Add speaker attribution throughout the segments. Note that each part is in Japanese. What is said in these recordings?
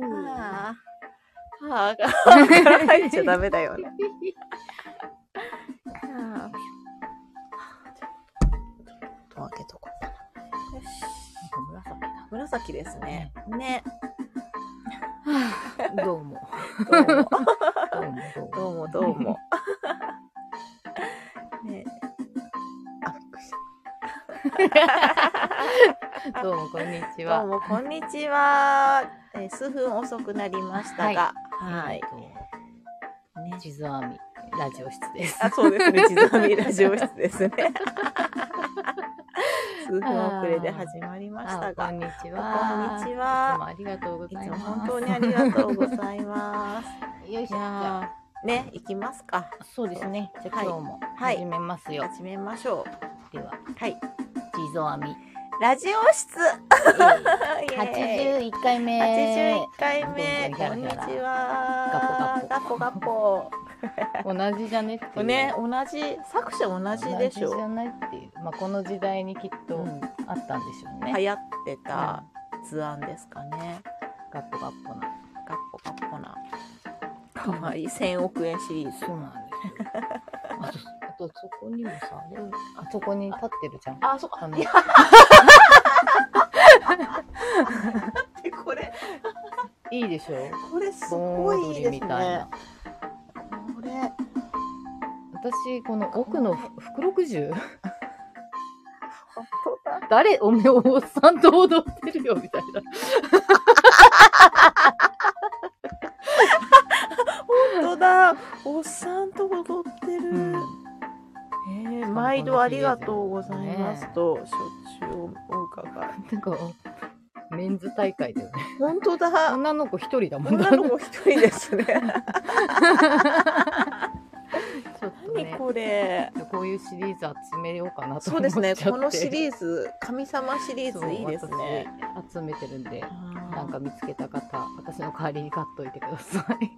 Speaker 1: あーあーが入っちゃダメだよね。 あー
Speaker 2: と開けとこうかな。
Speaker 1: よし
Speaker 2: なんか
Speaker 1: 紫ですね。ね。
Speaker 2: 紫。どうも。
Speaker 1: どうもどうも
Speaker 2: どうもどうも。
Speaker 1: どう も。ね、
Speaker 2: あ、びっくりした。 どうも、こんにち
Speaker 1: どう
Speaker 2: は。
Speaker 1: もこんにちは。えー数分遅くなりましたが、はい。
Speaker 2: えっとね、地蔵編み、ラジオ室です。
Speaker 1: あ、そうですね。地蔵見ラジオ室です ね。数分遅れで始まりました
Speaker 2: あ
Speaker 1: が
Speaker 2: こん、にち
Speaker 1: あ
Speaker 2: は。
Speaker 1: こんにち
Speaker 2: どうも
Speaker 1: は。
Speaker 2: ありがとうご
Speaker 1: い
Speaker 2: ざ
Speaker 1: つ
Speaker 2: いま
Speaker 1: も
Speaker 2: す。
Speaker 1: 本当にありがとうございます。
Speaker 2: よいし
Speaker 1: い
Speaker 2: ょ。じゃあ
Speaker 1: やーね、行きますか。
Speaker 2: そうですね。じゃあ、
Speaker 1: はい
Speaker 2: 今日も
Speaker 1: はい
Speaker 2: 始めますよ。
Speaker 1: 始めましょ
Speaker 2: では、
Speaker 1: う。はい。
Speaker 2: 地蔵編み。
Speaker 1: ラジオ室 イエーイ
Speaker 2: 81回目。
Speaker 1: 81回目。
Speaker 2: どうも
Speaker 1: こんにちは。
Speaker 2: ガッポガッポ
Speaker 1: ガッポ
Speaker 2: 同じじゃねって
Speaker 1: ガッポ
Speaker 2: いう。
Speaker 1: ね、同じ、作者同じでし
Speaker 2: 同じじ
Speaker 1: ょ。
Speaker 2: ゃないっていう。まあ、この時代にきっ
Speaker 1: う
Speaker 2: と
Speaker 1: ん
Speaker 2: あったんでしょうね。
Speaker 1: 流行ってた図案ですかね。
Speaker 2: ガッポガッポな。
Speaker 1: ガッポガッポな。かわいい。1000億円シリーズ。
Speaker 2: そうなんですよ。あと、あとそこにもさ、あれあそこに立ってるじゃん。
Speaker 1: あ、そっか。
Speaker 2: あの
Speaker 1: いやでこれ、
Speaker 2: いいでしょ
Speaker 1: これす
Speaker 2: 盆
Speaker 1: ご
Speaker 2: 踊
Speaker 1: いい
Speaker 2: り
Speaker 1: いで
Speaker 2: み
Speaker 1: す
Speaker 2: たい
Speaker 1: ね
Speaker 2: な。。
Speaker 1: これ、
Speaker 2: 私、この奥のふ福六十
Speaker 1: 本当だ。
Speaker 2: 誰おめおっさんと踊ってるよみたいな。
Speaker 1: 本当だ。おっさんと踊ってる。えー毎度ありがとうございますと、しょっちゅうお伺い。
Speaker 2: なんか、メンズ大会だよね。
Speaker 1: 本当だ。
Speaker 2: 女の子一人だもん
Speaker 1: 女の子一人ですね。
Speaker 2: ちょっと
Speaker 1: 何
Speaker 2: ね。
Speaker 1: これ。
Speaker 2: こういうシリーズ集めようかなと
Speaker 1: そ
Speaker 2: 思
Speaker 1: う
Speaker 2: っちゃ
Speaker 1: で
Speaker 2: って
Speaker 1: すね。このシ
Speaker 2: ー
Speaker 1: リーズ、神様シリーズいいですね。。
Speaker 2: 私集めてるんで、
Speaker 1: な
Speaker 2: なんか見つけた方、私の代わりに買っといてください。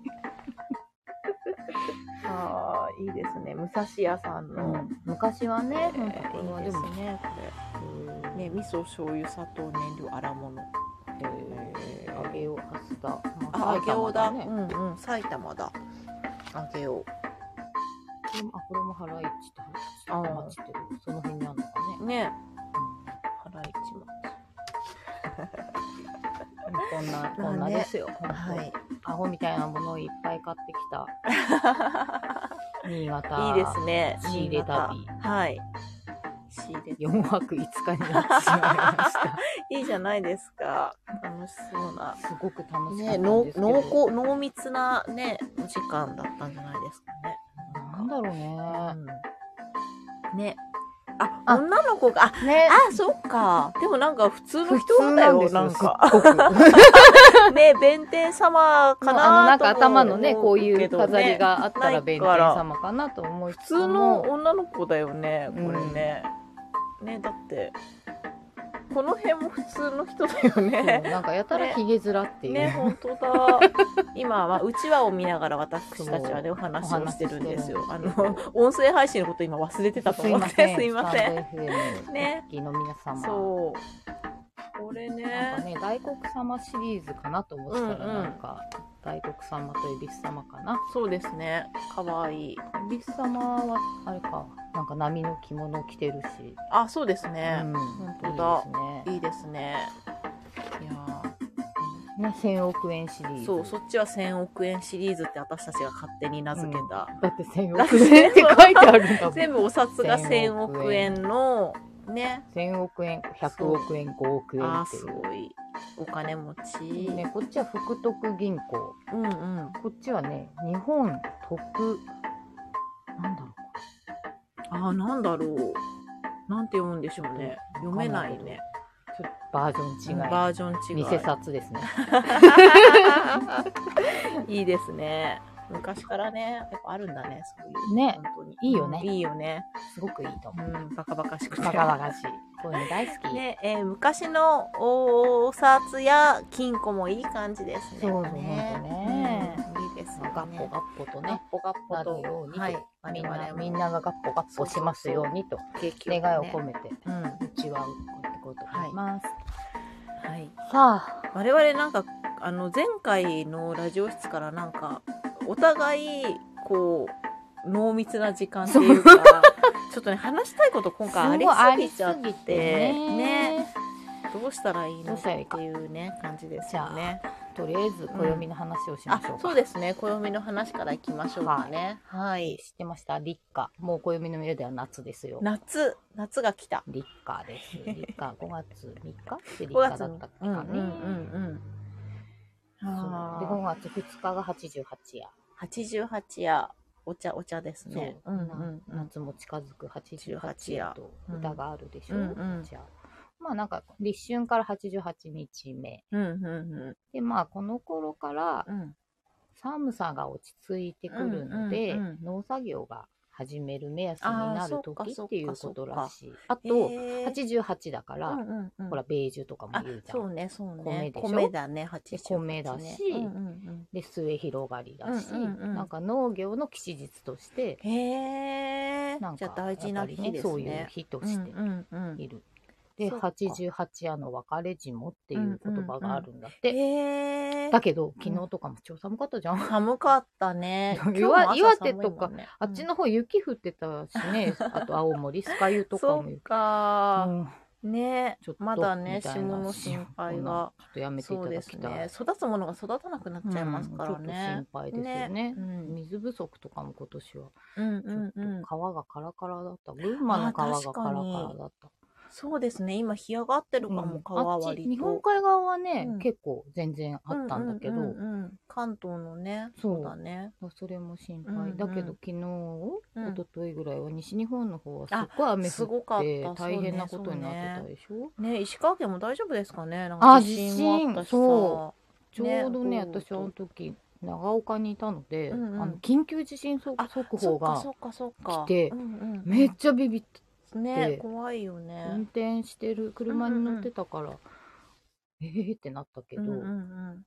Speaker 1: あーいいですね。武蔵屋さんの。
Speaker 2: 昔はね、
Speaker 1: えーいいですね。これ。ね、味噌、醤油、砂糖、燃料、粗物。え
Speaker 2: 揚げをパスタ、ま
Speaker 1: あ、揚げおだ。う
Speaker 2: ね、
Speaker 1: んうん、埼玉だ。揚げお。
Speaker 2: これもあこれもハライチと
Speaker 1: あ
Speaker 2: ハ
Speaker 1: ー
Speaker 2: ライチっていうその辺にあるのかね。
Speaker 1: ね。原市
Speaker 2: こんなこんなですよ。
Speaker 1: 町。はい。
Speaker 2: アホみたいなものをいっぱい買ってきた新潟。
Speaker 1: いいですね。
Speaker 2: 仕入
Speaker 1: 新
Speaker 2: れ旅
Speaker 1: 潟はい。仕入れ。
Speaker 2: 4泊5日になってしまいま した。
Speaker 1: いいじゃないですか。楽しそうな。
Speaker 2: すごく楽しかったんです
Speaker 1: ね、
Speaker 2: けど。
Speaker 1: 濃濃厚、濃密なね、お時間だったんじゃないですかね。
Speaker 2: なんだろうね。
Speaker 1: うんね。あ、
Speaker 2: あ
Speaker 1: 女の子が、あ、
Speaker 2: ね
Speaker 1: あ、そっか。でもなんか普通の人だよ、なんか。
Speaker 2: すっごく
Speaker 1: ね、弁天様か
Speaker 2: あの、な
Speaker 1: なん
Speaker 2: か
Speaker 1: と
Speaker 2: 頭の
Speaker 1: も思
Speaker 2: ね、こうい
Speaker 1: け
Speaker 2: う
Speaker 1: ど
Speaker 2: 飾り
Speaker 1: ね。
Speaker 2: があったら弁天様かなと思い
Speaker 1: 普
Speaker 2: つつ
Speaker 1: 通の
Speaker 2: も
Speaker 1: 女の子だよね、これね。ね、だって、この辺も普通の人だよ
Speaker 2: そう
Speaker 1: ね。
Speaker 2: なんかやたらヒゲ面っていう。
Speaker 1: ね、本当だ。今はうちわを見ながら私たちはねお話をしてるんですよ
Speaker 2: お。
Speaker 1: あ
Speaker 2: 話ししてる
Speaker 1: の音声配信のこと今忘れてたと
Speaker 2: す
Speaker 1: 思
Speaker 2: い
Speaker 1: っ
Speaker 2: ませ
Speaker 1: て
Speaker 2: ん。
Speaker 1: すいません。
Speaker 2: スタンド FM
Speaker 1: ね
Speaker 2: お聞きの皆様。
Speaker 1: そう。これ
Speaker 2: なんか
Speaker 1: ね。
Speaker 2: ね、大黒様シリーズかなと思ってたら、
Speaker 1: うんうん
Speaker 2: なんか、大黒様と恵比寿様かな。
Speaker 1: そうですね。かわいい。
Speaker 2: 恵比寿様は、あれか、なんか波の着物着てるし。
Speaker 1: あ、そうですね
Speaker 2: う。ん、
Speaker 1: 本当
Speaker 2: いいですね。
Speaker 1: いいですね。いや
Speaker 2: ね、千億円シリー
Speaker 1: ー
Speaker 2: ズ。
Speaker 1: そう、そっちは1000億円シリーズって私たちが勝手に名付けた。
Speaker 2: だって千億円って書いてある んだもん。
Speaker 1: 全部お札が
Speaker 2: 1000
Speaker 1: 1000
Speaker 2: 億
Speaker 1: 億
Speaker 2: 円
Speaker 1: 円の、ね。
Speaker 2: 千億円、百億円、五億円
Speaker 1: あ
Speaker 2: っ
Speaker 1: ー、
Speaker 2: て
Speaker 1: す
Speaker 2: いう。
Speaker 1: ごい。お金持ち。
Speaker 2: ね、こっちは福徳銀行。
Speaker 1: うんうん。
Speaker 2: こっちはね、日本徳、なんだろう。
Speaker 1: あーなんだろう。なんて読むんでしょうね。
Speaker 2: うん
Speaker 1: 読めないね。
Speaker 2: ちょっとバージョン違い。
Speaker 1: バージョン違い。
Speaker 2: 偽札ですね。
Speaker 1: いいですね。昔からね、やっぱあるんだね、そういう。
Speaker 2: ね
Speaker 1: 本当に。
Speaker 2: いいよね
Speaker 1: うんいいよね。
Speaker 2: すごくいいと
Speaker 1: う
Speaker 2: 思う。
Speaker 1: ん、バカバカしくて。
Speaker 2: バカバカしい。こういうの大好き。
Speaker 1: ねえー昔のお札や金庫もいい感じですね。
Speaker 2: そうそうほんとね
Speaker 1: うんいいですね。
Speaker 2: ガッポガッポと
Speaker 1: ガッ
Speaker 2: ね、
Speaker 1: ポガッポ
Speaker 2: なる
Speaker 1: と、
Speaker 2: ようにと、
Speaker 1: はい、
Speaker 2: みん
Speaker 1: 我
Speaker 2: な
Speaker 1: 々も
Speaker 2: みんながガッポガッポしますようにと、
Speaker 1: 景気よくね
Speaker 2: 願いを込めて、
Speaker 1: うん、
Speaker 2: うちはこうやっていこうと思います。
Speaker 1: はい。
Speaker 2: さあ、
Speaker 1: 我々なんか、あの前回のラジオ室からなんかお互いこう濃密な時間っていうかちょっとね話したいこと今回ありすぎちゃってね
Speaker 2: ね
Speaker 1: どうしたらいい
Speaker 2: ど
Speaker 1: の
Speaker 2: うしたらいい
Speaker 1: って
Speaker 2: か
Speaker 1: いうね感じですよね。
Speaker 2: とりあえず暦の話をしま
Speaker 1: あ
Speaker 2: しょうか、
Speaker 1: そうですね暦の話からいきましょうかね。はい、
Speaker 2: 知ってました立夏もう暦の上では夏ですよ
Speaker 1: 夏夏が来た。
Speaker 2: 立夏 です立夏5月3日って立
Speaker 1: 5
Speaker 2: 夏
Speaker 1: 月
Speaker 2: だっ
Speaker 1: に
Speaker 2: たっけ
Speaker 1: うんうん
Speaker 2: か
Speaker 1: う
Speaker 2: ね、
Speaker 1: んうん。
Speaker 2: そうで
Speaker 1: あ
Speaker 2: 5月2日が88夜
Speaker 1: あ88夜お茶お茶ですね。
Speaker 2: そう
Speaker 1: うんうんうん。
Speaker 2: 夏も近づく88夜と
Speaker 1: うん
Speaker 2: 歌があるでしょう、
Speaker 1: うんうん
Speaker 2: じゃあまあなんか立春から88日目
Speaker 1: うんうん
Speaker 2: でまあこの頃から
Speaker 1: うんうん。
Speaker 2: 寒さが落ち着いてくるので、
Speaker 1: うんうんうん
Speaker 2: 農作業が始める目安に
Speaker 1: あー
Speaker 2: なる
Speaker 1: そうか
Speaker 2: 時っていう
Speaker 1: そ
Speaker 2: こ
Speaker 1: うか
Speaker 2: とらしいあ
Speaker 1: え
Speaker 2: と、
Speaker 1: ー
Speaker 2: 88だから、
Speaker 1: うんうんうん
Speaker 2: ほらベージュとかも
Speaker 1: あ
Speaker 2: 言うじゃ
Speaker 1: そうんねそう
Speaker 2: 米
Speaker 1: ね
Speaker 2: でしょ
Speaker 1: だね88
Speaker 2: 米だし
Speaker 1: うんうん
Speaker 2: で末広がりだし、
Speaker 1: うんうんうん
Speaker 2: なんか農業の吉日として
Speaker 1: うん、へえ
Speaker 2: なん
Speaker 1: じ
Speaker 2: か
Speaker 1: ゃあ大事な日
Speaker 2: やっぱり
Speaker 1: ですね
Speaker 2: そういう日として
Speaker 1: うんうんうん
Speaker 2: いる。で、
Speaker 1: そっか
Speaker 2: 88夜の別れ霜っていう言葉があるんだって。
Speaker 1: へえ
Speaker 2: だけど、昨日とかも超寒かったじゃん。
Speaker 1: 寒かった ね
Speaker 2: 岩
Speaker 1: 今日も朝
Speaker 2: 岩手
Speaker 1: 寒いもんね
Speaker 2: とか
Speaker 1: うん
Speaker 2: あっちの方雪降ってたし ね、あと青森、酸ヶ湯とか
Speaker 1: そ
Speaker 2: も雪
Speaker 1: う。か、
Speaker 2: うん
Speaker 1: ね
Speaker 2: ちょっと
Speaker 1: まだね
Speaker 2: みたい
Speaker 1: 霜
Speaker 2: な
Speaker 1: の心配が。
Speaker 2: ちょっとやめて
Speaker 1: そ
Speaker 2: いた
Speaker 1: うで
Speaker 2: だ
Speaker 1: す
Speaker 2: きたい。
Speaker 1: ね育つものが育たなくなっちゃいますから
Speaker 2: う
Speaker 1: ね
Speaker 2: ん、ちょっと心配ですよね。
Speaker 1: うん
Speaker 2: 水不足とかも今年は、
Speaker 1: うん
Speaker 2: ち
Speaker 1: うんうん
Speaker 2: ょっと川がカラカラだった。群馬の川がカラカラだった。
Speaker 1: そうですね今干上がってるか
Speaker 2: う
Speaker 1: も
Speaker 2: ん
Speaker 1: 川
Speaker 2: あっ
Speaker 1: 割
Speaker 2: ち
Speaker 1: と
Speaker 2: 日本海側はね、
Speaker 1: うん
Speaker 2: 結構全然あったんだけど、
Speaker 1: うううんうん関東のね
Speaker 2: そう
Speaker 1: そうだね
Speaker 2: まあそれも心
Speaker 1: うんう
Speaker 2: 配
Speaker 1: ん
Speaker 2: だけど昨日、
Speaker 1: ん
Speaker 2: 一昨日ぐらいは西日本の方はすっ
Speaker 1: あ
Speaker 2: ごい雨
Speaker 1: す
Speaker 2: 降
Speaker 1: ごか
Speaker 2: っ
Speaker 1: ってた
Speaker 2: 大変なことになってたでしょ、
Speaker 1: ね石川県も大丈夫ですかねなん
Speaker 2: あ
Speaker 1: か地震もあったしさ
Speaker 2: 地震そち
Speaker 1: ね
Speaker 2: ょうどね
Speaker 1: 豪雨と
Speaker 2: 私あの時長岡にいたので、
Speaker 1: うんうん
Speaker 2: あの緊急地震速
Speaker 1: あ
Speaker 2: 速
Speaker 1: そ
Speaker 2: 報
Speaker 1: っか
Speaker 2: が
Speaker 1: そっかそっか
Speaker 2: 来て
Speaker 1: うんうん
Speaker 2: めっちゃビビって
Speaker 1: ね怖いよ
Speaker 2: 運
Speaker 1: ね
Speaker 2: 転してる車に乗ってたから、えーってなったけど、
Speaker 1: うんうんうん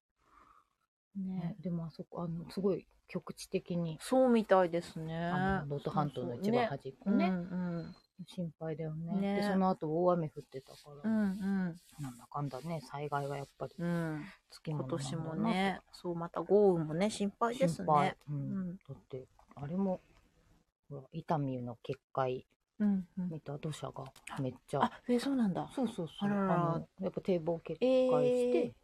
Speaker 2: ね
Speaker 1: ね、
Speaker 2: でもあそこあのすごい局地的に。
Speaker 1: そうみたいですね
Speaker 2: あの能登半島の一番端っこ
Speaker 1: そうそうね
Speaker 2: ね
Speaker 1: うん
Speaker 2: 心配だよね
Speaker 1: ね
Speaker 2: でその後大雨降ってたから、
Speaker 1: うんうん
Speaker 2: なんだかんだね災害はやっぱり
Speaker 1: うんうん
Speaker 2: つきも
Speaker 1: 今
Speaker 2: のなんだ
Speaker 1: 年
Speaker 2: な
Speaker 1: もねそうまた豪雨もね心配です
Speaker 2: 心配
Speaker 1: ね、
Speaker 2: う
Speaker 1: うん
Speaker 2: だ
Speaker 1: ん
Speaker 2: ってあれもほら伊丹の決壊
Speaker 1: うんうん
Speaker 2: 見た土砂がめっちゃ
Speaker 1: あえそうなんだ
Speaker 2: そうそう
Speaker 1: あ
Speaker 2: そう
Speaker 1: らら
Speaker 2: のやっぱ堤防決
Speaker 1: え
Speaker 2: 壊して、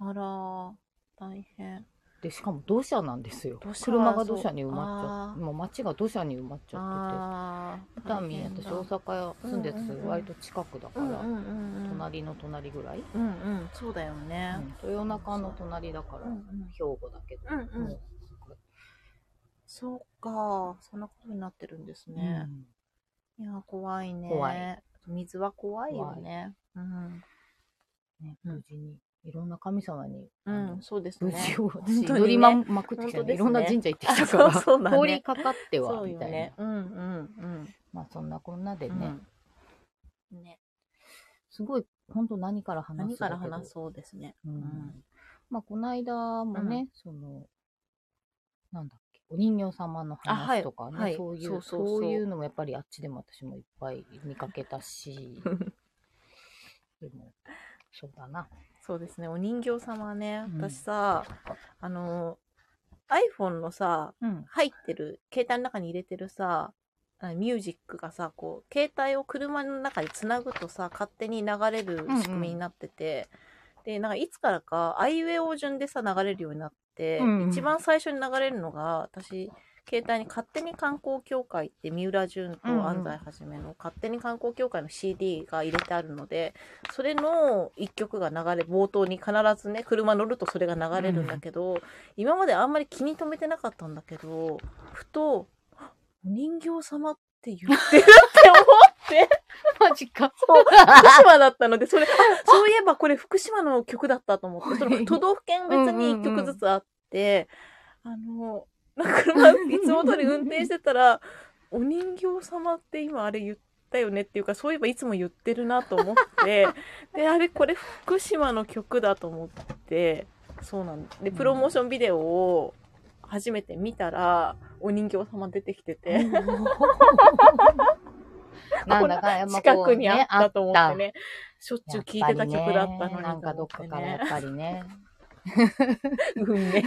Speaker 1: ー、あらー大変
Speaker 2: でしかも土砂なんですよ
Speaker 1: 土砂
Speaker 2: 車が土砂に埋ま
Speaker 1: あ
Speaker 2: っち
Speaker 1: ー
Speaker 2: ゃもう町が土砂に埋まっちゃ
Speaker 1: あ
Speaker 2: ってて伊
Speaker 1: あ
Speaker 2: 丹私大阪や住んでた
Speaker 1: うん
Speaker 2: 時
Speaker 1: うんうん
Speaker 2: 割と近くだか
Speaker 1: う
Speaker 2: ら、
Speaker 1: んうんうんうん
Speaker 2: 隣の隣ぐらい、
Speaker 1: うんうんそうだよね
Speaker 2: うん豊中の隣だから、
Speaker 1: うんうん
Speaker 2: 兵庫だけど、
Speaker 1: うんうん
Speaker 2: も
Speaker 1: そうかそんなことになってるんです
Speaker 2: う
Speaker 1: ね
Speaker 2: う、ん
Speaker 1: いや怖いね
Speaker 2: 怖い
Speaker 1: 水は怖いよねうん、
Speaker 2: ね、
Speaker 1: うん
Speaker 2: 無事にいろんな神様に、
Speaker 1: う
Speaker 2: あの
Speaker 1: ん、そうです
Speaker 2: 無
Speaker 1: ね
Speaker 2: 事を
Speaker 1: 本当にね
Speaker 2: 私祈りままくってきた
Speaker 1: 本当です
Speaker 2: ね
Speaker 1: ね
Speaker 2: いろんな神社行ってき
Speaker 1: あ
Speaker 2: た か
Speaker 1: そ
Speaker 2: ら、
Speaker 1: うそうだね
Speaker 2: 通りかかっては
Speaker 1: そう
Speaker 2: み
Speaker 1: よ
Speaker 2: たいな、
Speaker 1: ねうんうん
Speaker 2: まあそんなこんなで
Speaker 1: う
Speaker 2: ね、
Speaker 1: んうんね
Speaker 2: すごい本当何から話す
Speaker 1: 何から話
Speaker 2: す、
Speaker 1: そうですね
Speaker 2: うん
Speaker 1: うん
Speaker 2: まあこの間もね、そのなんだっけお人形様の
Speaker 1: あはい
Speaker 2: 話とかね、
Speaker 1: はい
Speaker 2: そういう
Speaker 1: そうそうそう
Speaker 2: そういうのもやっぱりあっちでも私もいっぱい見かけたしでもそうだな
Speaker 1: そうですねお人形様ね
Speaker 2: うん
Speaker 1: 私さ、あの iPhone のさ
Speaker 2: うん
Speaker 1: 入ってる携帯の中に入れてるさあミュージックがさこう携帯を車の中につなぐとさ勝手に流れる仕組みになってて、でなんかいつからかアイウェイオ順でさ流れるようになって、
Speaker 2: うんうん
Speaker 1: 一番最初に流れるのが私携帯に勝手に観光協会って三浦淳と安西はじめの勝手に観光協会の CD が入れてあるのでそれの一曲が流れ冒頭に必ずね車乗るとそれが流れるんだけど、今まであんまり気に留めてなかったんだけどふとあ「お人形様」って言ってるって思って
Speaker 2: マジか
Speaker 1: そう福島だったので、そ れ、あそういえばこれ福島の曲だったと思って、その都道府県別に1曲ずつあって、あの、なんか車、いつも通り運転してた ら、お人形様って今あれ言ったよねっていうか、そういえばいつも言ってるなと思 って、で、あれこれ福島の曲だと思って、そうなんで、プロモーションビデオを初めて見たら、お人形様出てきてて、
Speaker 2: なんだかやっぱ
Speaker 1: 近
Speaker 2: こう
Speaker 1: くにあったと思って
Speaker 2: ね
Speaker 1: ね、しょっちゅう聴いてた曲だったのにと思ってね。
Speaker 2: なんかどっかからやっぱりね、
Speaker 1: 運命。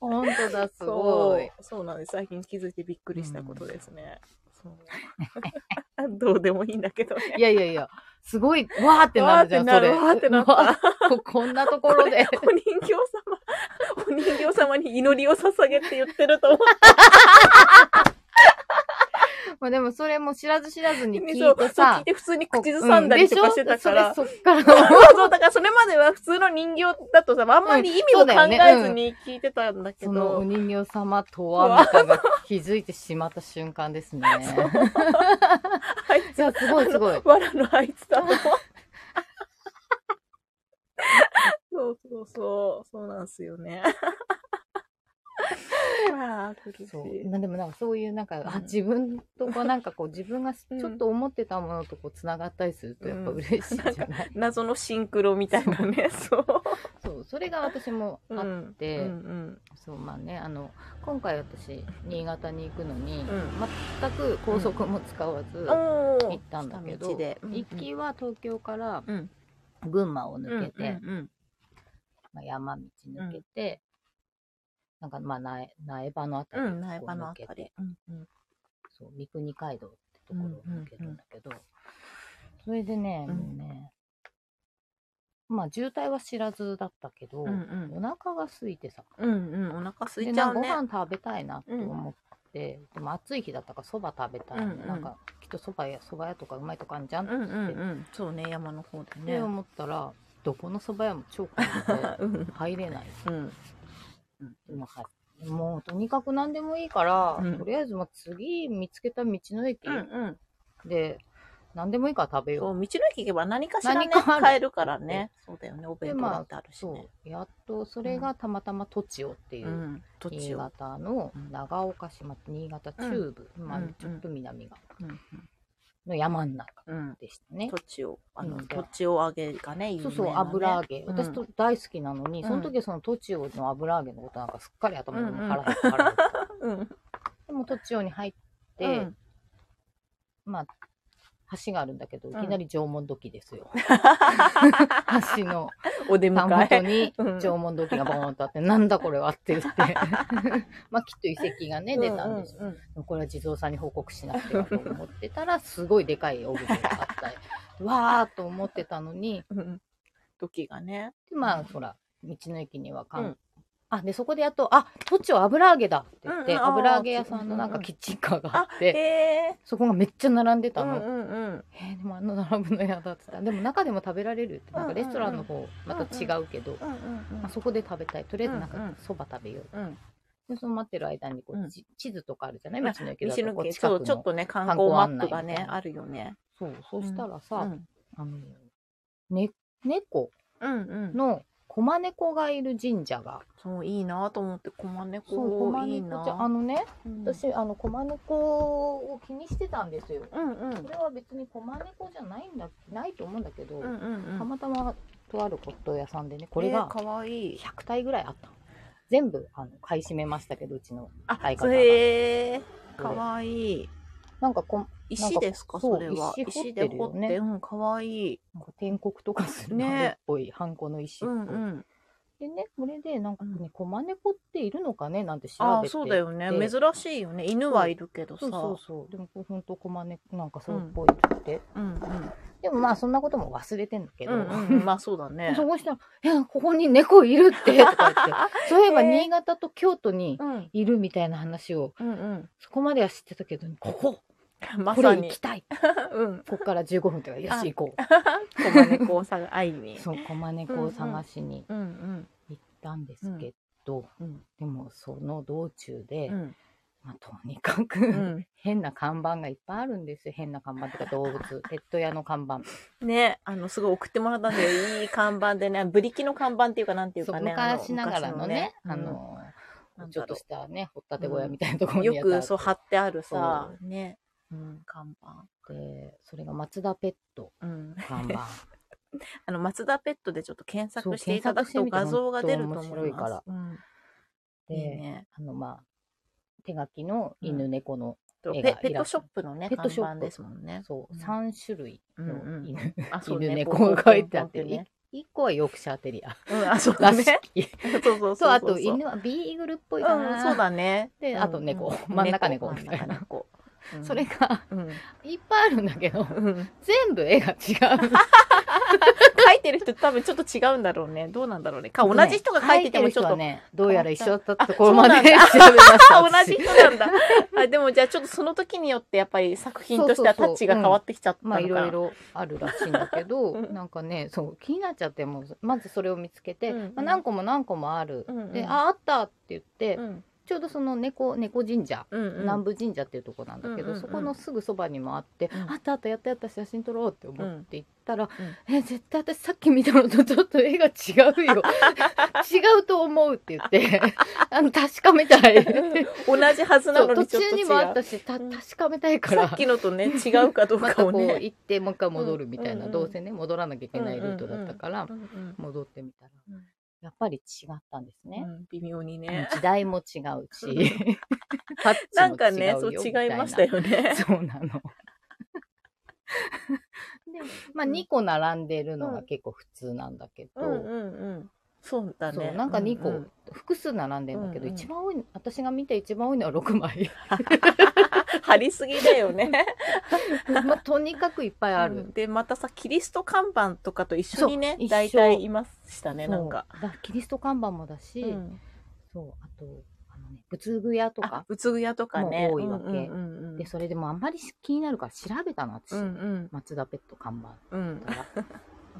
Speaker 2: 本当だ、すご
Speaker 1: そ
Speaker 2: い。
Speaker 1: う。そうなんです。最近気づいてびっくりしたことですね。そう どうでもいいんだけどね。
Speaker 2: いやいやいや、すごい、わーってなるじゃん、
Speaker 1: わー
Speaker 2: そ
Speaker 1: って
Speaker 2: れ。
Speaker 1: なるわーってなった
Speaker 2: わ ーここんなところで。
Speaker 1: お人形様、 お人形様に祈りを捧げって言ってると思っ
Speaker 2: まあでもそれも知らず知らず
Speaker 1: て
Speaker 2: に
Speaker 1: んで
Speaker 2: 聞
Speaker 1: すよ
Speaker 2: いて
Speaker 1: そう聞
Speaker 2: さ
Speaker 1: い。て普通に
Speaker 2: こ
Speaker 1: 口ずさんだりとかしてたから。
Speaker 2: うんでしょそれそっから
Speaker 1: そう
Speaker 2: の。
Speaker 1: そう、だからそれまでは普通の人形だとさ、あんまり意味を考えずに聞いてたん だけ
Speaker 2: その
Speaker 1: ど、
Speaker 2: お人形様とは、みたいなのが気づいてしまった瞬間で すね。
Speaker 1: あい
Speaker 2: いや、すごいすごい
Speaker 1: つ、。わらのあいつだもん。そうそうそう、そうなんすよ ね。ああ、苦し
Speaker 2: そう
Speaker 1: い。
Speaker 2: なでもなんかそういうなんか、
Speaker 1: うん
Speaker 2: あ自分とこうなんかこう自分がち
Speaker 1: うん
Speaker 2: ょっと思ってたものとこうつながったりするとやっぱ嬉しいじゃない、
Speaker 1: 謎のシンクロみたいなね、 そう。
Speaker 2: そうそれが私もあ
Speaker 1: う
Speaker 2: っ
Speaker 1: ん
Speaker 2: て、
Speaker 1: うん
Speaker 2: そうまあねあの今回私新潟に行くのに、
Speaker 1: ん
Speaker 2: 全く高速も使わず
Speaker 1: うん。お
Speaker 2: 行
Speaker 1: ー
Speaker 2: ったんだけど、
Speaker 1: 下道でうん
Speaker 2: 行きは東京から
Speaker 1: うん
Speaker 2: 群馬を抜けて、
Speaker 1: うんうん
Speaker 2: まあ、山道抜けて、なんかまあ苗苗場のあた
Speaker 1: う
Speaker 2: り
Speaker 1: ん。う
Speaker 2: を
Speaker 1: ん、苗場の
Speaker 2: 抜
Speaker 1: あ
Speaker 2: け
Speaker 1: た
Speaker 2: て
Speaker 1: り。うんうん
Speaker 2: そう三国街道ってところを抜けるんだけど、それでね、
Speaker 1: うん
Speaker 2: もうねまあ渋滞は知らずだったけど、
Speaker 1: うん
Speaker 2: お腹が空いてさ
Speaker 1: うんうん、お腹空
Speaker 2: で
Speaker 1: いちゃ
Speaker 2: なん
Speaker 1: う
Speaker 2: かご
Speaker 1: ね。
Speaker 2: 飯食べたいなと思って、でも暑い日だったからそば食べたい、
Speaker 1: うんうん
Speaker 2: なんかきっとそばやそば屋とかうまいとかあるじゃんっ
Speaker 1: うんうんうん、そうね、山の方で
Speaker 2: て
Speaker 1: ね。
Speaker 2: 思ったら、どこのそば屋も超混んでて
Speaker 1: うん
Speaker 2: 入れない
Speaker 1: うん
Speaker 2: もうはいもうとにかく何でもいいから、
Speaker 1: うん
Speaker 2: とりあえずもう次見つけた道の駅
Speaker 1: うん
Speaker 2: で何でもいいから食べ
Speaker 1: そ
Speaker 2: よう
Speaker 1: う道の駅行けば何かしらね
Speaker 2: 何かある
Speaker 1: 買えるからねそうだよねお弁当だってあるし
Speaker 2: そ
Speaker 1: ね、
Speaker 2: うやっとそれがたまたま栃尾っていう、
Speaker 1: うん土
Speaker 2: 新
Speaker 1: 地を
Speaker 2: 潟の長岡市、まあ新潟中部、まあ
Speaker 1: うんうん
Speaker 2: ちょっと南が、
Speaker 1: うん
Speaker 2: の山の中
Speaker 1: うん
Speaker 2: でしたね
Speaker 1: 土。地をあの、
Speaker 2: うん
Speaker 1: 土地を揚げがね有名
Speaker 2: そ
Speaker 1: な
Speaker 2: う
Speaker 1: ね
Speaker 2: そう、油揚げ。
Speaker 1: うん
Speaker 2: 私と大好きなのに、
Speaker 1: うん
Speaker 2: その時はその栃尾の油揚げのことなんかすっかり頭の中に腹減った腹減った。
Speaker 1: うん
Speaker 2: でも栃尾に入って、
Speaker 1: うん
Speaker 2: まあ、橋があるんだけど、い
Speaker 1: うん
Speaker 2: きなり縄文土器で すよ。橋の
Speaker 1: お出
Speaker 2: 田ん
Speaker 1: 迎
Speaker 2: ぼと
Speaker 1: え
Speaker 2: に
Speaker 1: うん
Speaker 2: 縄文土器がボーンとあって、なんだこれはって言って。 まあ、きっと遺跡がね、出たんですよ。
Speaker 1: うんうん
Speaker 2: これは地蔵さんに報告しなくてはと思ってたら、すごいでかいオブジェがあったり、 わーっと思ってたのに、
Speaker 1: うんうん土器がね
Speaker 2: でまあ、ほら、道の駅にはかん、
Speaker 1: うん
Speaker 2: あ、で、そこでやっと、あ、土地は油揚げだって言って、
Speaker 1: うんうんあー
Speaker 2: 油揚げ屋さんのなんかキッチンカーがあ
Speaker 1: あ
Speaker 2: っ
Speaker 1: へ
Speaker 2: て、
Speaker 1: え
Speaker 2: そこがめっちゃ並んで
Speaker 1: う
Speaker 2: た
Speaker 1: ん
Speaker 2: の。
Speaker 1: うんうん
Speaker 2: えーでもあんな並ぶの嫌だって 言ったでも中でも食べられるってなんかレストランの方また違うけど、
Speaker 1: うんうん
Speaker 2: まあそこで食べたいとりあえずなん
Speaker 1: うんう
Speaker 2: か
Speaker 1: ん
Speaker 2: そば食べよう、
Speaker 1: うん
Speaker 2: でその待ってる間にこ
Speaker 1: うん
Speaker 2: う、ち地図とかあるじゃない道
Speaker 1: あ
Speaker 2: の駅
Speaker 1: 道
Speaker 2: だと
Speaker 1: の
Speaker 2: こう
Speaker 1: 駅
Speaker 2: 近く
Speaker 1: そ
Speaker 2: の
Speaker 1: うちょっとね観光マップがねあるよね
Speaker 2: そうそうしたらさ、
Speaker 1: うん
Speaker 2: あのね、猫
Speaker 1: うんうん
Speaker 2: の駒猫がいる神社が
Speaker 1: そういいなと思って駒猫
Speaker 2: そう駒
Speaker 1: いい
Speaker 2: 猫ちゃんあ
Speaker 1: な。
Speaker 2: のね、
Speaker 1: うん
Speaker 2: 私あの駒猫を気にしてたんですよ
Speaker 1: うんうん
Speaker 2: それは別に駒猫じゃないんだないと思うんだけど、
Speaker 1: うんうんう
Speaker 2: た
Speaker 1: ん。
Speaker 2: またまとある骨董屋さんでねこれが、
Speaker 1: えー可愛い。
Speaker 2: 100体ぐらいあったの全部あの買い占めましたけどうちの
Speaker 1: あ
Speaker 2: 相、方が
Speaker 1: へえ
Speaker 2: これ
Speaker 1: 可愛い。
Speaker 2: なんかこ
Speaker 1: 石ですか
Speaker 2: そう
Speaker 1: それは。
Speaker 2: 石掘
Speaker 1: 石
Speaker 2: って
Speaker 1: で掘
Speaker 2: るよ
Speaker 1: っ
Speaker 2: ね
Speaker 1: て、うん可愛い。
Speaker 2: なんか天国とかする
Speaker 1: ね
Speaker 2: のっぽいハンコの石っ
Speaker 1: う
Speaker 2: ぽい、
Speaker 1: んうん。
Speaker 2: でねこれでなんかね、
Speaker 1: う
Speaker 2: コマネコっているのかねなんて調
Speaker 1: あー
Speaker 2: べて
Speaker 1: そうだよね
Speaker 2: で
Speaker 1: 珍しいよね犬はいるけどさ。
Speaker 2: そううんそうそうでもこれほんとコマネなんかそうっぽいって、
Speaker 1: うん
Speaker 2: でもまあそんなことも忘れてんだけ
Speaker 1: う
Speaker 2: ど、
Speaker 1: んうん。まあそうだね
Speaker 2: そ。うしたら「えここに猫いるって」とか言って そういえば
Speaker 1: えー
Speaker 2: 新潟と京都に
Speaker 1: うん
Speaker 2: いるみたいな話を
Speaker 1: うんうん。
Speaker 2: そこまでは知ってたけどここ
Speaker 1: ま
Speaker 2: こ
Speaker 1: さ
Speaker 2: れ
Speaker 1: に
Speaker 2: 行き。たい
Speaker 1: うん。
Speaker 2: ここから15分とかよ
Speaker 1: あ
Speaker 2: し行こう
Speaker 1: 駒猫をさ会いに。
Speaker 2: そう、コマネコを探しに
Speaker 1: うんうん
Speaker 2: 行ったんですけど、
Speaker 1: うん
Speaker 2: でもその道中で、
Speaker 1: うん
Speaker 2: まあ、とにかく、
Speaker 1: うん。
Speaker 2: 変な看板がいっぱいあるんですよ。変な看板とか動 物、ペット屋の看板。
Speaker 1: ね、あの、すごい送ってもらったんだよ。いい看板でね、ブリキの看板っていうか、なんていう
Speaker 2: そう
Speaker 1: かね。あの
Speaker 2: 昔ながらのね、あ、の、
Speaker 1: うんなん
Speaker 2: ちょ
Speaker 1: だ
Speaker 2: っと
Speaker 1: ろ
Speaker 2: したね、掘ったて小屋みたいなところ
Speaker 1: う
Speaker 2: に
Speaker 1: よ
Speaker 2: やった
Speaker 1: くそう貼ってあるさ、ね、
Speaker 2: うん
Speaker 1: 看板。
Speaker 2: で、それが松田ペット
Speaker 1: うん。
Speaker 2: 看板。
Speaker 1: あの、松田ペットでちょっと検
Speaker 2: そ
Speaker 1: 索
Speaker 2: う
Speaker 1: していただくと
Speaker 2: 検索してみて
Speaker 1: 画像が出ると思い
Speaker 2: 本
Speaker 1: ま
Speaker 2: 当面白
Speaker 1: す。
Speaker 2: いから
Speaker 1: うん
Speaker 2: で、
Speaker 1: いいね。
Speaker 2: あの、まあ、手書きの犬猫の、
Speaker 1: とペ
Speaker 2: 絵が
Speaker 1: ペットショップのね、
Speaker 2: ペット
Speaker 1: 看
Speaker 2: ショップ
Speaker 1: 板ですもんね。
Speaker 2: そう、
Speaker 1: うん
Speaker 2: 3種類の犬。
Speaker 1: あ
Speaker 2: 犬
Speaker 1: ね
Speaker 2: 猫が書いてあって、
Speaker 1: ポンポンポンポンってね
Speaker 2: 一個はヨークシャーテリ ア。
Speaker 1: うん、あ、そうだ
Speaker 2: が好き。
Speaker 1: ね。そうそうそう
Speaker 2: そう、あ
Speaker 1: そう
Speaker 2: と犬はビーグルっぽ
Speaker 1: う
Speaker 2: い
Speaker 1: ん、
Speaker 2: かな。
Speaker 1: そうだね。
Speaker 2: であと猫
Speaker 1: うん
Speaker 2: 真ん中猫みたいな
Speaker 1: 真ん中猫うん
Speaker 2: それが、
Speaker 1: うん。
Speaker 2: いっぱいあるんだけど、
Speaker 1: うん
Speaker 2: 全部絵が違う。
Speaker 1: 書いてる人多分ちょっと違うんだろうね。どうなんだろうね。か、同じ人が書いててもちょっと。
Speaker 2: 書いる人はね、どうやら一緒だったところま
Speaker 1: あ
Speaker 2: で
Speaker 1: そうなんだ
Speaker 2: 調べまし
Speaker 1: あ、
Speaker 2: た。
Speaker 1: 同
Speaker 2: 私
Speaker 1: じ人なんだ。あ、でもじゃあちょっとその時によってやっぱり作品としては
Speaker 2: そ
Speaker 1: タ
Speaker 2: うそうそう
Speaker 1: ッチが変わってきちゃったの
Speaker 2: ま
Speaker 1: かな。
Speaker 2: あいろいろあるらしいんだけど、
Speaker 1: うん
Speaker 2: なんかねそう気になっちゃってもうまずそれを見つけて、
Speaker 1: うんうん
Speaker 2: まあ、何個も何個もある、
Speaker 1: うんうん
Speaker 2: でああったって言って、
Speaker 1: うん。
Speaker 2: ちょうどその猫猫神社、
Speaker 1: うんうん。
Speaker 2: 南部神社っていうとこなんだけど、
Speaker 1: うんうんうん
Speaker 2: そこのすぐそばにもあって、
Speaker 1: うん
Speaker 2: あったあったやったやった写真撮ろうって思って行ったら、
Speaker 1: う
Speaker 2: え絶対私さっき見たのとちょっと絵が違う よ違うと思うって言って あの確かめたい
Speaker 1: 同じはずな
Speaker 2: そ
Speaker 1: の
Speaker 2: う途
Speaker 1: にちょっ
Speaker 2: 中
Speaker 1: と違
Speaker 2: に
Speaker 1: う。
Speaker 2: もあったした
Speaker 1: うん
Speaker 2: 確かめたいから。
Speaker 1: さっきのとね、違うかどう
Speaker 2: ま
Speaker 1: か
Speaker 2: たこ
Speaker 1: を
Speaker 2: う
Speaker 1: ね。
Speaker 2: 行ってもう一回戻るみたいな、
Speaker 1: うん
Speaker 2: どうせね戻らなきゃいけないルートだったから、
Speaker 1: うんうん
Speaker 2: 戻ってみたら、
Speaker 1: うん
Speaker 2: やっぱり違ったんですね、
Speaker 1: うん微妙にね。
Speaker 2: 時代も違うしタッチ も違うよ
Speaker 1: なんかね、 そう違いました
Speaker 2: よ
Speaker 1: よ ね。
Speaker 2: そうなのでま
Speaker 1: う
Speaker 2: あ
Speaker 1: ん
Speaker 2: 2個並んでるのが結構普通なんだけど、
Speaker 1: うんうんうん。そうだ
Speaker 2: そ
Speaker 1: ね。
Speaker 2: うなんか2個、
Speaker 1: うんうん
Speaker 2: 複数並んでるんだけど、
Speaker 1: うんうん
Speaker 2: 一番多い私が見て一番多いのは6枚
Speaker 1: 貼りすぎだよね。
Speaker 2: まあとにかくいっぱいある、
Speaker 1: うんで、またさ、キリスト看板とかと一緒にね
Speaker 2: そう、
Speaker 1: 大体いましたね、なんか。
Speaker 2: そうだキリスト看板もだし、
Speaker 1: うん
Speaker 2: そう、あと、あのね、仏具屋と
Speaker 1: あ
Speaker 2: か、、
Speaker 1: うつぐやとかね。
Speaker 2: も多いわけ
Speaker 1: うんうんうんうん
Speaker 2: で、それでもあんまり気になるから調べたの、私。
Speaker 1: うん
Speaker 2: 松田ペット看板
Speaker 1: うんうん。
Speaker 2: だから。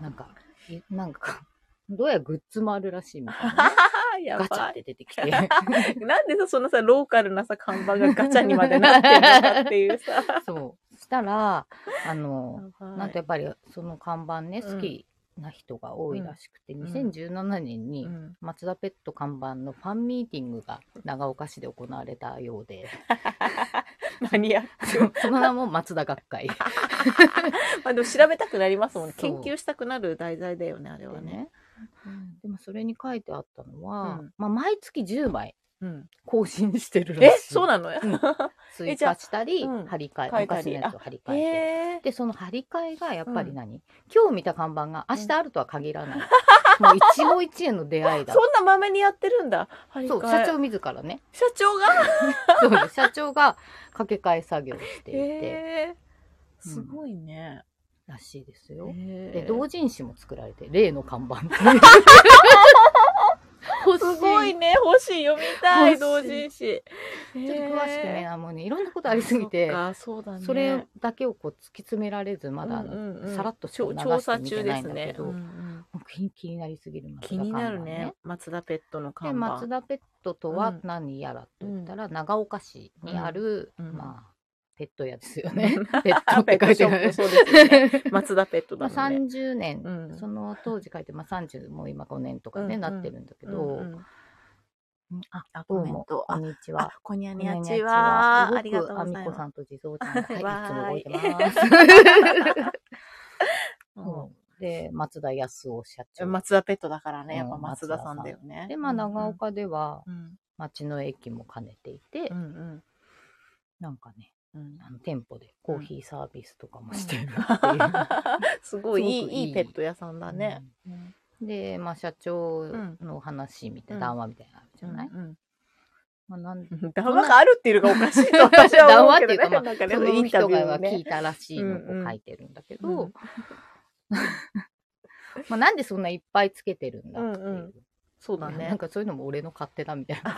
Speaker 2: なんか、いなんか、どうやらグッズもあるらしいみたいなね、
Speaker 1: や
Speaker 2: ガチャ
Speaker 1: ば
Speaker 2: っ
Speaker 1: い。
Speaker 2: て出てきて。
Speaker 1: なんでさ、そのさ、ローカルなさ、看板がガチャにまでなってるのかっていう さ。
Speaker 2: そう。したら、あの、な
Speaker 1: なん
Speaker 2: とやっぱりその看板ね、
Speaker 1: うん
Speaker 2: 好きな人が多いらしくて、
Speaker 1: ん
Speaker 2: 2017年に、
Speaker 1: うん
Speaker 2: 松田ペット看板のファンミーティングが長岡市で行われたようで、
Speaker 1: マニアック。
Speaker 2: その名も松田学会。
Speaker 1: まあでも調べたくなりますもんね。
Speaker 2: そ
Speaker 1: 研
Speaker 2: う
Speaker 1: 究したくなる題材だよね、あれ
Speaker 2: で
Speaker 1: はね。
Speaker 2: ね。でもそれに書いてあったのは、
Speaker 1: うん
Speaker 2: まあ毎月10枚
Speaker 1: うん。
Speaker 2: 更新してるらしい。
Speaker 1: え、そうな の
Speaker 2: ん追加したり、
Speaker 1: えじゃあうん
Speaker 2: 張り替え、
Speaker 1: 変えたり
Speaker 2: 昔のやつを張り替えて。
Speaker 1: へえ。
Speaker 2: で、その張り替えがやっぱり
Speaker 1: うん
Speaker 2: 何、今日見た看板が明日あるとは限ら ない。もう一期一会の出会いだ
Speaker 1: そ。んなまめにやってるんだ。張り替
Speaker 2: そう、
Speaker 1: え
Speaker 2: 社長自らね。
Speaker 1: 社長が
Speaker 2: そうです社長が掛け替え作業をしていて、
Speaker 1: へえ。
Speaker 2: うん
Speaker 1: すごいね。
Speaker 2: らしいですよ。
Speaker 1: で
Speaker 2: で、同人誌も作られて、例の看板 っていう。欲し
Speaker 1: すごいね。欲しい。読みたい。同
Speaker 2: 欲しい
Speaker 1: 人誌。
Speaker 2: ちょっと詳しくね、
Speaker 1: へー
Speaker 2: あのね、いろんなことありすぎて、
Speaker 1: あそっかそうだね。
Speaker 2: それだけをこう突き詰められず、まだあの、
Speaker 1: うんうんうん
Speaker 2: さらっとしか
Speaker 1: 調
Speaker 2: 流
Speaker 1: 調
Speaker 2: して
Speaker 1: 査
Speaker 2: 見
Speaker 1: 中
Speaker 2: て
Speaker 1: で
Speaker 2: ない
Speaker 1: す
Speaker 2: んだけ
Speaker 1: ね。
Speaker 2: ど、
Speaker 1: うんう
Speaker 2: も
Speaker 1: ん
Speaker 2: う気気になりすぎる松田
Speaker 1: 気になるね。松田ペットの
Speaker 2: 看板ね。で、
Speaker 1: 看板
Speaker 2: 松。田ペットとは
Speaker 1: うん
Speaker 2: 何やらと言ったら、長岡市にある、
Speaker 1: うんうん
Speaker 2: まあ、ペット屋ですよね。 ペ ット
Speaker 1: あ
Speaker 2: っ
Speaker 1: ペ
Speaker 2: て
Speaker 1: ットショ
Speaker 2: 書いてあ
Speaker 1: ップ、
Speaker 2: る。
Speaker 1: そうですよね。松田ペット
Speaker 2: ま
Speaker 1: だ
Speaker 2: あ、
Speaker 1: もんね。
Speaker 2: 30年、
Speaker 1: うん
Speaker 2: その当時書いて、まあ、30もう今5年とかね、
Speaker 1: うんうん
Speaker 2: なってるんだけ
Speaker 1: うん
Speaker 2: ど、
Speaker 1: うん
Speaker 2: うんあ、
Speaker 1: あ、
Speaker 2: ど
Speaker 1: コ
Speaker 2: う
Speaker 1: メン
Speaker 2: も、
Speaker 1: ト。
Speaker 2: こ
Speaker 1: あ
Speaker 2: ん、にち
Speaker 1: あ
Speaker 2: は。、
Speaker 1: こんにゃ
Speaker 2: こん
Speaker 1: に
Speaker 2: に
Speaker 1: ゃ
Speaker 2: ち
Speaker 1: ち
Speaker 2: は
Speaker 1: は。
Speaker 2: す
Speaker 1: ありが
Speaker 2: ご
Speaker 1: とう
Speaker 2: く
Speaker 1: ご
Speaker 2: あ
Speaker 1: ざいま
Speaker 2: みこ
Speaker 1: す。
Speaker 2: さんと地蔵ちゃんが、はい、いつも動いて
Speaker 1: は
Speaker 2: ま
Speaker 1: い
Speaker 2: す。
Speaker 1: うん
Speaker 2: そう で、松田康夫社長。
Speaker 1: 松田ペットだからね、やっぱ
Speaker 2: うん
Speaker 1: 松田さんだよね。
Speaker 2: で、まあ、長
Speaker 1: うん
Speaker 2: 岡では、
Speaker 1: うん。
Speaker 2: 町の駅も兼ねていて、
Speaker 1: うんうん
Speaker 2: なんかね、
Speaker 1: うん。
Speaker 2: あの店舗でコーヒーサービスとかもしてるっていう。
Speaker 1: すごいい
Speaker 2: すごくい
Speaker 1: い、
Speaker 2: い
Speaker 1: いいペット屋さんだ ね。うん
Speaker 2: で、まあ、社長
Speaker 1: ん
Speaker 2: の話みたい
Speaker 1: うん
Speaker 2: な、談話みたいなのあるじゃない、
Speaker 1: うん
Speaker 2: まあ、なん
Speaker 1: うん談話があるっていうのがおかしいと私は思うけどね。
Speaker 2: 談
Speaker 1: なんかね、
Speaker 2: そ
Speaker 1: イ
Speaker 2: の
Speaker 1: ンタ
Speaker 2: 人
Speaker 1: ビュー
Speaker 2: が
Speaker 1: を
Speaker 2: 聞
Speaker 1: ね。
Speaker 2: いたらしいの
Speaker 1: うんう
Speaker 2: を
Speaker 1: ん
Speaker 2: 書いてるんだけど、
Speaker 1: うん
Speaker 2: まあなんでそんないっぱいつけてるんだっていう。
Speaker 1: うんうんそうだ
Speaker 2: いやな
Speaker 1: ね
Speaker 2: ん。かそういうのも俺の勝手だみたいな。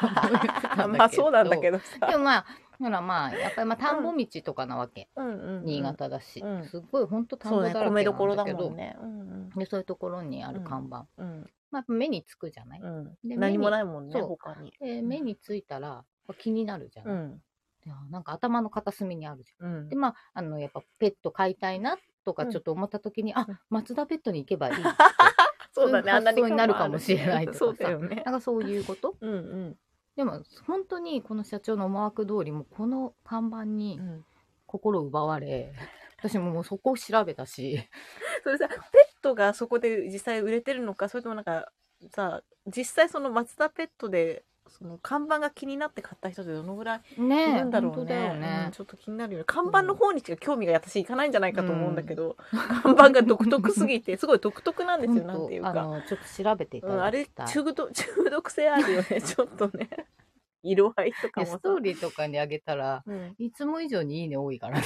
Speaker 1: まあそうなんだけ
Speaker 2: ど。
Speaker 1: ど
Speaker 2: で
Speaker 1: さ。
Speaker 2: もまあ、ほらまあ、やっぱりまあ田んぼ道とかなわけ。
Speaker 1: うんうんうん
Speaker 2: 新。潟だし、
Speaker 1: うん
Speaker 2: すっごい本当田ん
Speaker 1: そ
Speaker 2: ぼ
Speaker 1: う
Speaker 2: だ
Speaker 1: ね、
Speaker 2: らけなん
Speaker 1: 米
Speaker 2: だけど
Speaker 1: どころだもんね。うん
Speaker 2: でそういうところにある看板、
Speaker 1: うん
Speaker 2: まあ、やっぱ目につくじゃない、
Speaker 1: うんう
Speaker 2: で
Speaker 1: ん。何もないもんね、
Speaker 2: そう
Speaker 1: 他に。
Speaker 2: で目についたら気になるじゃ
Speaker 1: う
Speaker 2: ない、
Speaker 1: ん。
Speaker 2: いやなんか頭の片隅にあるじゃん
Speaker 1: うん
Speaker 2: で。まあ、あのやっぱペット飼いたいなとか
Speaker 1: うん
Speaker 2: ちょっと思った時に、あ
Speaker 1: うん
Speaker 2: 松田ペットに行け ばいい
Speaker 1: そうだね、あんな
Speaker 2: そういう発想になるかもしれないとかさ
Speaker 1: そうだよね
Speaker 2: な。んかそういうこと
Speaker 1: うんうん
Speaker 2: でも本当にこの社長の思惑通りもうこの看板
Speaker 1: う
Speaker 2: に
Speaker 1: ん。
Speaker 2: 心奪われ私ももうそこを調べ たし
Speaker 1: それさペットがそこで実際売れてるのかそれともなんかさ実際その松田ペットでその看板が気になって買った人ってどのぐらいい
Speaker 2: ねえ
Speaker 1: るんだろ
Speaker 2: 本
Speaker 1: う
Speaker 2: 当
Speaker 1: ね
Speaker 2: だよね
Speaker 1: うんちょっと気になるよね看板の方にしか興味が私いかないんじゃないかと思うんだけど、 看板が独特すぎてすごい独特なんですよ
Speaker 2: ほ
Speaker 1: なん
Speaker 2: と
Speaker 1: んていう
Speaker 2: あ
Speaker 1: か、
Speaker 2: のちょっと調べていた
Speaker 1: うん、あ
Speaker 2: だ
Speaker 1: れ
Speaker 2: きたい、
Speaker 1: 中毒 中毒性あるよ ねちょっとね色合いとか
Speaker 2: い
Speaker 1: も
Speaker 2: や
Speaker 1: さ
Speaker 2: ストーリーとかにあげたら
Speaker 1: うん
Speaker 2: いつも以上にいいね多いから ね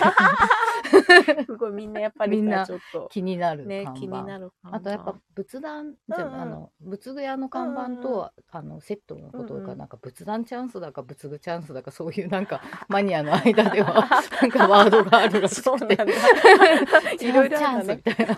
Speaker 1: すごいみんなやっぱり
Speaker 2: みんな
Speaker 1: さちょっと
Speaker 2: 気になる看
Speaker 1: ね
Speaker 2: 板、
Speaker 1: 気になる看板
Speaker 2: あとやっぱ仏壇じゃ、
Speaker 1: うんうん
Speaker 2: あの仏具屋の看板と、
Speaker 1: うんう
Speaker 2: あのセットのこと
Speaker 1: うん
Speaker 2: が
Speaker 1: うん
Speaker 2: なんか仏壇チャンスだか仏具チャンスだかそういうな んかマニアの間ではなんかワードがあるらし
Speaker 1: そう
Speaker 2: く
Speaker 1: なんだ
Speaker 2: て
Speaker 1: いろいろ
Speaker 2: チャ
Speaker 1: ある
Speaker 2: ン
Speaker 1: ん
Speaker 2: ス
Speaker 1: だ
Speaker 2: み
Speaker 1: ね
Speaker 2: たいな。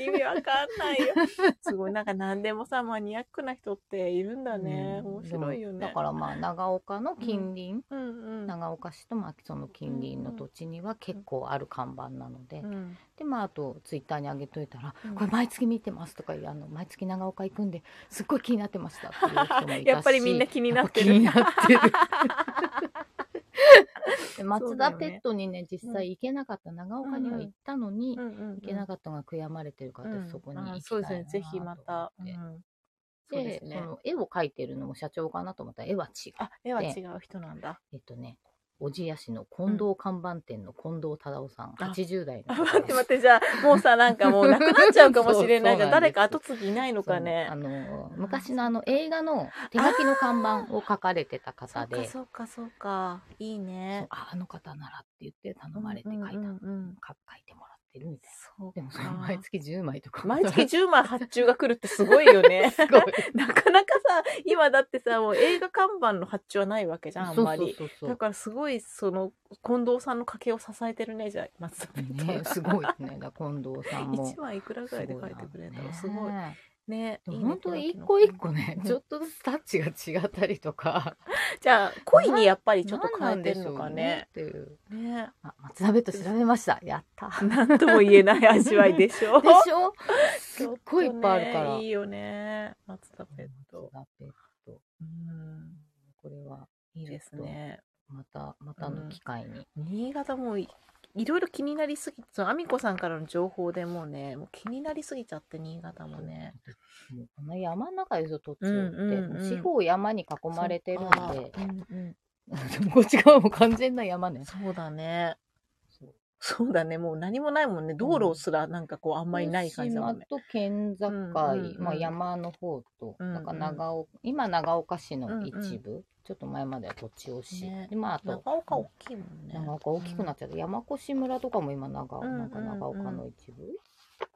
Speaker 1: 意味わかんないよすごいなんか何でもさマニアックな人っているんだね、
Speaker 2: うん
Speaker 1: 面白いよね
Speaker 2: でもだからまあ長岡の近隣、
Speaker 1: うんうん
Speaker 2: 長岡市とまあその近隣の土地には結構ある看板なので、
Speaker 1: うん
Speaker 2: でまああとツイッターに上げといたら「
Speaker 1: うん
Speaker 2: これ毎月見てます」とかいうあの「毎月長岡行くんですっごい気になってました」っていう人もいたし
Speaker 1: やっぱりみんな気にな ってる
Speaker 2: やっぱ気になってる松田ペットにね実際行けなかった長岡には行ったのに、
Speaker 1: うんうんうん
Speaker 2: 行けなかったのが悔やまれてるから、
Speaker 1: うん
Speaker 2: 私そこに行きたいな
Speaker 1: あそうですねぜひまた、
Speaker 2: と思って
Speaker 1: うんそうで
Speaker 2: で、
Speaker 1: す
Speaker 2: そ
Speaker 1: ね
Speaker 2: の絵を描いてるのも社長かなと思ったら絵は違う。
Speaker 1: あ絵は違う人なんだ
Speaker 2: えっとね、小千谷市の近藤看板店の近藤忠夫さん、
Speaker 1: あ
Speaker 2: 80代の
Speaker 1: あ
Speaker 2: 方
Speaker 1: 待っ
Speaker 2: で
Speaker 1: て
Speaker 2: す
Speaker 1: 待ってじゃあもうさなんかもうなくなっちゃうかもしれないじゃん
Speaker 2: そうそうなんで
Speaker 1: 誰
Speaker 2: す
Speaker 1: か後継ぎいないのかね
Speaker 2: そうあの昔のあの映画の手書きの看板を書かれてた
Speaker 1: そ
Speaker 2: 方
Speaker 1: うか
Speaker 2: で
Speaker 1: そうかそうかいい
Speaker 2: そう
Speaker 1: ね
Speaker 2: ああの方ならって言って頼まれて書いた、
Speaker 1: うんうんうんうん
Speaker 2: か書いてもらってるみたい
Speaker 1: そう
Speaker 2: なでもそれ毎月10枚とか
Speaker 1: 毎月10枚発注が来るってすごいよね
Speaker 2: すごい
Speaker 1: なかなかさ今だってさもう映画看板の発注はないわけじゃんあんまり
Speaker 2: そうそうそう
Speaker 1: だからすごいその近藤さんの家計を支えてるねじゃあ松田ペットが
Speaker 2: ね、すごいですねだから近藤さん も
Speaker 1: 1枚いくらぐらいで書いてくれるんだろうすごい
Speaker 2: ね
Speaker 1: ね
Speaker 2: で
Speaker 1: い
Speaker 2: も
Speaker 1: いね
Speaker 2: 本当
Speaker 1: 手書
Speaker 2: 一
Speaker 1: きの
Speaker 2: 個一個ね
Speaker 1: うん
Speaker 2: ちょっとずつタッチが違ったりとか
Speaker 1: じゃあ恋にやっぱり ちょっと変えてるのかね
Speaker 2: なんなんでしょうっていう
Speaker 1: ね
Speaker 2: あ松田ベッド調べましたやった
Speaker 1: なんとも言えない味わいでしょ
Speaker 2: でしょすっごいいっぱいあるから、
Speaker 1: ちょっと ねいいよね松田ペット
Speaker 2: 松田ペット
Speaker 1: うん
Speaker 2: これはい
Speaker 1: いですね
Speaker 2: またまたの機会に、
Speaker 1: 新潟もいいろいろ気になりすぎてそのあみこさんからの情報でもうねもう気になりすぎちゃって新潟もね
Speaker 2: もうこの山の中ですよ途中って、
Speaker 1: うんうんうん
Speaker 2: 四方山に囲まれてるん
Speaker 1: そう
Speaker 2: で
Speaker 1: か うんうん
Speaker 2: でもこっち側も完全な山ね
Speaker 1: そうだね
Speaker 2: そう
Speaker 1: そうだねもう何もないもんね道路すらなんかこうあんまりない感じだもんね
Speaker 2: 島と県境、
Speaker 1: うんうんうん
Speaker 2: まあ、山の方と、
Speaker 1: うんうん
Speaker 2: なんか長岡今長岡市の一部、ちょっと前までは栃尾市、
Speaker 1: ね
Speaker 2: でまああと
Speaker 1: 長岡大きいもんね
Speaker 2: 長岡大きくなっちゃって、山越村とかも今長,、
Speaker 1: うんうんうん
Speaker 2: なんか長岡の一部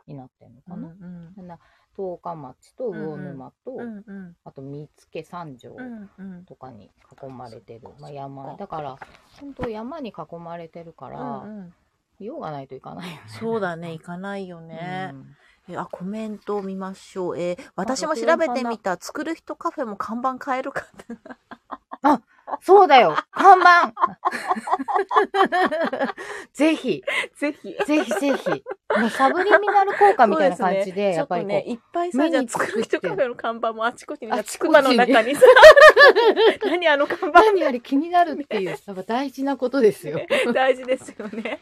Speaker 2: になってるの
Speaker 1: う
Speaker 2: か
Speaker 1: ん
Speaker 2: な、
Speaker 1: うん
Speaker 2: そんな十日町と魚沼と、
Speaker 1: うんうん
Speaker 2: あと見附三条
Speaker 1: うんうん
Speaker 2: とかに囲まれてる、
Speaker 1: そ
Speaker 2: まあ、
Speaker 1: っ
Speaker 2: 山
Speaker 1: か
Speaker 2: だから本当山に囲まれてるから、
Speaker 1: うんうん
Speaker 2: 用がないといかないよね。
Speaker 1: そうだね、行かないよね
Speaker 2: う。ん
Speaker 1: えあ、コメントを見ましょう。えー私も調べてみた、作る人カフェも看板変えるかって。
Speaker 2: そうだよ 看板ぜひ
Speaker 1: ぜひ。
Speaker 2: ぜひぜひもうサブリミナル効果みたいな感じでやっぱり
Speaker 1: ち
Speaker 2: こ
Speaker 1: ょ
Speaker 2: う
Speaker 1: とね、いっぱいさ、
Speaker 2: 目
Speaker 1: じゃあ
Speaker 2: につく
Speaker 1: 作る人カフェの看板もあちこちに、
Speaker 2: あちこち
Speaker 1: 筑
Speaker 2: に
Speaker 1: 波の中にさ、何あの看板
Speaker 2: 何より気にな るっていう、やっぱ大事なことですよ。
Speaker 1: 大事ですよね。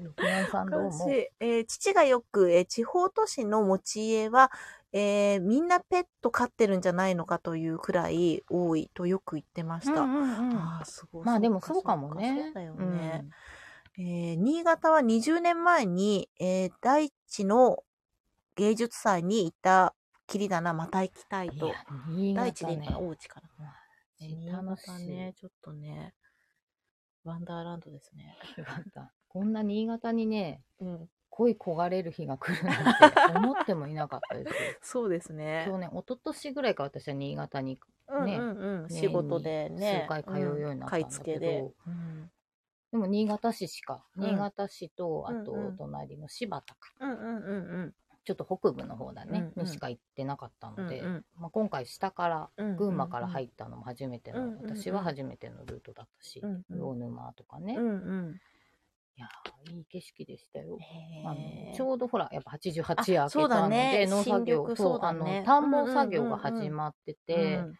Speaker 2: 六男さんどう
Speaker 1: おか
Speaker 2: も
Speaker 1: し。いえー父がよく、えー地方都市の持ち家は、えーみんなペット飼ってるんじゃないのかというくらい多いとよく言ってました。あーすごい
Speaker 2: まあでも
Speaker 1: っ
Speaker 2: そうかもね。
Speaker 1: そうだよね。えー新潟は20年前に、えー大地の芸術祭に行ったきりだな、また行きたい
Speaker 2: うん。い
Speaker 1: と
Speaker 2: や。、新潟ね。
Speaker 1: 大地でいいのかな、大地かな。新
Speaker 2: 楽
Speaker 1: 潟
Speaker 2: しい。
Speaker 1: ね、ちょっとね、ワンダーランドですね。
Speaker 2: 新潟こんな新潟にね、
Speaker 1: うん、
Speaker 2: 恋焦がれる日が来るなんて思ってもいなかったですよ。
Speaker 1: そうです ね
Speaker 2: 今。日ね、一昨年ぐらいから私は新潟に
Speaker 1: うん
Speaker 2: ね
Speaker 1: うんうん、
Speaker 2: 年に
Speaker 1: 仕事でね、
Speaker 2: 数回通うようになったんだけ
Speaker 1: 買
Speaker 2: ど
Speaker 1: い付けで。うん
Speaker 2: でも新潟市しか、
Speaker 1: うん
Speaker 2: 新潟市と、あと
Speaker 1: うんうん
Speaker 2: お隣の柴田か、
Speaker 1: うんうんうん
Speaker 2: ちょっと北部の方だね、
Speaker 1: うんうん
Speaker 2: にしか行ってなかった
Speaker 1: うん
Speaker 2: ので、
Speaker 1: うん
Speaker 2: まあ、今回下から
Speaker 1: うん。
Speaker 2: 群馬から入
Speaker 1: っ
Speaker 2: ったのも初めて
Speaker 1: う
Speaker 2: の、
Speaker 1: んうんうん
Speaker 2: 私は初めてのルートだったし、
Speaker 1: うんうん
Speaker 2: 魚沼とかね、
Speaker 1: うん
Speaker 2: い
Speaker 1: うん。
Speaker 2: やーいい景色でしたよ。
Speaker 1: へー
Speaker 2: あのちょうどほらやっぱ88夜明け
Speaker 1: そう
Speaker 2: た
Speaker 1: だ
Speaker 2: ので、
Speaker 1: ね
Speaker 2: 農作業
Speaker 1: 新緑
Speaker 2: と、
Speaker 1: そうだ
Speaker 2: あ
Speaker 1: ね
Speaker 2: の田んぼ作業が始まってて、
Speaker 1: うん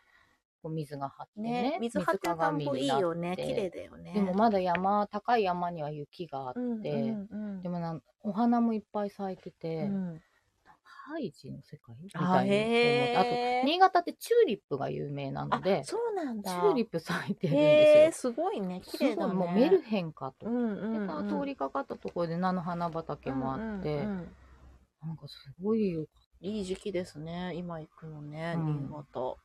Speaker 2: こう水が張ってね
Speaker 1: ね、水張ってる田んぼいいよね、
Speaker 2: 水
Speaker 1: 綺
Speaker 2: 鏡にな
Speaker 1: 麗
Speaker 2: って
Speaker 1: だよね。
Speaker 2: でもまだ山高い山には雪があって、
Speaker 1: うんうんうん
Speaker 2: でもなんお花もいっぱい咲いてて、
Speaker 1: うん
Speaker 2: あハイジの世界みたいな
Speaker 1: あ
Speaker 2: そういうのとあ
Speaker 1: へー
Speaker 2: と、新潟ってチューリップが有名なので、チ
Speaker 1: そうなんだ。
Speaker 2: ューリップ咲いてるん
Speaker 1: へえ
Speaker 2: です
Speaker 1: ごいね。
Speaker 2: す
Speaker 1: 綺
Speaker 2: よ。
Speaker 1: 麗
Speaker 2: すご
Speaker 1: だ
Speaker 2: い
Speaker 1: ね。
Speaker 2: もうメルヘンかと。
Speaker 1: うんうん
Speaker 2: で
Speaker 1: うん、
Speaker 2: まあ通りかかったところで菜の花畑もあって、
Speaker 1: うんうんうん
Speaker 2: なんかすごいよ
Speaker 1: いい時期ですね。今行くのね、
Speaker 2: うん
Speaker 1: 新潟。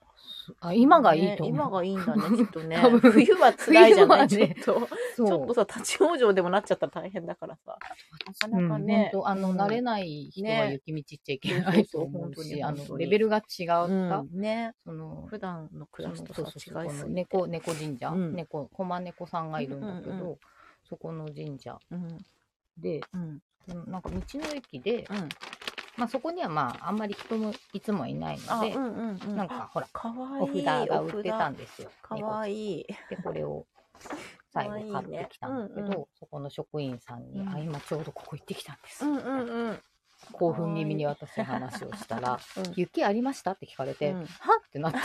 Speaker 2: あ今がいいと思う、
Speaker 1: ね今がいいんだ ね、きっとね
Speaker 2: 多。分
Speaker 1: 冬は辛いじゃない、
Speaker 2: 冬はね
Speaker 1: ちょっと。
Speaker 2: そう
Speaker 1: ちょっとさ、立ち往生でもなっちゃったら大変だからさ。なかなかね
Speaker 2: うん本当あの、
Speaker 1: うん
Speaker 2: 慣れない人は雪道行っちゃいけな
Speaker 1: ね
Speaker 2: いと思う
Speaker 1: そうそうそう本当
Speaker 2: し、
Speaker 1: に
Speaker 2: あ
Speaker 1: 本当
Speaker 2: の、
Speaker 1: に
Speaker 2: レベルが違った、
Speaker 1: うん、ね。
Speaker 2: その、
Speaker 1: 普段の暮らしとさ
Speaker 2: その、そうそう
Speaker 1: 違い
Speaker 2: そ
Speaker 1: す
Speaker 2: うこの
Speaker 1: ぎて。
Speaker 2: 猫、猫神社、
Speaker 1: うん
Speaker 2: 猫、駒猫さんがいるんだけど、
Speaker 1: うんうんう
Speaker 2: そこの神社
Speaker 1: うん、
Speaker 2: で、
Speaker 1: うん、
Speaker 2: うんなんか道の駅で、
Speaker 1: うん。
Speaker 2: まあそこにはまあ、あんまり人もいつもいない
Speaker 1: あ、う
Speaker 2: の
Speaker 1: ん、
Speaker 2: で、
Speaker 1: うん、うん。
Speaker 2: なんかほら、
Speaker 1: かわいい。
Speaker 2: お札が売ってたん
Speaker 1: で。
Speaker 2: ですよ。
Speaker 1: かわいい。
Speaker 2: で、これを最後買ってきたんだ
Speaker 1: か
Speaker 2: けど、
Speaker 1: わいいねうんう
Speaker 2: そこの職員さんに、
Speaker 1: うん
Speaker 2: あ、今ちょうどここ行ってきたんです。
Speaker 1: うん、うん、うん。
Speaker 2: 興奮気味に私の話をしたら、
Speaker 1: うん
Speaker 2: 雪ありましたって聞かれて、
Speaker 1: うん
Speaker 2: はってなって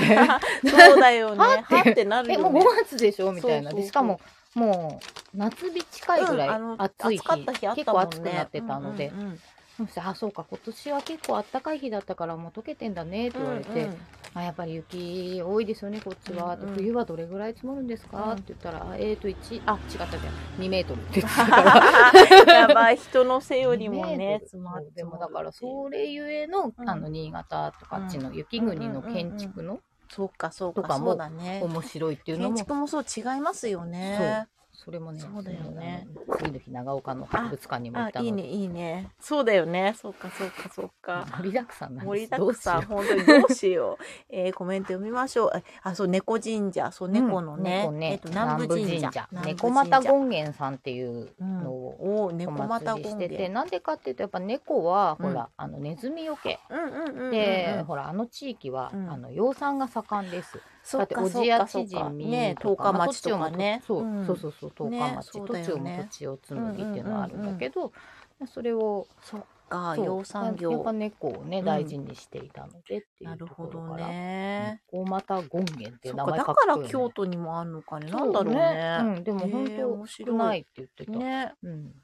Speaker 1: そうだよね。
Speaker 2: はって
Speaker 1: はってなる
Speaker 2: え、
Speaker 1: よ、ね。
Speaker 2: もう5月でしょみたいな。
Speaker 1: そうそうそう
Speaker 2: で、しかも、もう、夏日近いぐらい
Speaker 1: うんあの
Speaker 2: 暑い日、
Speaker 1: かった日あった
Speaker 2: 結
Speaker 1: もんね、
Speaker 2: 構暑くなってたので、
Speaker 1: うんうん
Speaker 2: そしてあ、そうか、今年は結構暖かい日だったから、もう溶けてんだねって言われて、
Speaker 1: うん うん
Speaker 2: あやっぱり雪多いですよね、こっちは。
Speaker 1: うんうん
Speaker 2: 冬はどれぐらい積もるんですか、
Speaker 1: うん
Speaker 2: って言ったら、あえーと、1、あ、違った違った、2メートルって言ってたから。
Speaker 1: やばい、人の背よりも
Speaker 2: 2メー
Speaker 1: ね
Speaker 2: ト、ル
Speaker 1: つま
Speaker 2: そうでもだから、それゆえの、
Speaker 1: うん
Speaker 2: あの、新潟とかあっちの雪国の建築の
Speaker 1: そうか、そうか、
Speaker 2: とかも
Speaker 1: そうだね。
Speaker 2: 面白いっていうの
Speaker 1: 建
Speaker 2: も、
Speaker 1: 築もそう違いますよね。
Speaker 2: それもね、
Speaker 1: そうだよね
Speaker 2: その。次の日、長岡の博物館にも行
Speaker 1: あ
Speaker 2: っ、た
Speaker 1: いい
Speaker 2: の
Speaker 1: ね、
Speaker 2: で、
Speaker 1: いいね。そうだよね。そうか、そうか、そうか。
Speaker 2: 盛りだくさんなんです
Speaker 1: 盛りだくさん、
Speaker 2: ど
Speaker 1: 本当にどうしよう。 えー、コメント読みましょう。えあ、そう、猫神社、そう、
Speaker 2: うしよう
Speaker 1: 猫のね、
Speaker 2: うん猫ね
Speaker 1: えっと、南部神社。南部
Speaker 2: 猫
Speaker 1: 神
Speaker 2: 又
Speaker 1: 社
Speaker 2: 権現さんっていうのを、
Speaker 1: おー
Speaker 2: お
Speaker 1: 猫
Speaker 2: 祭
Speaker 1: 又
Speaker 2: り
Speaker 1: 権
Speaker 2: してて、
Speaker 1: 現。
Speaker 2: なんでかっていうと、やっぱ猫は、
Speaker 1: うん
Speaker 2: ほら、あの、ネズミよけ。
Speaker 1: うんうんうんうんうん。
Speaker 2: で、ほら、あの地域は、
Speaker 1: うん
Speaker 2: あの、養蚕が盛んです。
Speaker 1: そ
Speaker 2: だ
Speaker 1: う
Speaker 2: って
Speaker 1: か、
Speaker 2: 小
Speaker 1: そう
Speaker 2: 千谷
Speaker 1: か、
Speaker 2: 知
Speaker 1: そうか。
Speaker 2: 事
Speaker 1: ね、十日町とかね。
Speaker 2: そう,、
Speaker 1: ん
Speaker 2: そうそうそう十日
Speaker 1: ね
Speaker 2: 町、
Speaker 1: そう
Speaker 2: 途
Speaker 1: だ
Speaker 2: 中
Speaker 1: よ
Speaker 2: も
Speaker 1: ね
Speaker 2: 土地を紡ぎっていうのはあるんだけど、それを
Speaker 1: そっか、
Speaker 2: そう
Speaker 1: 養蚕
Speaker 2: やっ
Speaker 1: 業。
Speaker 2: ぱ猫をね
Speaker 1: うん
Speaker 2: 大事にしていたのでってい
Speaker 1: な
Speaker 2: う
Speaker 1: る
Speaker 2: と
Speaker 1: ほ
Speaker 2: ころ
Speaker 1: ど
Speaker 2: から、
Speaker 1: ね。
Speaker 2: 猫又権現って
Speaker 1: そ
Speaker 2: い
Speaker 1: うっ
Speaker 2: 名
Speaker 1: か、
Speaker 2: 前
Speaker 1: だ
Speaker 2: か
Speaker 1: か
Speaker 2: っこいいよ
Speaker 1: ら
Speaker 2: ね
Speaker 1: 京都にもあるのかね。
Speaker 2: そ
Speaker 1: なんだろうね。
Speaker 2: うん、でも本
Speaker 1: へえ面
Speaker 2: 当
Speaker 1: 白い
Speaker 2: 少ないって言ってた、
Speaker 1: ね。
Speaker 2: うん、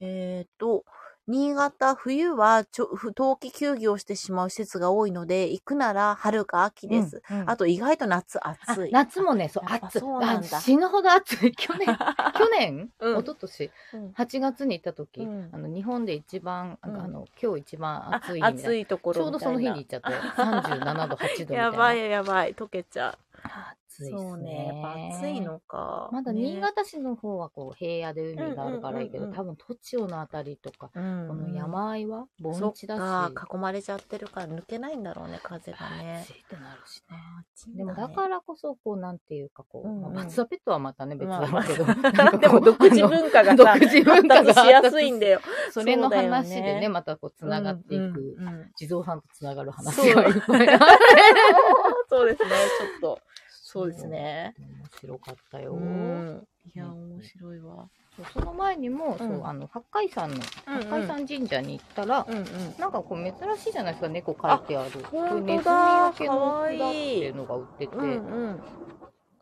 Speaker 1: えっと、新潟、冬はちょ不冬季休業してしまう施設が多いので、行くなら春か秋です。
Speaker 2: うん、うん
Speaker 1: あと意外と夏
Speaker 2: あ
Speaker 1: 暑い。
Speaker 2: 夏もね、そう、
Speaker 1: やっぱ
Speaker 2: 暑い。
Speaker 1: そうなんだ
Speaker 2: あ死ぬほど暑い。 去年、去年、
Speaker 1: うん
Speaker 2: 一昨年
Speaker 1: うん
Speaker 2: 8月に行った時、
Speaker 1: うん
Speaker 2: あの日本で一番、
Speaker 1: うん
Speaker 2: あの今日一番
Speaker 1: あ
Speaker 2: 暑い日みたい
Speaker 1: 暑
Speaker 2: ない
Speaker 1: とこ
Speaker 2: ちょ
Speaker 1: ろ
Speaker 2: うど
Speaker 1: み
Speaker 2: そ
Speaker 1: た
Speaker 2: の
Speaker 1: い
Speaker 2: 日
Speaker 1: な。
Speaker 2: に行っちゃって37度8度みたい な
Speaker 1: やばいやばい、溶けちゃう。
Speaker 2: 暑いっ
Speaker 1: そう
Speaker 2: す
Speaker 1: ね、やっぱ
Speaker 2: ね
Speaker 1: 暑いのか。
Speaker 2: まだ
Speaker 1: ね
Speaker 2: 新、潟市の方はこう平野で海があるからいいけど、
Speaker 1: うんうんうんうん
Speaker 2: 多分栃尾のあたりとか、
Speaker 1: うん
Speaker 2: この山あいは
Speaker 1: そ
Speaker 2: 盆
Speaker 1: っ
Speaker 2: 地だし
Speaker 1: か、囲まれちゃってるから抜けないんだろうね、風がね
Speaker 2: 暑。いってなるしね
Speaker 1: 暑いん
Speaker 2: でもだ
Speaker 1: ね
Speaker 2: からこそこうなんていうかこう、
Speaker 1: うんうん
Speaker 2: まあ松田ペットはまたね別
Speaker 1: ま
Speaker 2: だ
Speaker 1: あ
Speaker 2: ろうけど、
Speaker 1: でも 独自
Speaker 2: 化
Speaker 1: 文化がさ
Speaker 2: 独、自文化
Speaker 1: 発
Speaker 2: が
Speaker 1: 達しやすいんだ よ。
Speaker 2: それの
Speaker 1: そうだよね
Speaker 2: 話でねまたこうつながっていく、
Speaker 1: うんうんうん
Speaker 2: 地蔵さんとつながる
Speaker 1: そ
Speaker 2: 話
Speaker 1: う
Speaker 2: がいっぱいある
Speaker 1: そうですね、ちょっと。そうですね。
Speaker 2: 面白かったよ、
Speaker 1: うんいや、面白いわ。
Speaker 2: そうその前にも、そう
Speaker 1: うん
Speaker 2: あの八海山の
Speaker 1: うんうん
Speaker 2: 八海山神社に行ったら、
Speaker 1: うんうん。
Speaker 2: なんかこう珍しいじゃないですか猫描いてある
Speaker 1: 本当だ
Speaker 2: ネズミよけ
Speaker 1: か
Speaker 2: の
Speaker 1: わ
Speaker 2: 札
Speaker 1: いい
Speaker 2: っていうのが売ってて、
Speaker 1: うんうん。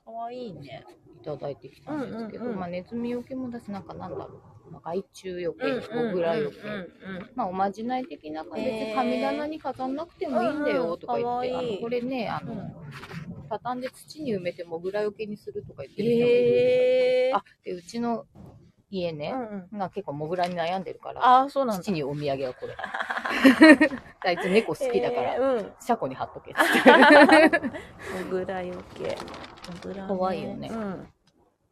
Speaker 1: かわいいね。
Speaker 2: いただいてきたんですけど、
Speaker 1: うんうんうん
Speaker 2: まあ、ネズミよけもだしなんかなんだろう、まあ、害虫よけ
Speaker 1: うん
Speaker 2: モグラよけ、
Speaker 1: うん
Speaker 2: まあ、おまじない的な感じ
Speaker 1: へ
Speaker 2: で
Speaker 1: ー
Speaker 2: 神棚に飾んなくてもいいんだよとか言って、
Speaker 1: うんうんかわいい
Speaker 2: あのこれねあ
Speaker 1: う
Speaker 2: の
Speaker 1: ん
Speaker 2: 畳んで土に埋めてモグラよけにするとか言ってる人もいる
Speaker 1: へえ。
Speaker 2: あでうちの家ね、
Speaker 1: うんうん
Speaker 2: が結構モグラに悩んでるから
Speaker 1: あ、そうなんだ。
Speaker 2: 父にお土産は これ。あいつ猫好きだから、
Speaker 1: えーうん。
Speaker 2: 車庫に貼っとけっつ って。
Speaker 1: 小倉よけ。小倉ね。
Speaker 2: かわいいよね
Speaker 1: うん。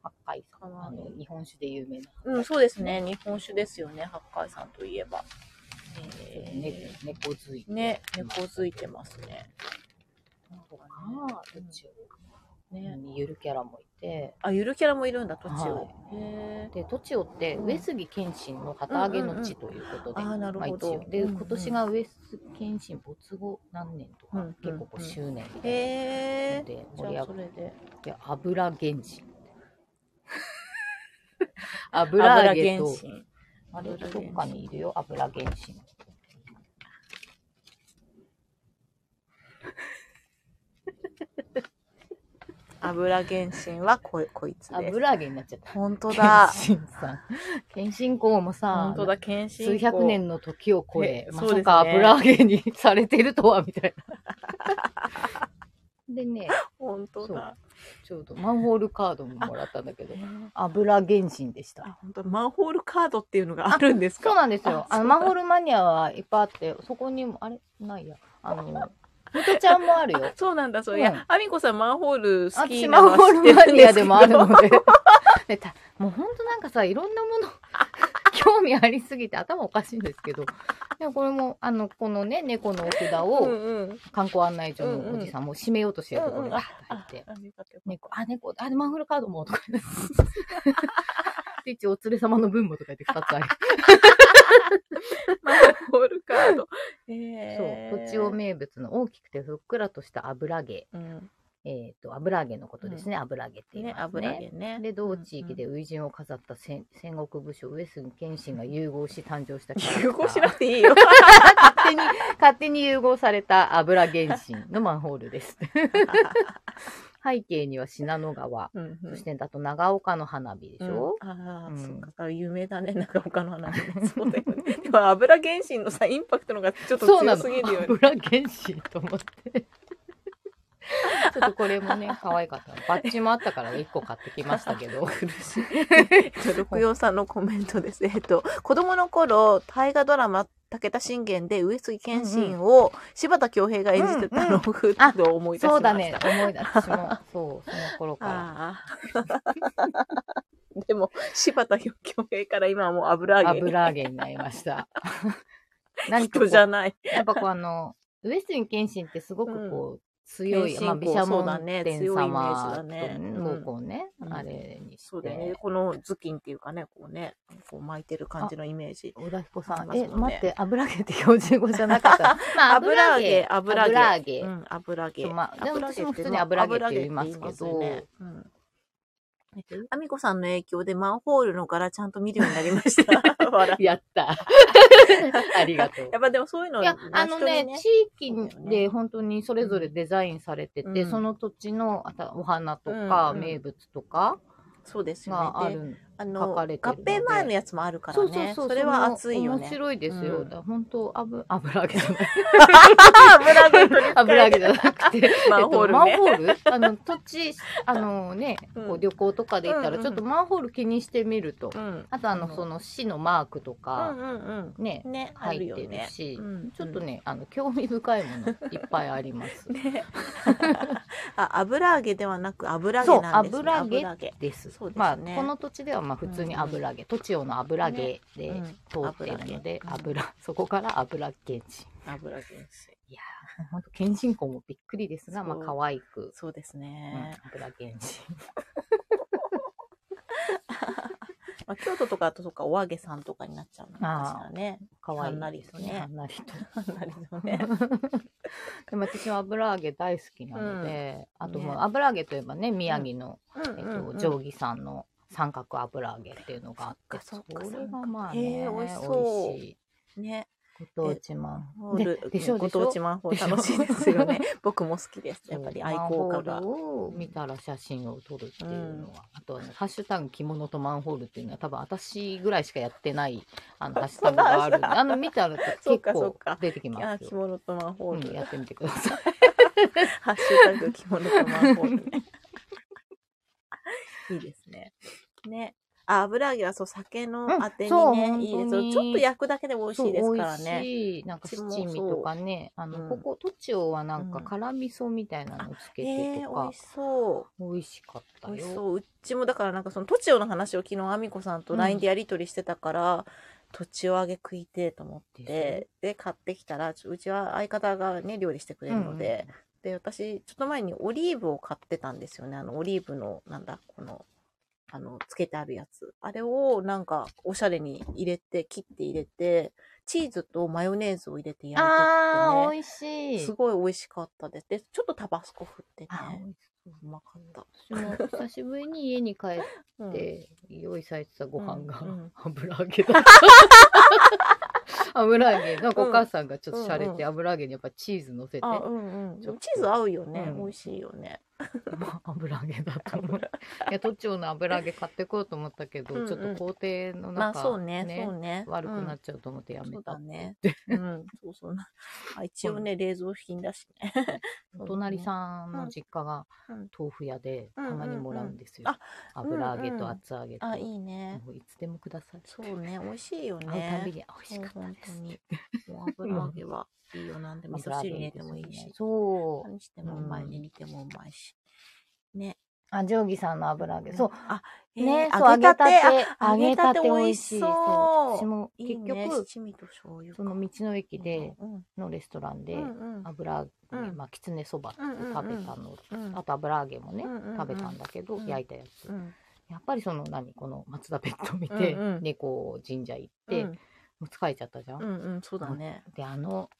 Speaker 2: 八海さ
Speaker 1: か
Speaker 2: ん、
Speaker 1: わ
Speaker 2: あ
Speaker 1: いい
Speaker 2: の日本酒で有名な、
Speaker 1: うん、そうですね。日本酒ですよね。八海山といえば。えー
Speaker 2: ね猫づいて。
Speaker 1: ね、猫づいてますね。
Speaker 2: とか、うち
Speaker 1: ね。
Speaker 2: にゆるキャラもいて。
Speaker 1: あ、ゆるキャラもいるんだ、土地
Speaker 2: は
Speaker 1: を。へえ。
Speaker 2: で、栃尾って、
Speaker 1: うん
Speaker 2: 上杉謙信の旗揚げの地ということで、
Speaker 1: うんうんうんあーなるほど
Speaker 2: まあ一応で、
Speaker 1: うんうん
Speaker 2: 今年が上杉謙信没後何年と
Speaker 1: う
Speaker 2: か、
Speaker 1: んうん
Speaker 2: 結構こう周年みたいな
Speaker 1: へ
Speaker 2: の
Speaker 1: え。
Speaker 2: で
Speaker 1: じ
Speaker 2: 盛り
Speaker 1: ゃあ、そ
Speaker 2: 上がっ
Speaker 1: れで。
Speaker 2: て、油源氏。 油揚げと
Speaker 1: 油、原神
Speaker 2: あれ、どっかにいるよ、油原神。
Speaker 1: 油油原神はこいこいつです。
Speaker 2: 油揚げになっちゃった。
Speaker 1: 本当だ。
Speaker 2: 謙信さん。謙信公もさ
Speaker 1: 本、当だ、謙信公。
Speaker 2: 数百年の時を超え
Speaker 1: え、
Speaker 2: ま
Speaker 1: そうです
Speaker 2: さ
Speaker 1: ね
Speaker 2: か油揚げにされてるとは、みたいな。 でね、
Speaker 1: 本当だ。
Speaker 2: ちょうどマンホールカードももらったんだけど、
Speaker 1: ね
Speaker 2: 油原神でした。
Speaker 1: あ、本当だマンホールカードっていうのがあるんですか
Speaker 2: そうなんですよ。
Speaker 1: あ
Speaker 2: あ
Speaker 1: そ
Speaker 2: の、
Speaker 1: うな
Speaker 2: マ
Speaker 1: ん
Speaker 2: ンホールマニアはいっぱいあって、そこにも、あれないや。あの、ミトちゃんもあるよ
Speaker 1: あ。そうなんだ、そう。
Speaker 2: うん
Speaker 1: いや、アミコさんマンホール好
Speaker 2: 私
Speaker 1: き
Speaker 2: マ
Speaker 1: なの
Speaker 2: ンホー
Speaker 1: は知ってる
Speaker 2: ルマ
Speaker 1: ん
Speaker 2: ニ
Speaker 1: で
Speaker 2: ア
Speaker 1: すけ
Speaker 2: で
Speaker 1: ど。
Speaker 2: もあるので。 でたもうほんとなんかさ、いろんなもの、 興味ありすぎて頭おかしいんですけど。でもこれも、あの、このね、猫のお札
Speaker 1: う
Speaker 2: を
Speaker 1: んうん。
Speaker 2: 観光案内所のおじさんも閉めようとしてるところにバッと入
Speaker 1: あ
Speaker 2: って、
Speaker 1: ありがとう
Speaker 2: 猫、あ、猫、あ、マンホールカードも、とか言って。 で一応お連れ様の分もとか言って2つあり。
Speaker 1: マンホールカード。えー
Speaker 2: そう、土地を。名物の大きくてふっくらとした油揚げ。
Speaker 1: うん。
Speaker 2: えっ、と、油揚げのことですね。油揚げって言い
Speaker 1: ね、
Speaker 2: ますね。
Speaker 1: 油揚げね。
Speaker 2: で、同地域で初陣を飾った戦戦国武将、上杉謙信が融合し誕生したキャラクター。
Speaker 1: 融合しなくていいよ。
Speaker 2: 勝手に、勝手に融合された油原神のマンホー ルです。背景には信濃川、
Speaker 1: うんうん
Speaker 2: そしてだと長岡の花火でしょ、
Speaker 1: うんああ、
Speaker 2: うん
Speaker 1: そうか。有名だね。なんか他の話も。そうだよね。でも油原神のさ、インパクトのがちょっと
Speaker 2: そうな
Speaker 1: 強
Speaker 2: の。
Speaker 1: すぎるよね。
Speaker 2: 油原神と思 って。ちょっとこれもね、可愛かったの。バッジもあったから1個買ってきましたけ ど。
Speaker 1: 苦しい。じゃあ六葉さんのコメントです。えっと、子供の頃、大河ドラマ、武田信玄で上杉謙信を柴田恭平が演じてたのをふっと思い出しました。
Speaker 2: そうだね、思い出私も、そう、その頃から。
Speaker 1: ああ。 でも、柴田恭平から今はもう油揚げ。
Speaker 2: 油揚げになりました。 何かこ
Speaker 1: 人
Speaker 2: う
Speaker 1: じゃない。
Speaker 2: やっぱこうあの、上杉謙信ってすごくこう、強い、
Speaker 1: 謙信
Speaker 2: まあ、毘沙
Speaker 1: そう
Speaker 2: 門
Speaker 1: だね
Speaker 2: 天様と
Speaker 1: 強いイメージだね
Speaker 2: もうこうね、
Speaker 1: うん
Speaker 2: あれに
Speaker 1: そう
Speaker 2: し
Speaker 1: だよ
Speaker 2: て
Speaker 1: ね。。この頭巾っていうかね、こうね、こう巻いてる感じのイメージ。
Speaker 2: 小田彦さ
Speaker 1: あり
Speaker 2: ん、
Speaker 1: ますも
Speaker 2: え、
Speaker 1: んね
Speaker 2: 待って、油揚げって標準語じゃな かった。まあ、油揚げ、
Speaker 1: 油揚げ、
Speaker 2: 油揚
Speaker 1: う
Speaker 2: げ。
Speaker 1: ん、油揚げ。
Speaker 2: そうまあでも
Speaker 1: 油揚げ
Speaker 2: 私も普通
Speaker 1: っ
Speaker 2: に
Speaker 1: て
Speaker 2: 油揚げって言いますけど
Speaker 1: 油揚げって言いますよねうん。あみこさんの影響でマンホールの柄ちゃんと見るようになりま した。笑
Speaker 2: や った。ありがとう
Speaker 1: や。っぱでもそういうの
Speaker 2: いや、あのね、
Speaker 1: 人に
Speaker 2: 地域で本当にそれぞれデザインされてて、
Speaker 1: うん
Speaker 2: その土地のあたお花とか、
Speaker 1: うん
Speaker 2: 名物とか
Speaker 1: そうです
Speaker 2: が
Speaker 1: よ
Speaker 2: あ
Speaker 1: ね。
Speaker 2: る
Speaker 1: で
Speaker 2: ん
Speaker 1: あ
Speaker 2: 書
Speaker 1: の、合
Speaker 2: かれてるので
Speaker 1: 併前のやつもあるからね。それは熱いよ
Speaker 2: 面
Speaker 1: ね。
Speaker 2: 白いです
Speaker 1: う
Speaker 2: よ。だ
Speaker 1: ん
Speaker 2: から本当、あぶ油揚 げじゃない。
Speaker 1: 油揚げ取り替えて
Speaker 2: 油揚げじゃなくて、
Speaker 1: マンホールね
Speaker 2: えっとマンホールあの、土地、あのね、
Speaker 1: うん
Speaker 2: こう旅行とかで行った
Speaker 1: うん
Speaker 2: ら、
Speaker 1: うん
Speaker 2: ちょっとマンホール気にしてみると。
Speaker 1: うん。
Speaker 2: あと、あの、その市のマークと
Speaker 1: うん
Speaker 2: か、
Speaker 1: うん
Speaker 2: ね
Speaker 1: う、ん。ね、あ
Speaker 2: 入
Speaker 1: る
Speaker 2: っ
Speaker 1: よ
Speaker 2: てる
Speaker 1: ね。
Speaker 2: し
Speaker 1: うん、
Speaker 2: ちょっとね、あの、興味深いものいっぱいあ ります。
Speaker 1: ね。あ、油揚げではなく油
Speaker 2: そ
Speaker 1: 揚
Speaker 2: う、
Speaker 1: げなんですね。
Speaker 2: 油揚げです。
Speaker 1: そうですね
Speaker 2: まあ、この土地ではまあ普通に油揚げ、土地用の油揚げで
Speaker 1: うん
Speaker 2: 通っているので、
Speaker 1: 油揚げ
Speaker 2: 油、そこから油原神。
Speaker 1: 油揚げです。
Speaker 2: いやー、ほんと、謙信公もびっくりですが、
Speaker 1: そう
Speaker 2: まあ可愛く。
Speaker 1: そうです
Speaker 2: うん
Speaker 1: ね。
Speaker 2: 油原神。
Speaker 1: まあ、京都とかあとそっか、お揚げさんとかになっちゃうのかしらね。
Speaker 2: 可愛
Speaker 1: はんないり
Speaker 2: です
Speaker 1: と
Speaker 2: ね。
Speaker 1: ね
Speaker 2: はんなりと。
Speaker 1: なるほどね。
Speaker 2: でも私は油揚げ大好きなので、あともう
Speaker 1: ね
Speaker 2: 油揚げといえばね、宮城の、
Speaker 1: うん
Speaker 2: えっ
Speaker 1: うんう
Speaker 2: と、
Speaker 1: ん
Speaker 2: 定規さんの三角油揚げっていうのがあって、
Speaker 1: そっかそっか
Speaker 2: れがまあ
Speaker 1: へ
Speaker 2: ね、
Speaker 1: ー美味しそう
Speaker 2: 美味しい。
Speaker 1: ね。
Speaker 2: ご当地マン
Speaker 1: ホー
Speaker 2: で
Speaker 1: ル、
Speaker 2: でしょ
Speaker 1: ご
Speaker 2: でしょ
Speaker 1: 当地マンホール楽しいですよね。僕も好きです。やっぱり愛好家
Speaker 2: マン
Speaker 1: が。
Speaker 2: ホールを見たら写真を撮るっていうのは、あとは、ね、ハッシュタグ着物とマンホールっていうのは多分私ぐらいしかやってないあ のハッシュタグがあるん
Speaker 1: そう
Speaker 2: で
Speaker 1: なんだ
Speaker 2: あの見たら
Speaker 1: そ
Speaker 2: 結
Speaker 1: うかそう
Speaker 2: 構
Speaker 1: か
Speaker 2: 出てき
Speaker 1: あ
Speaker 2: ま
Speaker 1: ー、
Speaker 2: す
Speaker 1: 着
Speaker 2: よ。
Speaker 1: 物とマンホ
Speaker 2: う
Speaker 1: ー
Speaker 2: ん、
Speaker 1: ル。
Speaker 2: やってみてください。
Speaker 1: ハッシュタグ着物とマンホールね。いいですね。ね。あ、油揚げはそう、酒のあて
Speaker 2: うんそう
Speaker 1: にね、
Speaker 2: 本当に
Speaker 1: いいですよ。ちょっと焼くだけで も美味しいですから
Speaker 2: そう美味
Speaker 1: ね。
Speaker 2: しいなんか七味とかね、あの、
Speaker 1: うん
Speaker 2: ここ、栃ちはなんか
Speaker 1: うん
Speaker 2: 辛味噌みたいなのつけ
Speaker 1: え
Speaker 2: て
Speaker 1: ー、美
Speaker 2: とか
Speaker 1: 味、しそう。
Speaker 2: 美味しかった
Speaker 1: 美味し
Speaker 2: よ。
Speaker 1: そううちもだからなんかその栃尾の話を昨日あみこさんと LINE でやり取りしてたから、とちお揚げ食いてえと思って
Speaker 2: で
Speaker 1: で買ってきたらちょうちは相方がね料理してくれるので、で私ちょっと前にオリーブを買ってたんですよねあのオリーブのなんだこのあのつけてあるやつあれをなんかおしゃれに入れて切って入れてチーズとマヨネーズを入れて焼いて
Speaker 2: ああ、
Speaker 1: って、ね
Speaker 2: 美味しい。
Speaker 1: すごい美味しかったですでちょっとタバスコ振って
Speaker 2: あー
Speaker 1: ねうまかった、
Speaker 2: 私も久しぶりに家に帰って
Speaker 1: うん
Speaker 2: で、用意されてたご飯が
Speaker 1: うん うん
Speaker 2: 油揚げだった。油揚げ、なんかお母さんがちょっとしゃれ
Speaker 1: うんうん
Speaker 2: て油揚げにやっぱチーズ乗せて、
Speaker 1: あ、うんうん。
Speaker 2: ちょっと
Speaker 1: チーズ合うよね。
Speaker 2: うん
Speaker 1: 美味しいよね。
Speaker 2: まあ、油揚げだと思う。いや、途中の油揚げ買ってこようと思ったけど、
Speaker 1: うんうん
Speaker 2: ちょっと工程の
Speaker 1: ま
Speaker 2: 中、
Speaker 1: あそうね、そうね。
Speaker 2: 悪くなっ
Speaker 1: ち
Speaker 2: ちゃうと思ってや
Speaker 1: ゃうん。そ
Speaker 2: め
Speaker 1: う
Speaker 2: た。
Speaker 1: だね。うん、そうそう な。あ一 応ね、冷蔵品だしね。
Speaker 2: お隣さんの実家が
Speaker 1: うん
Speaker 2: 豆腐屋でたまにもらうんですよ。
Speaker 1: うん
Speaker 2: 油揚げ
Speaker 1: うんう
Speaker 2: と
Speaker 1: ん
Speaker 2: 厚揚げと。
Speaker 1: あ、いいね。
Speaker 2: もういつでもください。
Speaker 1: そうね、美味しいよ
Speaker 2: 会うたんび
Speaker 1: ね。
Speaker 2: に、あ美味しかったです。
Speaker 1: もう本当に。もう油揚げはいいよ、なんでも。味噌汁入れてもいいし。
Speaker 2: そう。
Speaker 1: 何してもうまいね、煮てもうまいし。ね。
Speaker 2: あ、定規さんの油揚げ。そう。
Speaker 1: あ、
Speaker 2: ね
Speaker 1: ね、、
Speaker 2: そう、揚げたて。
Speaker 1: あ
Speaker 2: 揚げたて美味しい。
Speaker 1: 揚げたて美味しそう
Speaker 2: そう私も
Speaker 1: いい
Speaker 2: 結
Speaker 1: ね、
Speaker 2: 局、
Speaker 1: 七味と醤油か。
Speaker 2: その道の駅で、
Speaker 1: うん
Speaker 2: のレストラン
Speaker 1: う
Speaker 2: で、
Speaker 1: ん、うんうん
Speaker 2: 油揚げ、
Speaker 1: うん
Speaker 2: まあ、きつねそばっていう食べたの、
Speaker 1: うん
Speaker 2: あと油揚げもね、
Speaker 1: うんうんうん
Speaker 2: 食べたんだけど、
Speaker 1: うん
Speaker 2: 焼いたやつ。
Speaker 1: うん
Speaker 2: やっぱりその、何、この松田ペット見て、
Speaker 1: うんうん
Speaker 2: 猫神社行っ
Speaker 1: う
Speaker 2: て、も
Speaker 1: ん
Speaker 2: う疲れちゃったじゃん。
Speaker 1: うんうん、そうだね。
Speaker 2: で、あの、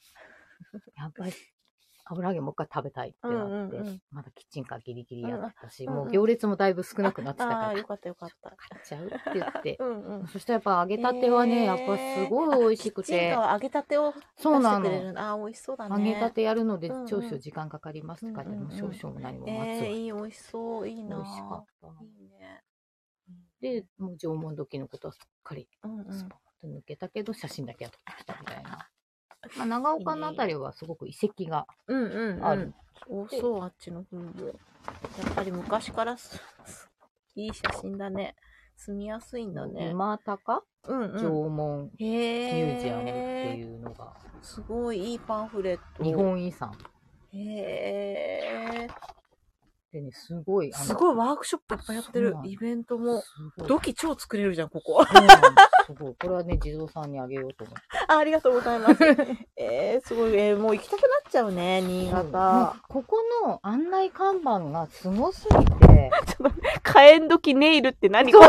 Speaker 2: やっぱり、油揚げもう一回食べたいってなって、
Speaker 1: うんうんうん
Speaker 2: まだキッチンカーギリギリやってたし、
Speaker 1: うんうん
Speaker 2: もう行列もだいぶ少なくなってたから、
Speaker 1: ああー、
Speaker 2: 買
Speaker 1: よかったよかった。
Speaker 2: っちゃうって言って。
Speaker 1: うんうん。
Speaker 2: そしたらやっぱ揚げたては
Speaker 1: え
Speaker 2: ね、
Speaker 1: ー
Speaker 2: やっぱすごい美味しく
Speaker 1: チン
Speaker 2: て
Speaker 1: カ、は揚げたてを出して
Speaker 2: そうな
Speaker 1: くれ
Speaker 2: の。
Speaker 1: るの。あー、美味しそうだね。
Speaker 2: 揚げた。てやるので
Speaker 1: うんうん
Speaker 2: 少々時間かかりますって書いてある、
Speaker 1: うんうんうん
Speaker 2: もう少々も何も
Speaker 1: え
Speaker 2: 待つわ、
Speaker 1: ー、いい、美味しそう。いい
Speaker 2: 美
Speaker 1: な。
Speaker 2: 味しかった。
Speaker 1: いいね。
Speaker 2: で、もう縄文時のことはすっかり
Speaker 1: うんう
Speaker 2: ス
Speaker 1: ん。
Speaker 2: ポンと抜けたけど、写真だけは撮ってきたみたいな。まあ、長岡のあたりはすごく遺跡が
Speaker 1: うんうんうん。
Speaker 2: ある。
Speaker 1: 多そう、あっちの方も。やっぱり昔からす、いい写真だね。住みやすいんだね。
Speaker 2: 馬高
Speaker 1: うん
Speaker 2: 縄
Speaker 1: うん。
Speaker 2: 文
Speaker 1: へ
Speaker 2: ミ
Speaker 1: え。
Speaker 2: ュージアムっていうのが、
Speaker 1: すごいいいパンフレット。
Speaker 2: 日。本遺産
Speaker 1: へえ。
Speaker 2: でね、すごい、あの
Speaker 1: すごいワークショップいっぱいやって
Speaker 2: そう
Speaker 1: る
Speaker 2: な。の
Speaker 1: イベントも。
Speaker 2: すごい
Speaker 1: 土器超作れるじゃん、ここ。
Speaker 2: そうなのすごい。これはね、地蔵さんにあげようと思って。
Speaker 1: あありがとうございます。 えー、すごい、えー、もう行きたくなっちゃうね、新
Speaker 2: も
Speaker 1: 潟。
Speaker 2: うここの案内看板がすごす ぎて、
Speaker 1: 火炎時ネイルって何これ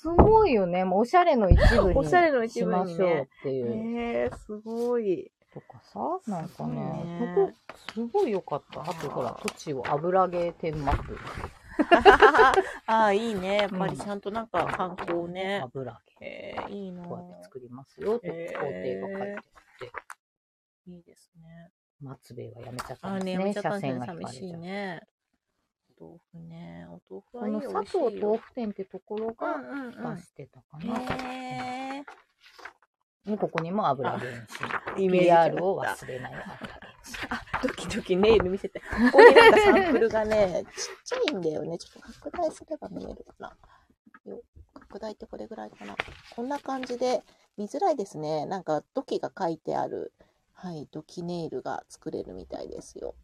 Speaker 2: すごいよね。もうおしゃれの一部
Speaker 1: おしゃれの
Speaker 2: にし
Speaker 1: 一部
Speaker 2: ま
Speaker 1: にね
Speaker 2: しょうっていう。
Speaker 1: えー、すごい。
Speaker 2: とかさ、なんかね、
Speaker 1: すごい
Speaker 2: こ
Speaker 1: ね
Speaker 2: こすごい良かった。あとほら、土地を油揚げ天幕。
Speaker 1: ああ、いいね。やっぱりちゃんとなんか観光ね。
Speaker 2: 油揚げ。
Speaker 1: えー、いいな。
Speaker 2: こうやって作りますよと、工
Speaker 1: へー
Speaker 2: 程が書いてあって。
Speaker 1: いいですね。
Speaker 2: 松兵衛はやめちゃった
Speaker 1: あー
Speaker 2: んで
Speaker 1: ね、
Speaker 2: す
Speaker 1: め
Speaker 2: ね。
Speaker 1: ちゃった
Speaker 2: 車
Speaker 1: んです
Speaker 2: 線
Speaker 1: ね
Speaker 2: が引
Speaker 1: 寂
Speaker 2: かれ
Speaker 1: しい
Speaker 2: ちゃう。
Speaker 1: ね。お豆腐ね。お豆腐
Speaker 2: こ
Speaker 1: はいい
Speaker 2: の
Speaker 1: よ。美味し
Speaker 2: 佐
Speaker 1: い
Speaker 2: 藤豆
Speaker 1: よ
Speaker 2: 腐店ってところ
Speaker 1: うん
Speaker 2: が
Speaker 1: うんうん
Speaker 2: 出してたかな。
Speaker 1: へー
Speaker 2: もうここにも油揚げにし
Speaker 1: イメージ
Speaker 2: PR を忘れない油揚げにし
Speaker 1: あ、ドキドキネイル見せて。ここになんかサンプルがね、ちっちゃいんだよね。ちょっと拡大すれば見えるかな。よ拡大ってこれぐらいかな。こんな感じで、見づらいですね。なんか土器が書いてある、はい、土器ネイルが作れるみたいですよ。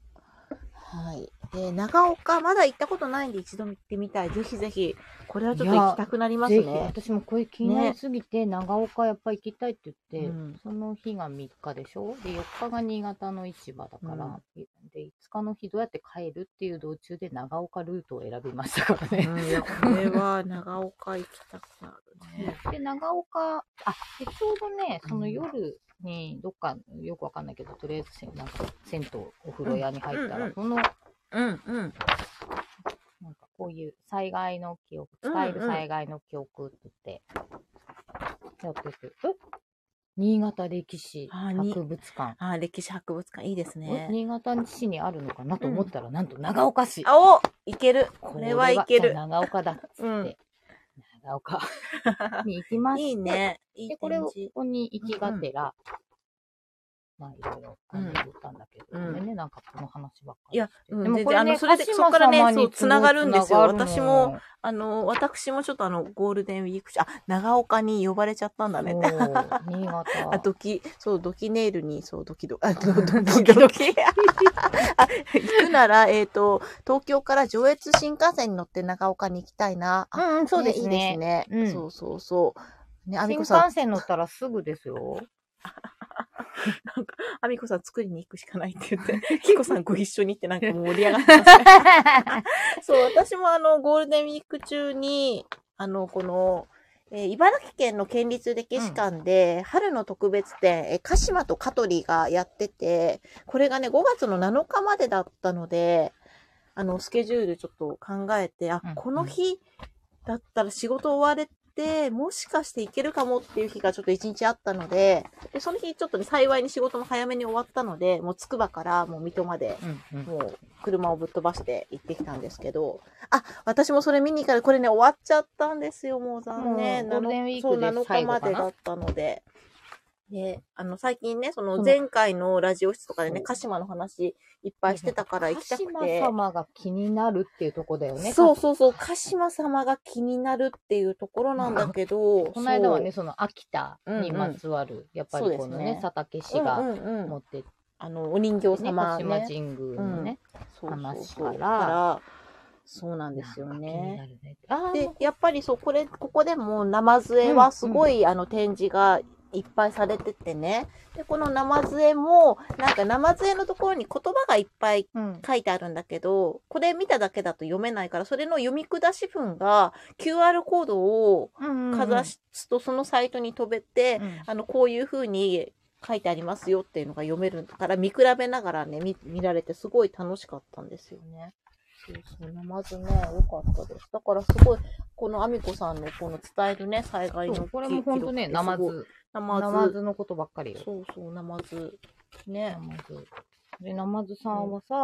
Speaker 1: はい。えー長岡、まだ行ったことないんで一度行ってみたい。ぜひぜひ。これはちょっと行きたくなります
Speaker 2: ぜひ、
Speaker 1: ね。
Speaker 2: 私もこれ気になりすぎて、長岡やっぱ行きたいって言って、
Speaker 1: うん
Speaker 2: その日が3日でしょで、4日が新潟の市場だから、で、5日の日どうやって帰るっていう道中で長岡ルートを選びましたからね。
Speaker 1: うん、いや、これは長岡行きたくなるね。
Speaker 2: で、長岡、あ、でちょうどね、その夜に、どっか、よくわかんないけど、とりあえずせ、なんか、銭湯、お風呂屋に入ったら、
Speaker 1: うん
Speaker 2: その、
Speaker 1: うん、うん。
Speaker 2: なんかこういう災害の記憶、使える災害の記憶って言って、やってて、え新潟歴史
Speaker 1: あに
Speaker 2: 博物館。
Speaker 1: あー、歴史博物館いいですね
Speaker 2: え。新潟市にあるのかなと思ったら、なんと長岡市。
Speaker 1: あおいけるこれはいけ
Speaker 2: じ
Speaker 1: る
Speaker 2: ゃあ長岡だっつって、
Speaker 1: うん
Speaker 2: 長岡に行きます。
Speaker 1: いいね。いい
Speaker 2: で、これを、
Speaker 1: 展
Speaker 2: こ
Speaker 1: 示。
Speaker 2: こに行きがてら、まあ、いろいろ感じで言ったんだけど、
Speaker 1: うん
Speaker 2: ごめんね、なんかこの話ばっかりして。
Speaker 1: いや、うん、
Speaker 2: でも
Speaker 1: 全
Speaker 2: こ
Speaker 1: 然、
Speaker 2: れ
Speaker 1: あ
Speaker 2: ね、
Speaker 1: の、それで、
Speaker 2: 鹿
Speaker 1: そ
Speaker 2: 島
Speaker 1: こから
Speaker 2: 様
Speaker 1: ね、
Speaker 2: に
Speaker 1: そう、つながるんですよ。
Speaker 2: つながる
Speaker 1: 私も、
Speaker 2: の、
Speaker 1: あの、私もちょっとあの、ゴールデンウィーク中、あ、長岡に呼ばれちゃったんだね。
Speaker 2: そう新潟。
Speaker 1: あ、ドキ、そう、ドキネイルに、そう、ドキドキ、 あ、ドキドキ。 あ、行くなら、えっ、と、東京から上越新幹線に乗って長岡に行きたいな。あ
Speaker 2: うん、そうで
Speaker 1: い
Speaker 2: すね。
Speaker 1: いですね。
Speaker 2: うん
Speaker 1: そうそうそう。ね、アミ
Speaker 2: 新
Speaker 1: コさん
Speaker 2: 幹、線乗ったらすぐで すよ。
Speaker 1: アミコさん作りに行くしかないって言って、キコさんご一緒にってなんか盛り上がって そう、私もあの、ゴールデンウィーク中に、あの、この、えー茨城県の県立歴史館で、春の特別展、えー鹿島と香取がやってて、これがね、5月の7日までだったので、あの、スケジュールちょっと考えて、あ
Speaker 2: うん、
Speaker 1: この日だったら仕事終われて、もしかしていけるかもっていう日がちょっと一日あったので、で、その日ちょっとね、幸いに仕事も早めに終わったので、もうつくばからもう水戸まで、
Speaker 2: うんうん
Speaker 1: もう車をぶっ飛ばして行ってきたんですけど、あ、私もそれ見に行からこれね、終わっちゃったんですよ、もう残念。
Speaker 2: もうゴールデンウィーク
Speaker 1: そう
Speaker 2: で
Speaker 1: 7
Speaker 2: 最
Speaker 1: 日
Speaker 2: 後
Speaker 1: ま
Speaker 2: かな
Speaker 1: でだったので。で、あの、最近ね、そ
Speaker 2: そ
Speaker 1: の
Speaker 2: の
Speaker 1: 前回のラジオ室とかでね、
Speaker 2: そう
Speaker 1: 鹿島の話いっぱいしてたから行きたく
Speaker 2: 鹿
Speaker 1: て
Speaker 2: 島。様が気になるっていうとこだよね。
Speaker 1: そうそうそう、鹿島様が気になるっていうところなんだけど、
Speaker 2: この間はね、その秋田にまつわる、やっぱりこ
Speaker 1: そ
Speaker 2: の
Speaker 1: うです
Speaker 2: ね
Speaker 1: ね、
Speaker 2: 佐竹氏
Speaker 1: そう、う
Speaker 2: が
Speaker 1: んうんう
Speaker 2: 持
Speaker 1: ん、
Speaker 2: ってって、
Speaker 1: あの、お人形
Speaker 2: ね
Speaker 1: 様、
Speaker 2: 鹿島
Speaker 1: ね、
Speaker 2: 神宮のね、
Speaker 1: そうそう
Speaker 2: 話
Speaker 1: そ
Speaker 2: か
Speaker 1: う
Speaker 2: ら
Speaker 1: から、そうなんですよ
Speaker 2: なんか気に
Speaker 1: ね。
Speaker 2: なるね。あ
Speaker 1: で
Speaker 2: ー、
Speaker 1: やっぱりそう、これ、ここでも生杖はすごい、あの、展示がいっぱいされててね。で、この生杖も、なんか生杖のところに言葉がいっぱい
Speaker 2: うん。
Speaker 1: 書いてあるんだけど、これ見ただけだと読めないから、それの読み下し文が QR コードをかざすとそのサイトに飛べて、
Speaker 2: うんうん
Speaker 1: あの、こういう風に書いてありますよっていうのが読めるから、見比べながらね、見見られてすごい楽しかったんですよね。そうそう、まずね、良かったです。だからすごい、このアミコさんのこの伝えるね、災害
Speaker 2: そ
Speaker 1: の
Speaker 2: うこれも本当ね、ナマ
Speaker 1: 記録ってす
Speaker 2: ズ。
Speaker 1: ごい
Speaker 2: ナ
Speaker 1: ナマ
Speaker 2: マ
Speaker 1: ズ。
Speaker 2: ズのことばっかりよ。
Speaker 1: そうそう、ナマズ。
Speaker 2: ナ
Speaker 1: ね。
Speaker 2: マズ。で、ナマズさんはさ、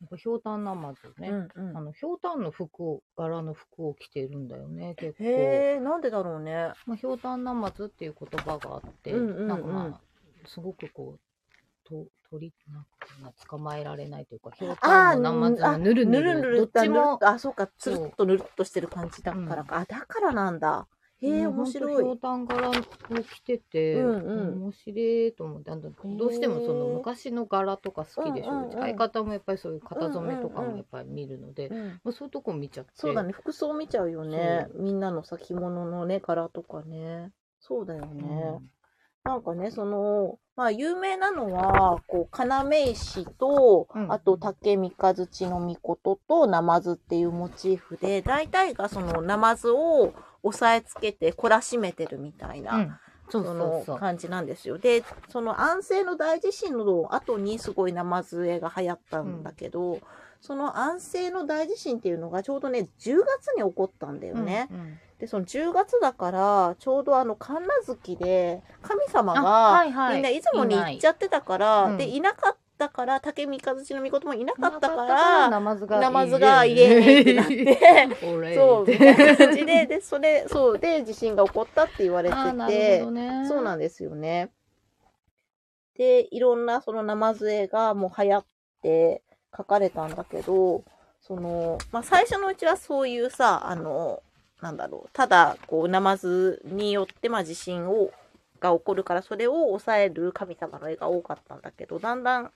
Speaker 2: なんかひょうたんナマズね。
Speaker 1: うんう
Speaker 2: あ
Speaker 1: ん。
Speaker 2: の、ひょうたんの服を、柄の服を着てるんだよね、結構。
Speaker 1: へえ、なんでだろうね。
Speaker 2: まあ、ひょうたんナマズっていう言葉があって、
Speaker 1: うんうんうん
Speaker 2: なんかまあ、すごくこう、と鳥、なんかこんな捕まえられないというか、ひょうたんのナマズ
Speaker 1: あー
Speaker 2: のぬるぬ
Speaker 1: ぬ
Speaker 2: る、
Speaker 1: るぬるっ
Speaker 2: どっ
Speaker 1: と
Speaker 2: ち
Speaker 1: ぬる
Speaker 2: も
Speaker 1: っと、あ、そうか、つ
Speaker 2: そう
Speaker 1: るっとぬるっとしてる感じだからか。あ、だからなんだ。へえ、面白
Speaker 2: ひょ
Speaker 1: い。
Speaker 2: うたん柄を着てて、
Speaker 1: うんうん
Speaker 2: 面白いと思ってあのどうしてもその昔の柄とか好きでしょ、
Speaker 1: う
Speaker 2: うん
Speaker 1: うんうん
Speaker 2: 相方もやっぱりそういう型染めとか
Speaker 1: うんうんう
Speaker 2: も
Speaker 1: ん
Speaker 2: やっぱり見るので、
Speaker 1: うん
Speaker 2: まあ、そういうとこ見ちゃって
Speaker 1: そうだね、服装見ちゃうよね。みんなのさ、着物のね、柄とかね。そうだよ
Speaker 2: う
Speaker 1: ね。
Speaker 2: ん
Speaker 1: なんかね、その、まあ、有名なのは、こう、要石と、
Speaker 2: うん
Speaker 1: あと、竹三日月の御事と、ナマズっていうモチーフで、大体がその、ナマズを押さえつけて懲らしめてるみたいな。
Speaker 2: うんそうそ
Speaker 1: そうの
Speaker 2: そう
Speaker 1: 感じなんですよ。で、その安政の大地震の後にすごい生杖が流行ったんだけど、その安政の大地震っていうのがちょうどね、10月に起こったんだよね。
Speaker 2: うんうん
Speaker 1: で、その10月だから、ちょうどあの、神奈月で、神様
Speaker 2: あ
Speaker 1: が、
Speaker 2: いは
Speaker 1: みんな出雲に行っちゃってたか
Speaker 2: いな
Speaker 1: ら、
Speaker 2: い
Speaker 1: で、いなかったから、竹三日月の御事もいなかったか
Speaker 2: な
Speaker 1: ら、
Speaker 2: かったから
Speaker 1: ナ
Speaker 2: ナマ
Speaker 1: マ
Speaker 2: ズ
Speaker 1: ズ
Speaker 2: が
Speaker 1: が
Speaker 2: 入れ
Speaker 1: 家
Speaker 2: ね
Speaker 1: ね
Speaker 2: え
Speaker 1: え
Speaker 2: っ
Speaker 1: ってて
Speaker 2: な
Speaker 1: な
Speaker 2: っ
Speaker 1: ってて、そう
Speaker 2: そ
Speaker 1: う、みたいな感じで、で、それ、そう、で、地震が起こったって言われて
Speaker 2: あーなる
Speaker 1: て
Speaker 2: ほど、ね
Speaker 1: そうなんですよね。で、いろんなその生杖がもう流行って書かれたんだけど、その、まあ、最初のうちはそういうさ、あの、なんだろう、ただ、こう、生図によって、まあ、地震を、が起こるから、それを抑える神様の絵が多かったんだけど、だんだん、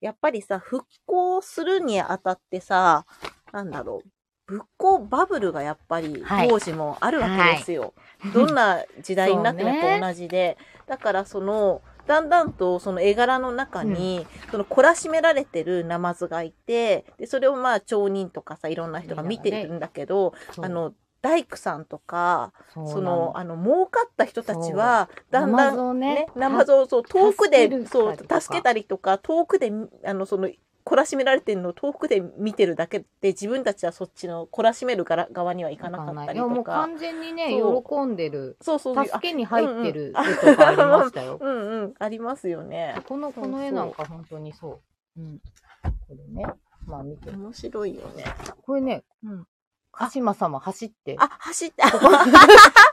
Speaker 1: やっぱりさ、復興するにあたってさ、なんだろう、復興バブルがやっぱり、
Speaker 2: はい
Speaker 1: 当時もあるわけですよ。どんな時代になってもやっぱ同じで、だからその、だんだんとその絵柄の中に、その懲らしめられてるナマズがいて、で、それをまあ町人とかさ、いろんな人が見てるんだけど、あの、大工さんとか、
Speaker 2: そう
Speaker 1: そ
Speaker 2: な
Speaker 1: の、あの、儲かった人たちは、だ
Speaker 2: ナ
Speaker 1: ん
Speaker 2: マ
Speaker 1: だ
Speaker 2: ズ
Speaker 1: ん、
Speaker 2: をね
Speaker 1: ね、ナマズをそう、遠く
Speaker 2: 助け
Speaker 1: で、
Speaker 2: るたり
Speaker 1: そ
Speaker 2: と
Speaker 1: う、
Speaker 2: か
Speaker 1: 助けたりとか、遠くで、あの、その、懲らしめられてるのを遠くで見てるだけで、自分たちはそっちの懲らしめる側側には行かなかったり
Speaker 2: いやも
Speaker 1: と
Speaker 2: う
Speaker 1: か。
Speaker 2: 完全にね
Speaker 1: そう
Speaker 2: 喜んでる
Speaker 1: そうそうそう
Speaker 2: 助。けに入ってる絵とかありま したよ。
Speaker 1: うんうん、ありますよね。
Speaker 2: このこの絵なんか本当にそう。うん、これね、まあ見て。
Speaker 1: 面白いよね。
Speaker 2: これね、
Speaker 1: うん
Speaker 2: 鹿島様走って。
Speaker 1: あ、走 った。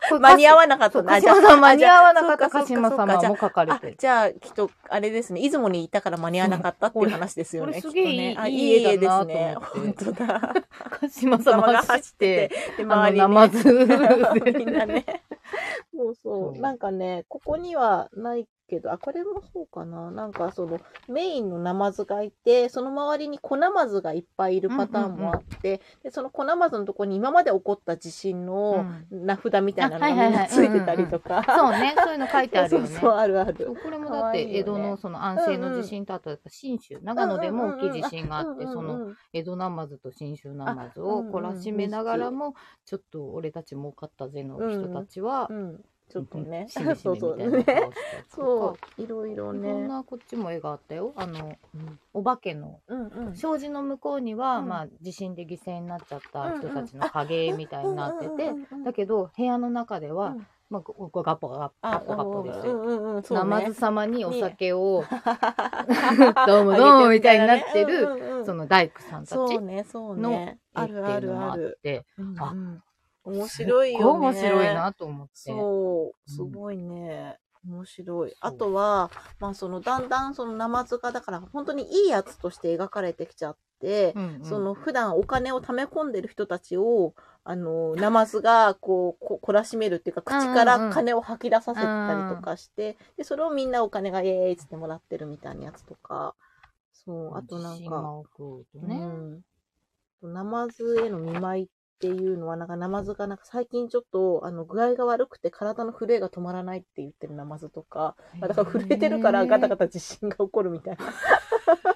Speaker 2: これ
Speaker 1: 間に合わなかっ
Speaker 2: そ
Speaker 1: たな。
Speaker 2: う鹿
Speaker 1: じゃあ
Speaker 2: 島様間に合わなかった
Speaker 1: あ
Speaker 2: 鹿
Speaker 1: じゃあ
Speaker 2: 島
Speaker 1: そうかそうか
Speaker 2: 様
Speaker 1: そう
Speaker 2: も書かれ
Speaker 1: か
Speaker 2: てる。
Speaker 1: じゃあ、あじゃあきっと、あれですね。出雲にいたから間に合わなかったっていう話ですよね。
Speaker 2: そうこれすげえい
Speaker 1: きっ
Speaker 2: い
Speaker 1: とねあ
Speaker 2: い
Speaker 1: い
Speaker 2: い
Speaker 1: い
Speaker 2: 絵
Speaker 1: 絵で
Speaker 2: だ
Speaker 1: す
Speaker 2: な
Speaker 1: ね。
Speaker 2: と思っ
Speaker 1: 本
Speaker 2: て
Speaker 1: 当だ。
Speaker 2: 鹿島様
Speaker 1: 様が
Speaker 2: 走
Speaker 1: 走
Speaker 2: っ
Speaker 1: ってて、で、周
Speaker 2: あの、
Speaker 1: り
Speaker 2: ナ
Speaker 1: に
Speaker 2: マズ。
Speaker 1: みんなね。そうそう
Speaker 2: そう
Speaker 1: なんかね、ここにはないけど、あ、これもそうかな。なんかそのメインのナマズがいて、その周りに粉ナマズがいっぱいいるパターンもあって、でその粉ナマズのとこに今まで起こった地震の名札みたいなのが
Speaker 2: あ
Speaker 1: み
Speaker 2: はいはい
Speaker 1: ん
Speaker 2: はい
Speaker 1: なついてたりとか。
Speaker 2: そうね、そういうの書いてあ る
Speaker 1: そ
Speaker 2: よ
Speaker 1: う
Speaker 2: ね。
Speaker 1: そう、あるあ
Speaker 2: そ
Speaker 1: る。
Speaker 2: うこれもだっ
Speaker 1: 可愛いよ
Speaker 2: て
Speaker 1: ね
Speaker 2: 江戸のその安政の地震とあとやっぱ信州、長野でも大きい地震があって、その
Speaker 1: うんうんうん
Speaker 2: 江戸ナマズと信州ナマズを懲らしめながらも、ちょっと俺たち儲かったぜの人たちは
Speaker 1: うん、ちょっとね。
Speaker 2: しめ し
Speaker 1: そう
Speaker 2: めみ
Speaker 1: そう
Speaker 2: たいな
Speaker 1: ね。
Speaker 2: 顔したりと
Speaker 1: そ
Speaker 2: か
Speaker 1: う、いろいろ
Speaker 2: いろん
Speaker 1: ね。
Speaker 2: なこっちも絵があったよ。あの、お化けの、
Speaker 1: うんうん。
Speaker 2: 障子の向こうには、
Speaker 1: うん
Speaker 2: まあ、地震で犠牲になっちゃった人たちの影みたいになってて、
Speaker 1: け
Speaker 2: だけど、部屋の中では、
Speaker 1: うん
Speaker 2: まあ、ごごガポガガポガポです
Speaker 1: う
Speaker 2: よ。
Speaker 1: んうんうん、そうね
Speaker 2: ナ マズ様にお酒を、
Speaker 1: あ
Speaker 2: どうもどうもみ
Speaker 1: げ
Speaker 2: たいになって
Speaker 1: ね
Speaker 2: る、
Speaker 1: うんうんうん
Speaker 2: その大工さんたち
Speaker 1: そうね、そうね。あ
Speaker 2: っていう
Speaker 1: るある
Speaker 2: のも
Speaker 1: あ
Speaker 2: あっ
Speaker 1: る。
Speaker 2: て、
Speaker 1: うん
Speaker 2: あ
Speaker 1: うん面白いよね。
Speaker 2: すっご面白いなと思って。
Speaker 1: そう、
Speaker 2: うん
Speaker 1: すごいね。面白い。
Speaker 2: そう
Speaker 1: あとは、まあその、だんだんそのナマズが、だから本当にいいやつとして描かれてきちゃって、
Speaker 2: うんうん
Speaker 1: その普段お金を貯め込んでる人たちを、あの、ナマズがこう、こ懲らしめるっていうか、口か
Speaker 2: うんうんう
Speaker 1: ら
Speaker 2: ん
Speaker 1: 金を吐き出させたりとかして、で、それをみんなお金がイエーイっつってもらってるみたいなやつとか、そう、あとなん
Speaker 2: 地震
Speaker 1: か、
Speaker 2: が起こるとね。
Speaker 1: うん。ナマズへの見舞いっていうのは、なんかナマズがなんか最近ちょっと、あの、具合が悪くて体の震えが止まらないって言ってるナマズとか、まあだから震えてるからガタガ
Speaker 2: タ。
Speaker 1: タ地震が起こるみたいな。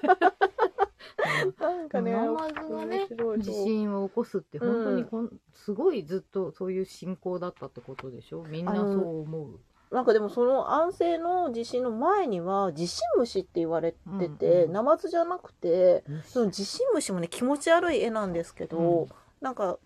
Speaker 1: なんかね、
Speaker 2: ナマズが
Speaker 1: 面
Speaker 2: ね
Speaker 1: 白い
Speaker 2: 地震を起こすって本当にこん、すごいずっとそういう信仰だったってことでしょみんなそう思う。
Speaker 1: なんかでもその安政の地震の前には、地震虫って言われて
Speaker 2: うん
Speaker 1: て、
Speaker 2: うん
Speaker 1: ナマズじゃなくて、その
Speaker 2: 虫
Speaker 1: 地震虫もね、気持ち悪い絵なんですけど、
Speaker 2: うん
Speaker 1: なんか、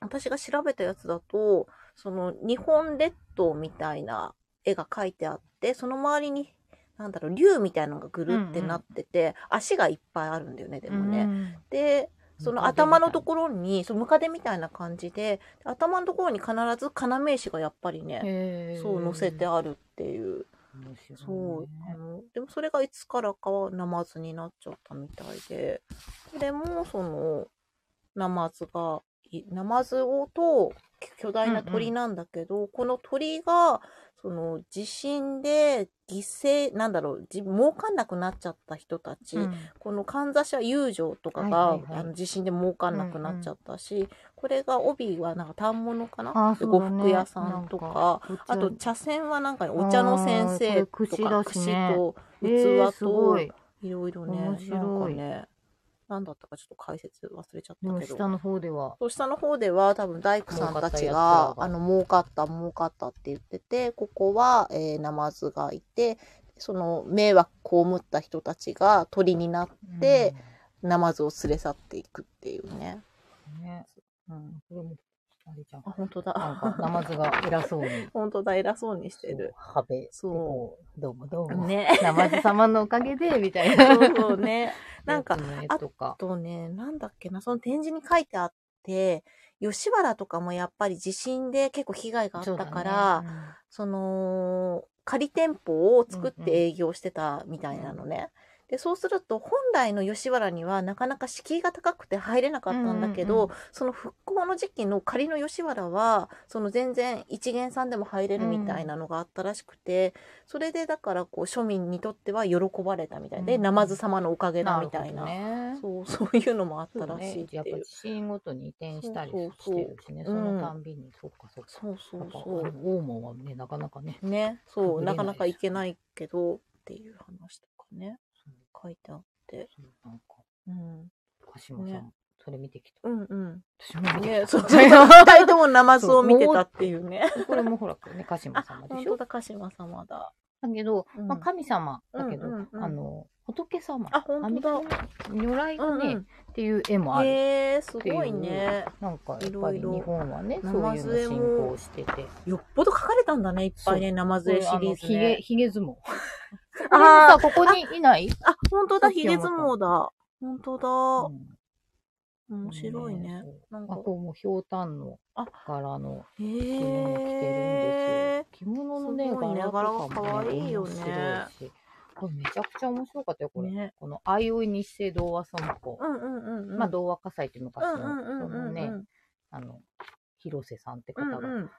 Speaker 1: 私が調べたやつだと、その日本列島みたいな絵が描いてあって、その周りに、なんだろう、竜みたいなのがぐるってなってて、足がいっぱいあるんだよね、でもね。
Speaker 2: うん
Speaker 1: で、その頭のところに、そう、ムカデみたいな感じで、頭のところに必ず要石がやっぱりね、
Speaker 2: へー
Speaker 1: そう乗せてあるっていう。
Speaker 2: 面白いね
Speaker 1: そう、あの、でもそれがいつからかはナマズになっちゃったみたいで、これもその、ナマズが、いナマズをと巨大な鳥なんだけど、この鳥が、その地震で犠牲、なんだろう、じ儲かんなくなっちゃった人たち、
Speaker 2: うん
Speaker 1: このかんざしは友情とかが、
Speaker 2: はいはいはい
Speaker 1: あの地震で儲かんなくなっちゃったし、これが帯はなんか反物かな
Speaker 2: あー
Speaker 1: で
Speaker 2: そう
Speaker 1: 呉
Speaker 2: だね
Speaker 1: 服屋さんとか、
Speaker 2: なんか
Speaker 1: あと
Speaker 2: こっち
Speaker 1: 茶筅はなんかお茶の先生
Speaker 2: あー
Speaker 1: と
Speaker 2: これ
Speaker 1: か
Speaker 2: 櫛だしね
Speaker 1: と
Speaker 2: へー
Speaker 1: 器
Speaker 2: すご
Speaker 1: と
Speaker 2: い
Speaker 1: いろいろね、
Speaker 2: 面白い
Speaker 1: なんかね、なんだったかちょっと解説忘れちゃっ
Speaker 2: で
Speaker 1: た
Speaker 2: も
Speaker 1: けど
Speaker 2: 下。の方では。
Speaker 1: そう下の方では多分大工さんたちが
Speaker 2: 儲かったやつらが
Speaker 1: あの儲かった儲かったって言っててここは、えー、ナマズがいてその迷惑被った人たちが鳥になってでナマズを連れ去っていくっていうね。
Speaker 2: うん、ね、
Speaker 1: うん、
Speaker 2: これもあれじゃん
Speaker 1: あ、。本当
Speaker 2: なんか
Speaker 1: だ。
Speaker 2: ナマズが偉そ うに。
Speaker 1: 本当だ、偉そうにしてる。
Speaker 2: はべ。
Speaker 1: そ
Speaker 2: どうもどうも。
Speaker 1: ね。
Speaker 2: ナマズ様のおかげで、みたいな。
Speaker 1: そうそうね。なんか
Speaker 2: やつの絵と
Speaker 1: あ
Speaker 2: か。
Speaker 1: とね、なんだっけな、その展示に書いてあって、吉原とかもやっぱり地震で結構被害があったから、そ,、の、仮店舗を作っ
Speaker 2: うんうん
Speaker 1: て営業してたみたいなのね。で、そうすると、本来の吉原にはなかなか敷居が高くて入れなかったんだけど、
Speaker 2: うんうん
Speaker 1: その復興の時期の仮の吉原は、その全然一元さんでも入れるみたいなのがあったらしくて、それでだからこう庶民にとっては喜ばれたみたいで、
Speaker 2: うん
Speaker 1: ナマズ様のおか
Speaker 2: う
Speaker 1: げ
Speaker 2: ん
Speaker 1: だみたいな。
Speaker 2: るほどね
Speaker 1: そう、 そういうのもあっ
Speaker 2: そ
Speaker 1: た
Speaker 2: う
Speaker 1: らしい
Speaker 2: ね
Speaker 1: っ。て
Speaker 2: やっぱ
Speaker 1: いう
Speaker 2: 地。震ごとに移転したり
Speaker 1: そう
Speaker 2: し
Speaker 1: そうそう
Speaker 2: てるしね、そ
Speaker 1: うん
Speaker 2: のたんびに、そっかそっか。
Speaker 1: そうそ
Speaker 2: やっ
Speaker 1: う
Speaker 2: ぱ
Speaker 1: そ
Speaker 2: 大門はね、なかなかね。
Speaker 1: う。ね、そう、
Speaker 2: 隠
Speaker 1: な
Speaker 2: れない
Speaker 1: かなか行けないけどっていう話とかね、書いてあって。
Speaker 2: そうなんか、
Speaker 1: うん。
Speaker 2: 鹿島さん、それ見てきた。
Speaker 1: うんうん。
Speaker 2: 私も見て
Speaker 1: ね、
Speaker 2: き
Speaker 1: そ
Speaker 2: た
Speaker 1: う、2人ともナマズを見てたっていうね。
Speaker 2: これもほら、ね、鹿島
Speaker 1: あ
Speaker 2: 様、で
Speaker 1: 本
Speaker 2: し
Speaker 1: 当
Speaker 2: ょ
Speaker 1: だ、鹿島様だ。
Speaker 2: だけど、
Speaker 1: うん
Speaker 2: まあ、神様だけど、
Speaker 1: うんうんうん
Speaker 2: あの、仏様。
Speaker 1: あ、本当だ。
Speaker 2: 神様如来
Speaker 1: う
Speaker 2: が
Speaker 1: ん
Speaker 2: ね、
Speaker 1: う
Speaker 2: っ
Speaker 1: ん。
Speaker 2: ていう絵もある。
Speaker 1: へえ、す
Speaker 2: っていう
Speaker 1: ごいね。。
Speaker 2: なんかやっぱり日本はね、
Speaker 1: いろい
Speaker 2: そ
Speaker 1: ろ
Speaker 2: ういうの信仰してて。
Speaker 1: よっぽど書かれたんだね、いっぱいね、ナマズ絵シ
Speaker 2: あ
Speaker 1: リ
Speaker 2: の
Speaker 1: ーズ
Speaker 2: ひげ、
Speaker 1: ね。
Speaker 2: ひげ 相撲。
Speaker 1: あ
Speaker 2: あ、ここにいない
Speaker 1: あ、本当だ、
Speaker 2: さっき
Speaker 1: ヒゲ相撲だ。本当
Speaker 2: うん
Speaker 1: だ。面白いね。。なん
Speaker 2: あ
Speaker 1: か
Speaker 2: と、もう、ひょうたんの
Speaker 1: あ
Speaker 2: 柄の
Speaker 1: へ
Speaker 2: 着物を着てるん
Speaker 1: え。
Speaker 2: ですよ。着物のね、
Speaker 1: すごいね
Speaker 2: 柄とか
Speaker 1: 柄が
Speaker 2: も
Speaker 1: 可
Speaker 2: ね、
Speaker 1: 愛いよ
Speaker 2: 面
Speaker 1: ね
Speaker 2: 白いし。これめちゃくちゃ面白かったよ、これ。
Speaker 1: ね
Speaker 2: この、あいおい日清童話散歩。
Speaker 1: うんうんうんうん。
Speaker 2: まあ、童話火災って昔
Speaker 1: うん
Speaker 2: の、
Speaker 1: うんうん
Speaker 2: そ
Speaker 1: うんう
Speaker 2: の
Speaker 1: ん。
Speaker 2: ね、あの、広瀬さんって
Speaker 1: う
Speaker 2: 方
Speaker 1: ん
Speaker 2: が
Speaker 1: うん。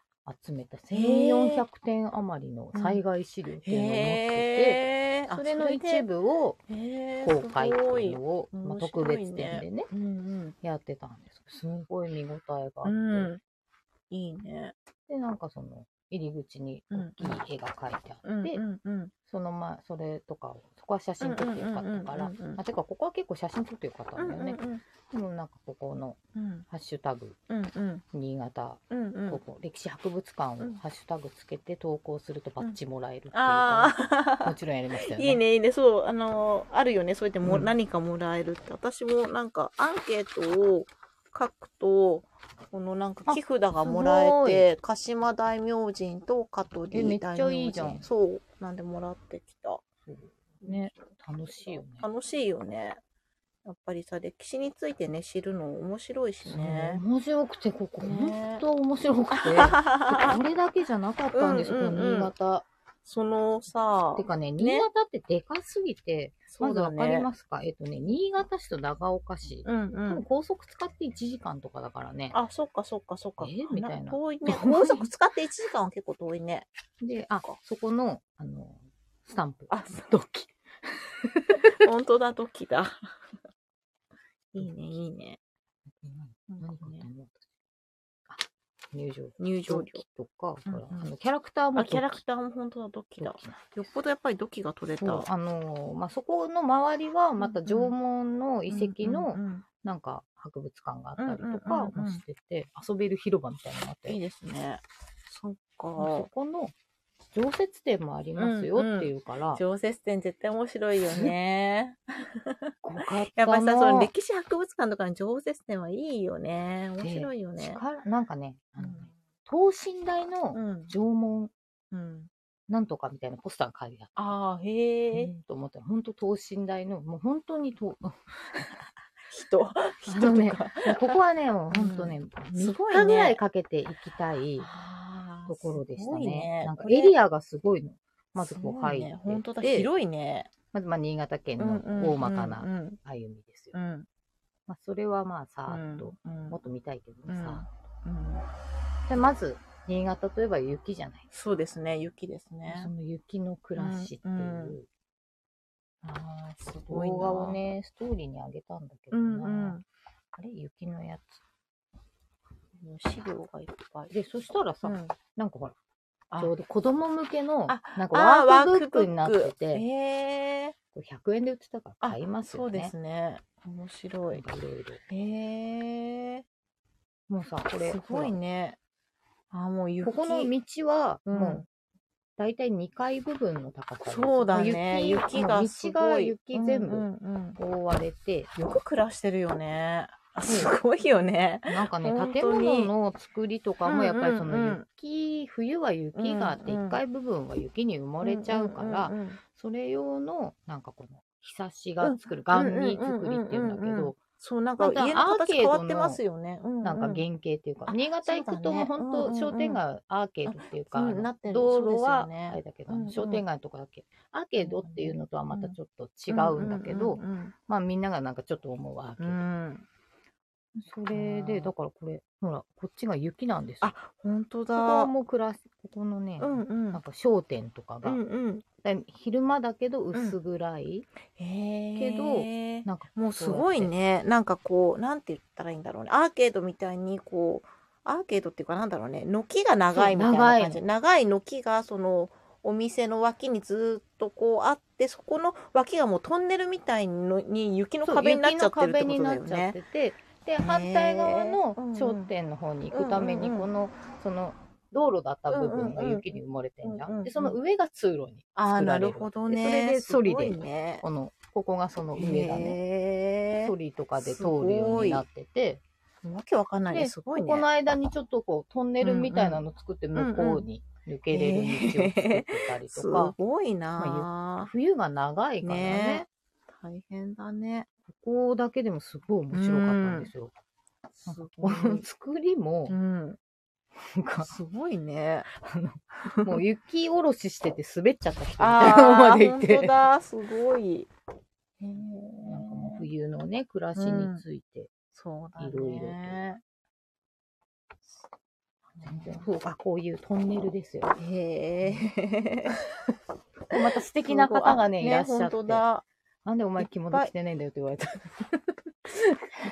Speaker 2: 集めた
Speaker 1: へー
Speaker 2: 1400点余りの災害資料っていうのを持ってて、
Speaker 1: へえ。
Speaker 2: それの一
Speaker 1: 部
Speaker 2: 部を公開っていうの
Speaker 1: う
Speaker 2: を、
Speaker 1: すごい
Speaker 2: まあ、
Speaker 1: 面
Speaker 2: 特
Speaker 1: 白いね
Speaker 2: 別展でね、
Speaker 1: ん
Speaker 2: やってたんです。すごい見応えがあって、
Speaker 1: うん。うん。いいね。
Speaker 2: で、なんかその入り口に大きい絵が描いてあって、
Speaker 1: うんうんうん。
Speaker 2: そのまそれとかを、そこは写真撮ってよかったから、
Speaker 1: うんうんうんうんうん
Speaker 2: あてかここは結構写真撮ってよかったんだよね。
Speaker 1: うんうんうん
Speaker 2: でもなんかここの
Speaker 1: うん
Speaker 2: ハッシュタグ
Speaker 1: うんうん
Speaker 2: 新潟
Speaker 1: うんうん
Speaker 2: ここ歴史博物館
Speaker 1: うん
Speaker 2: をハッシュタグつけて投稿するとバッジもらえるっていう
Speaker 1: あ
Speaker 2: か、も
Speaker 1: あ
Speaker 2: ちろんやりましたよね。
Speaker 1: いいねいいねそうあのーあるよねそうやっても、
Speaker 2: うん
Speaker 1: 何かもらえるって私もなんかアンケートを書くとこのなんか
Speaker 2: あ
Speaker 1: 木札がもらえて鹿島大明神と香取
Speaker 2: えめっ
Speaker 1: 大
Speaker 2: ち
Speaker 1: 明
Speaker 2: ゃ
Speaker 1: 神
Speaker 2: いいじゃん
Speaker 1: そうなんでもらってきた
Speaker 2: ね楽しいよね。
Speaker 1: 楽しいよねやっぱりさ歴史についてね知るの面白いしね
Speaker 2: そう面白くてここ
Speaker 1: ね
Speaker 2: 本当面白くて、これだけじゃなかったんですけど、
Speaker 1: うんうんうん
Speaker 2: 新潟。
Speaker 1: そのさ
Speaker 2: てかね新潟ってでかすぎて、
Speaker 1: そ
Speaker 2: ま
Speaker 1: う
Speaker 2: ず
Speaker 1: だ
Speaker 2: わかり
Speaker 1: ね
Speaker 2: ますか、えっとね新潟市と長岡市、
Speaker 1: うんう
Speaker 2: 多分
Speaker 1: ん
Speaker 2: 高速使って1時間とかだからね。
Speaker 1: あそっかそっかそっか
Speaker 2: えみたいな
Speaker 1: 遠い ね高速使って1時間は結構遠いね
Speaker 2: で、あ
Speaker 1: そっか
Speaker 2: そこのあのスタンプ。
Speaker 1: あ
Speaker 2: ドキ。
Speaker 1: 本当だ、時だ。 いいね、いいね。
Speaker 2: 何買ったのあ入場料
Speaker 1: 入場料。
Speaker 2: とか、
Speaker 1: うん
Speaker 2: ほらあのキャラクターも
Speaker 1: あ、キャラ
Speaker 2: ド
Speaker 1: クターも本当だ、ドキ
Speaker 2: キド
Speaker 1: だ。
Speaker 2: キな
Speaker 1: よっぽどやっぱりドキが取れた。
Speaker 2: そうあのーまあ、そこの周りはまた縄文の遺跡
Speaker 1: う
Speaker 2: の
Speaker 1: んうん
Speaker 2: なんか博物館があったりと
Speaker 1: うんうん
Speaker 2: か
Speaker 1: うんうん
Speaker 2: もしてて遊べる広場みたいなのがあっ
Speaker 1: うんいい
Speaker 2: て
Speaker 1: ですね。そっ
Speaker 2: そ
Speaker 1: か。
Speaker 2: この常設店もありますよっていうから、
Speaker 1: 常設展絶対面白いよね。
Speaker 2: ごかった
Speaker 1: やっぱりさ、
Speaker 2: の
Speaker 1: その歴史博物館とかの常設展はいいよね。面白いよね。
Speaker 2: 力なんかねあのね等身大
Speaker 1: う
Speaker 2: の
Speaker 1: ん。
Speaker 2: 縄文
Speaker 1: うん。
Speaker 2: なんとかみたいなポスターが書いてあって
Speaker 1: ああ、
Speaker 2: え
Speaker 1: へ
Speaker 2: ー
Speaker 1: え。
Speaker 2: と思ったら本当等身大のもう本当にと
Speaker 1: 人。
Speaker 2: あ
Speaker 1: 人
Speaker 2: のね
Speaker 1: とか。
Speaker 2: ここはねもう本当ね、
Speaker 1: す
Speaker 2: 3
Speaker 1: ごいね
Speaker 2: 日ぐらいかけて行きたい
Speaker 1: あー
Speaker 2: ところでし
Speaker 1: す
Speaker 2: た
Speaker 1: ご
Speaker 2: ね
Speaker 1: いね
Speaker 2: なんか
Speaker 1: これ
Speaker 2: エリアがすごいのまずこう入って
Speaker 1: すごいね本当だ、
Speaker 2: で
Speaker 1: 広いね。
Speaker 2: まずまあ新潟県の大まかな歩みですよ、
Speaker 1: うん。うん
Speaker 2: まあ、それはまあさ
Speaker 1: う
Speaker 2: ー
Speaker 1: ん
Speaker 2: っと、
Speaker 1: うん
Speaker 2: もっと見たいけどねさ、
Speaker 1: うん
Speaker 2: でまず新潟といえば雪じゃない、
Speaker 1: そうですね、雪ですね
Speaker 2: そ。の雪の暮らしっていう、
Speaker 1: うんうああ、すごいな。
Speaker 2: 動画をねストーリーにあげたんだ
Speaker 1: う
Speaker 2: けどな、
Speaker 1: んうん。
Speaker 2: あれ雪のや
Speaker 1: 資料がいっぱい
Speaker 2: つ。でそしたらさ、
Speaker 1: うん
Speaker 2: なんかほら
Speaker 1: あ
Speaker 2: ちょうど子供向けの、
Speaker 1: あ
Speaker 2: なんか
Speaker 1: あ
Speaker 2: ワークブッ
Speaker 1: ワークブッ
Speaker 2: ク
Speaker 1: ク
Speaker 2: になって
Speaker 1: へ
Speaker 2: て、
Speaker 1: え。
Speaker 2: これ100円で売ってたから買います
Speaker 1: そ
Speaker 2: よ
Speaker 1: うで
Speaker 2: ね
Speaker 1: す。ね。面白
Speaker 2: なん
Speaker 1: い。
Speaker 2: かいろいろ。
Speaker 1: へえ。
Speaker 2: もうさ、これ、
Speaker 1: すごい
Speaker 2: ほ
Speaker 1: ね。あー、もう
Speaker 2: ら
Speaker 1: 雪。
Speaker 2: ここの道は、
Speaker 1: うん
Speaker 2: もう、だいたい2階部分の高さです
Speaker 1: そうだね。
Speaker 2: もう
Speaker 1: 雪がす
Speaker 2: もう道
Speaker 1: ご
Speaker 2: が
Speaker 1: い。
Speaker 2: 雪全
Speaker 1: うん
Speaker 2: 部
Speaker 1: うんうん
Speaker 2: 覆われて、
Speaker 1: よく暮らしてるよね。あすごいよね。
Speaker 2: なんかね、
Speaker 1: 本当に
Speaker 2: 建物の作りとかもやっぱりそ
Speaker 1: うんうんう
Speaker 2: の
Speaker 1: ん
Speaker 2: 雪、冬は雪があって、
Speaker 1: うんうん
Speaker 2: 1階部分は雪に埋もれちゃうから
Speaker 1: ん、んうん
Speaker 2: それ用の、なんかこの、ひさしが作る、ガンニ作りっていうんだ
Speaker 1: うんうんうん
Speaker 2: け
Speaker 1: うんうん
Speaker 2: ど、
Speaker 1: そう、なんか
Speaker 2: また
Speaker 1: 家の形変わってますよね。
Speaker 2: なんか
Speaker 1: うう
Speaker 2: 原型っていうか、
Speaker 1: あ
Speaker 2: 新潟行くともう
Speaker 1: そうだね
Speaker 2: 本当
Speaker 1: うんうんうん
Speaker 2: 商店街アーケードっていうか、
Speaker 1: あ
Speaker 2: あ
Speaker 1: うん
Speaker 2: の
Speaker 1: なってる
Speaker 2: 道
Speaker 1: そうです
Speaker 2: 路
Speaker 1: よ
Speaker 2: は
Speaker 1: ね
Speaker 2: あれだけど、
Speaker 1: うんうん
Speaker 2: 商店街とかだけアーケードっていうのとはまたちょっと違うんだけど、
Speaker 1: うんうん
Speaker 2: まあみんながなんかちょっと思うアーケ
Speaker 1: う
Speaker 2: ー
Speaker 1: んう
Speaker 2: ド、
Speaker 1: んうん
Speaker 2: それでだからこれほらこっちが雪なんですよ
Speaker 1: あ本当
Speaker 2: ここ
Speaker 1: だ。
Speaker 2: も暮らしここのね、
Speaker 1: うんうん
Speaker 2: なんか商店とか
Speaker 1: う
Speaker 2: が、
Speaker 1: んうん。
Speaker 2: だ昼間だけど薄暗い、
Speaker 1: へえ。
Speaker 2: なんか
Speaker 1: もうすごいね。なんかこう、なんて言ったらいいんだろうね。アーケードみたいにこう、アーケードっていうかなんだろうね。軒が長いみたいな感じ。
Speaker 2: そ
Speaker 1: 長い軒がその、お店の脇にずっとこうあって、そこの脇がもうトンネルみたいのに雪の
Speaker 2: そう
Speaker 1: 壁になっちゃってるってこと
Speaker 2: 雪の
Speaker 1: だ
Speaker 2: 壁
Speaker 1: よ
Speaker 2: になっ
Speaker 1: ね
Speaker 2: ち。ゃっててで反対側
Speaker 1: うんう
Speaker 2: の
Speaker 1: ん
Speaker 2: 商店の方に行くために
Speaker 1: うんうんうん
Speaker 2: このその道路だった部分が雪に埋もれてんじゃ
Speaker 1: うんうんうん
Speaker 2: ん。でその上が通路に
Speaker 1: ああ、
Speaker 2: 作
Speaker 1: な
Speaker 2: られ
Speaker 1: る
Speaker 2: る。
Speaker 1: ほど
Speaker 2: で
Speaker 1: ね。
Speaker 2: それでソリ
Speaker 1: す
Speaker 2: で
Speaker 1: ごいね。
Speaker 2: このここがその上がね
Speaker 1: へえ
Speaker 2: ソリとかで通るようになってて
Speaker 1: わけわかんないね。
Speaker 2: です
Speaker 1: ご
Speaker 2: こ
Speaker 1: いね。
Speaker 2: この間にちょっとこうトンネルみたいなの作って向こうに抜けれる道を作ってたり
Speaker 1: す
Speaker 2: とか
Speaker 1: ごいな
Speaker 2: 冬が長い
Speaker 1: ぁ。
Speaker 2: から
Speaker 1: ね
Speaker 2: ね
Speaker 1: 大変だね。
Speaker 2: ここだけでもすごい面白かったんですよ。なんかこの 作りも
Speaker 1: うん。
Speaker 2: なんか
Speaker 1: すごいね。
Speaker 2: もう雪下ろししてて滑っちゃった人みたいなの
Speaker 1: ああ、
Speaker 2: までい
Speaker 1: 本
Speaker 2: て。
Speaker 1: 当
Speaker 2: なんか
Speaker 1: だ。すごい。へえ
Speaker 2: もう冬のね、暮らしについて。
Speaker 1: そうだね。
Speaker 2: いろいろと全然そうか、こういうトンネルですよ。
Speaker 1: へえ。
Speaker 2: また素敵な方がね、いらっしゃ
Speaker 1: 本
Speaker 2: って。
Speaker 1: 当だ。
Speaker 2: なんでお前着物着てないんだよって言われた。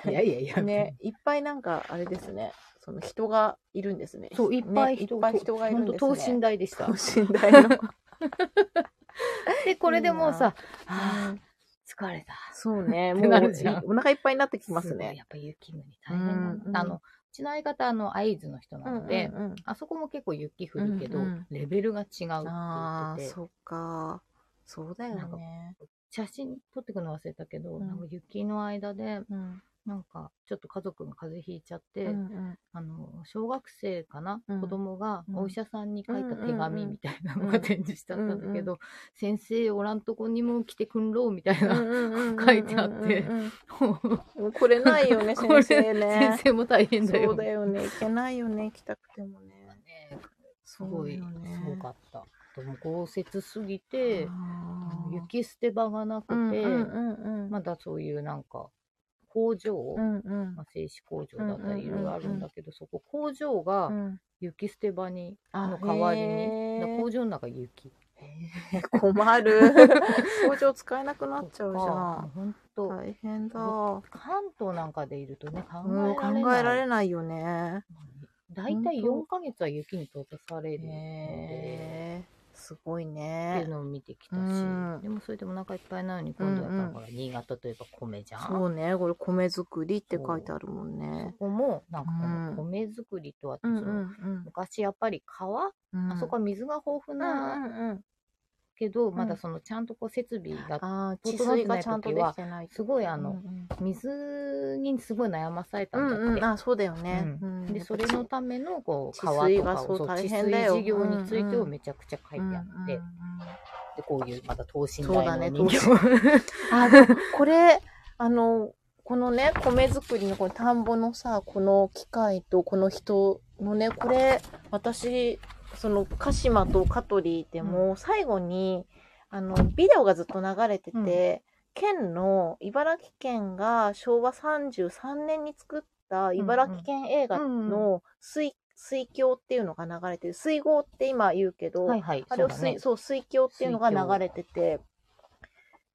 Speaker 2: いやいやいや。
Speaker 1: ね、いっぱいなんか、あれですね。その人がいるんですね。
Speaker 2: そう、いっぱい
Speaker 1: ね
Speaker 2: 人
Speaker 1: いっぱい人がいるんですね。
Speaker 2: ほと等身大 でした。
Speaker 1: 等身大の。
Speaker 2: で、これでもうさ、
Speaker 1: う
Speaker 2: ああ
Speaker 1: ん
Speaker 2: 疲れた。
Speaker 1: そうね。
Speaker 2: っ
Speaker 1: も
Speaker 2: て
Speaker 1: う、
Speaker 2: なるじゃん
Speaker 1: いお腹いっぱいになってきます
Speaker 2: ごい
Speaker 1: ね。
Speaker 2: やっぱ雪降り大変なんだ
Speaker 1: うんうん
Speaker 2: あの、うちの相方あの会津の人なので、
Speaker 1: うんうんうん
Speaker 2: あそこも結構雪降るけど、
Speaker 1: うんうん
Speaker 2: レベルが違うって言
Speaker 1: ああ、
Speaker 2: ってて、
Speaker 1: そっか。そうだよ
Speaker 2: なんか
Speaker 1: ね。
Speaker 2: 写真撮ってくの忘れたけど、
Speaker 1: うん
Speaker 2: なんか雪の間で、
Speaker 1: うん。
Speaker 2: なんかちょっと家族が風邪ひいちゃって、
Speaker 1: うん
Speaker 2: あの、小学生かな、
Speaker 1: うん
Speaker 2: 子供が
Speaker 1: うん
Speaker 2: お医者さんに書いた手
Speaker 1: うんうんう
Speaker 2: 紙
Speaker 1: ん
Speaker 2: みたいなのが展示してあったんだけど、
Speaker 1: う
Speaker 2: 先生、おらんとこにも来てくんろうみたいな、
Speaker 1: うん。
Speaker 2: 書いてあって
Speaker 1: うんうんうんうん。もう これないよね、
Speaker 2: これ
Speaker 1: 先生ね
Speaker 2: 先。生も大変だよ。
Speaker 1: そうだよね。行けないよね、行きたくてもね。
Speaker 2: ねす
Speaker 1: す
Speaker 2: ごい、すごかった。でも豪雪すぎて、あの
Speaker 1: 雪
Speaker 2: 雪捨て場がなくて、
Speaker 1: うんうんうん。
Speaker 2: まだそういうなんか、工場、
Speaker 1: うんうん
Speaker 2: まあ、製紙工場だったりい
Speaker 1: うんうんうんうん
Speaker 2: ろいろあるんだけど、そこ工場が
Speaker 1: うん。
Speaker 2: 雪捨て場に、
Speaker 1: あ
Speaker 2: の代わり
Speaker 1: へ
Speaker 2: に、
Speaker 1: ー
Speaker 2: だから工場の中雪。
Speaker 1: 困 る。工場使えなくなっちゃうじゃん。
Speaker 2: ほんと、
Speaker 1: 大変だ。
Speaker 2: 関東なんかでいるとね、考
Speaker 1: うん
Speaker 2: えられない。
Speaker 1: 考えられないよね。
Speaker 2: 大体
Speaker 1: ほんと
Speaker 2: 4ヶ月は雪に閉ざされるので、
Speaker 1: へえすごい
Speaker 2: っていう
Speaker 1: ね。
Speaker 2: のを見てきたし、
Speaker 1: うん
Speaker 2: でもそれでもお腹いっぱいなのに今度やっ
Speaker 1: うんう
Speaker 2: ぱり
Speaker 1: ん
Speaker 2: ほら新潟といえば米じゃん。
Speaker 1: そうね、これ米作りって書いてあるもんね。
Speaker 2: ここもなんかこ
Speaker 1: うん
Speaker 2: の米作りとは、
Speaker 1: うんう
Speaker 2: その
Speaker 1: ん
Speaker 2: 昔やっぱり川、
Speaker 1: うん。
Speaker 2: あそこは水が豊富
Speaker 1: うんう
Speaker 2: なん
Speaker 1: うん。
Speaker 2: けど、
Speaker 1: ん
Speaker 2: まだそのちゃんとこう設備が
Speaker 1: ああ、治水がちゃんとできてない。
Speaker 2: すごいあ
Speaker 1: あ
Speaker 2: の、、水にすごい悩まされた
Speaker 1: うん
Speaker 2: だって。
Speaker 1: んうん。あ、そうだよね。うん
Speaker 2: でそれの、ためのこう
Speaker 1: 治
Speaker 2: 川
Speaker 1: 水
Speaker 2: と
Speaker 1: が
Speaker 2: かを
Speaker 1: そう
Speaker 2: そう
Speaker 1: 大
Speaker 2: 治
Speaker 1: 変
Speaker 2: 水
Speaker 1: だよ
Speaker 2: 事業について
Speaker 1: うん
Speaker 2: を
Speaker 1: うん
Speaker 2: めちゃくちゃ書
Speaker 1: う
Speaker 2: い
Speaker 1: ん
Speaker 2: て
Speaker 1: う
Speaker 2: あ
Speaker 1: ん
Speaker 2: って、でこういうまた等身
Speaker 1: そうだね
Speaker 2: 大の人形、
Speaker 1: あ、でもこれ、あの、このね、米作りのこの田んぼのさ、この機械とこの人のね、これ、私、その、鹿島と香取でも、最後に、あの、ビデオがずっと流れてて、県の、茨城県が昭和33年に作った茨城県映画の水、水郷っていうのが流れてる。水郷って今言うけど、
Speaker 2: はいはい
Speaker 1: あ
Speaker 2: そ
Speaker 1: れ
Speaker 2: う
Speaker 1: を
Speaker 2: だ
Speaker 1: 水
Speaker 2: ね
Speaker 1: そう、水郷っていうのが流れてて、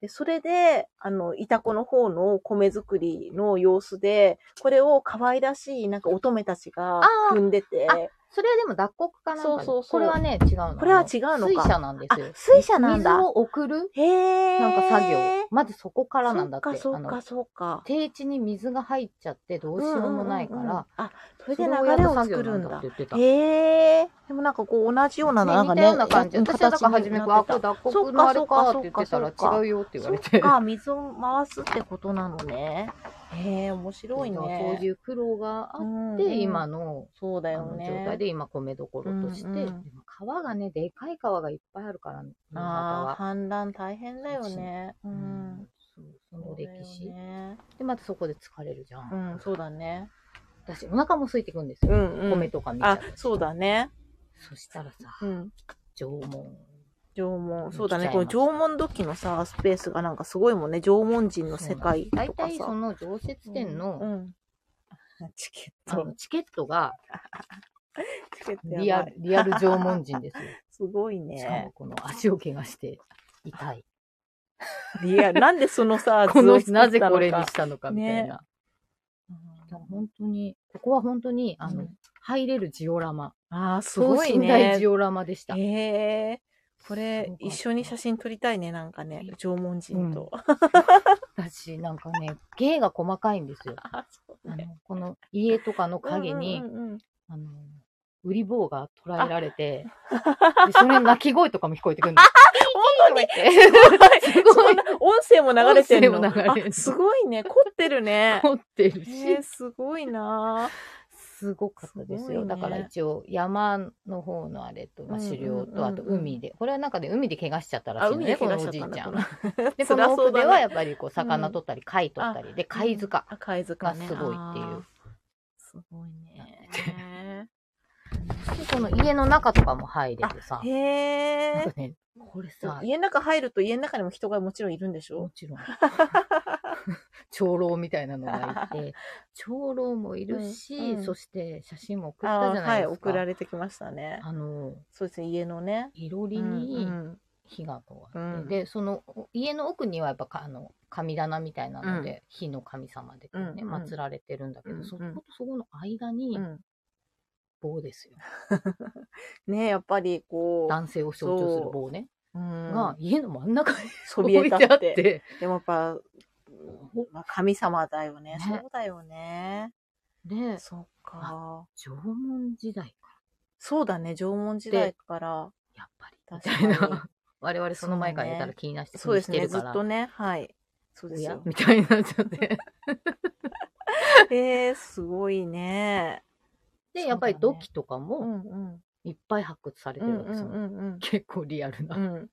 Speaker 1: で、それで、あの、いたこの方の米作りの様子で、これを可愛らしい、なんか乙女たちが
Speaker 2: あー
Speaker 1: 踏んでて、
Speaker 2: それはでも脱穀かなんか
Speaker 1: そう
Speaker 2: で
Speaker 1: そうそう
Speaker 2: これはね、違うの。
Speaker 1: これは違うのか
Speaker 2: 水車なんですよ。
Speaker 1: あ水車なんだ
Speaker 2: 水を送る
Speaker 1: へえ。
Speaker 2: なんか作業。まずそこからなんだって。
Speaker 1: そっ
Speaker 2: あ
Speaker 1: か、そ
Speaker 2: の
Speaker 1: うか、そうか。
Speaker 2: 低地に水が入っちゃってどうしようもないから、
Speaker 1: うんうんうんうんあ、それで
Speaker 2: そを
Speaker 1: 流
Speaker 2: や
Speaker 1: れ
Speaker 2: る
Speaker 1: を
Speaker 2: 作業
Speaker 1: 作るん
Speaker 2: な
Speaker 1: だ
Speaker 2: って。言ってた。ね
Speaker 1: へえ。でもなんかこう同じような、なんか
Speaker 2: 似
Speaker 1: ね、
Speaker 2: たような感じ。
Speaker 1: うん
Speaker 2: 私はだから初
Speaker 1: 形
Speaker 2: め
Speaker 1: に
Speaker 2: こう、
Speaker 1: な
Speaker 2: あ、
Speaker 1: ってた
Speaker 2: これ脱穀のあれかって言って
Speaker 1: そっ
Speaker 2: た
Speaker 1: かそっ
Speaker 2: ら
Speaker 1: か
Speaker 2: 違うよって言われ。
Speaker 1: そってか、水を回すってことなのね。へえ、面白いね。
Speaker 2: そういう苦労があって、今の
Speaker 1: そうだ
Speaker 2: あ
Speaker 1: よ
Speaker 2: の
Speaker 1: ね。
Speaker 2: 状態で今米どころとして、
Speaker 1: うんうん
Speaker 2: でも川がね、でかい川がいっぱいあるから、新潟
Speaker 1: あ
Speaker 2: は
Speaker 1: あ、氾濫大変だよね。う
Speaker 2: うんん。そうその歴
Speaker 1: そう
Speaker 2: 史、
Speaker 1: だよね
Speaker 2: でまたそこで疲れるじゃん、
Speaker 1: うん、そうだね。
Speaker 2: 私お腹も空いてくるんですよ、
Speaker 1: ん
Speaker 2: 米とか見ちゃ
Speaker 1: あ
Speaker 2: って、
Speaker 1: そうだね。
Speaker 2: そしたらさ
Speaker 1: うん。
Speaker 2: 縄文
Speaker 1: 縄文。そうだね。
Speaker 2: 来ち
Speaker 1: こ
Speaker 2: ゃい
Speaker 1: の
Speaker 2: ます
Speaker 1: 縄文土器のさ、スペースがなんかすごいもんね。縄文人の世界とか
Speaker 2: 大
Speaker 1: さ。
Speaker 2: 体その常設店の,、
Speaker 1: うん。チケッ
Speaker 2: あ
Speaker 1: ト
Speaker 2: の。チケットが
Speaker 1: チケットやばい
Speaker 2: リアルリアル縄文 人ですよ、
Speaker 1: すごい
Speaker 2: しかも
Speaker 1: ね。
Speaker 2: この足を怪我して痛い
Speaker 1: リアル。なんでそのさ、
Speaker 2: この
Speaker 1: 図を作ったか
Speaker 2: なぜこれにしたのかみたいな、
Speaker 1: うん
Speaker 2: だから本当にここは本当にあの、
Speaker 1: うん
Speaker 2: 入れるジオラマ
Speaker 1: ああ、す
Speaker 2: 等
Speaker 1: ごい
Speaker 2: 身大
Speaker 1: ね
Speaker 2: ジ。オラマでした、
Speaker 1: へえ。これ、一緒に写真撮りたいね、なんかね。縄文人と。
Speaker 2: 私なんかね芸が細かいんですよ
Speaker 1: あ、そう
Speaker 2: あの。この家とかの影に、
Speaker 1: うんうんうん
Speaker 2: あの、売り棒が捉えられて、でそれの鳴き声とかも聞こえてくるんです。本当にす ご
Speaker 1: そ
Speaker 2: い
Speaker 1: んな音声も流れてるの
Speaker 2: 音声も流れてる
Speaker 1: あすごいね凝ってるね
Speaker 2: 凝って るし、
Speaker 1: へえすごいな
Speaker 2: すごかったです
Speaker 1: すごい
Speaker 2: よ。
Speaker 1: ね
Speaker 2: だから一応山の方のあれと、まあ、
Speaker 1: うんうんうん
Speaker 2: 狩猟と、あと海で、これはなんかね、海で怪我しちゃったらしいのね、このおじいちゃ ん。で、この奥ではやっぱりこう、魚取ったり、貝取ったり、で、貝塚。
Speaker 1: 貝塚ね
Speaker 2: がすごいってい
Speaker 1: あ
Speaker 2: う
Speaker 1: ーすごい ね
Speaker 2: で、この家の中とかも入れてさ、
Speaker 1: へ
Speaker 2: なん
Speaker 1: え
Speaker 2: かね、これさ、
Speaker 1: 家の中入ると家の中にも人がもちろんいるんでし
Speaker 2: も
Speaker 1: ょ
Speaker 2: ち ろん。長老みたいなのがい て、長老もいるし、
Speaker 1: うんうん
Speaker 2: そして写真も送っ
Speaker 1: あ
Speaker 2: た
Speaker 1: ー
Speaker 2: じゃな
Speaker 1: はいい
Speaker 2: ですか。
Speaker 1: 送られてきましたね
Speaker 2: あの、
Speaker 1: そうですね家のね
Speaker 2: いろりに
Speaker 1: うん
Speaker 2: 火がこう
Speaker 1: うん
Speaker 2: あって、で、そのお家の奥にはやっぱかあの神棚みたいなので、火の神様でこうね、
Speaker 1: うんうん
Speaker 2: 祀られてるんだけど、
Speaker 1: うんうん
Speaker 2: そことそこの間
Speaker 1: う
Speaker 2: に
Speaker 1: ん
Speaker 2: 棒ですよ。
Speaker 1: ねやっぱりこう
Speaker 2: 男性を象徴する棒ね。が
Speaker 1: が、
Speaker 2: 家の真ん中に
Speaker 1: そび
Speaker 2: 置
Speaker 1: え
Speaker 2: い
Speaker 1: 立
Speaker 2: てあ
Speaker 1: っ。
Speaker 2: ってて、
Speaker 1: でもやっぱ、まあ、神様だよね
Speaker 2: ね
Speaker 1: そうだよね。
Speaker 2: で、
Speaker 1: そっか。
Speaker 2: 縄文時代か
Speaker 1: そうだね、縄文時代から。
Speaker 2: ら、やっぱり、み
Speaker 1: 確
Speaker 2: たい
Speaker 1: かに
Speaker 2: な。。我々その前からやったら気になって
Speaker 1: そうです
Speaker 2: 気
Speaker 1: ね、
Speaker 2: にし
Speaker 1: ず
Speaker 2: てる
Speaker 1: っ
Speaker 2: から
Speaker 1: とね、はい。そうです
Speaker 2: おや
Speaker 1: よ。
Speaker 2: みたいになっちゃって。
Speaker 1: えー、すごいね。
Speaker 2: で、やっぱり土器とか
Speaker 1: う
Speaker 2: も
Speaker 1: んうん。
Speaker 2: いっぱい発掘され
Speaker 1: う
Speaker 2: て
Speaker 1: ん
Speaker 2: るわ
Speaker 1: う
Speaker 2: けですよ。
Speaker 1: ん うん
Speaker 2: 結構リアル
Speaker 1: う
Speaker 2: な。
Speaker 1: ん。うん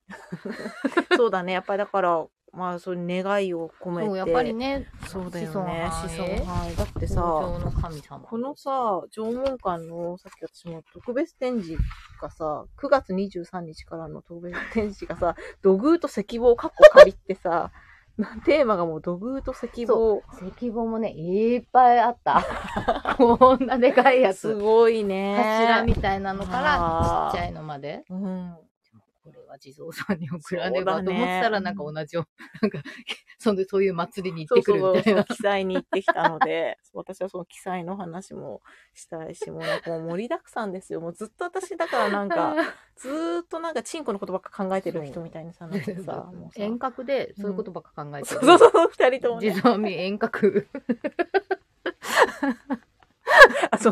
Speaker 1: そうだね、やっぱりだから、まあ、そういう願いを込めて。
Speaker 2: そう、やっぱりね、
Speaker 1: そうだよ
Speaker 2: 子孫
Speaker 1: ね。
Speaker 2: 繁栄
Speaker 1: 子孫繁栄だって
Speaker 2: 豊
Speaker 1: さ、
Speaker 2: 穣の神様。
Speaker 1: このさ、縄文館の、さっき私も特別展示がさ、9月23日からの特別展示がさ、 土偶と石棒かっこ借りってさ、なテーマがもう土偶と石棒。
Speaker 2: 石棒もね、いっぱいあ った。こんなでかいや
Speaker 1: す
Speaker 2: つ。
Speaker 1: ごいね。
Speaker 2: 柱みたいなのから
Speaker 1: あー
Speaker 2: ちっちゃいのまで。
Speaker 1: うん。
Speaker 2: これは地蔵さんに送らねばと
Speaker 1: そうだね
Speaker 2: 思ったら、なんか同じよ、なんか、 そんでそういう祭りに
Speaker 1: そ
Speaker 2: 行っ
Speaker 1: う
Speaker 2: てく
Speaker 1: そ
Speaker 2: るみ
Speaker 1: う、
Speaker 2: た
Speaker 1: そ
Speaker 2: い
Speaker 1: の
Speaker 2: な。
Speaker 1: 記載に行ってきたので、 私はその記載の話もしたいし、もうなんかもう盛りだくさんですよ。もうずっと私だからなん か、ずーっとなんかチンコのことばっか考えてる人みたいに さ、なんかさ、もうさ
Speaker 2: 遠隔でそういうことばっか考えて
Speaker 1: そ
Speaker 2: る
Speaker 1: うそうそう、二人とも、
Speaker 2: 地
Speaker 1: ね。
Speaker 2: 蔵見遠隔。
Speaker 1: あ、そう、赤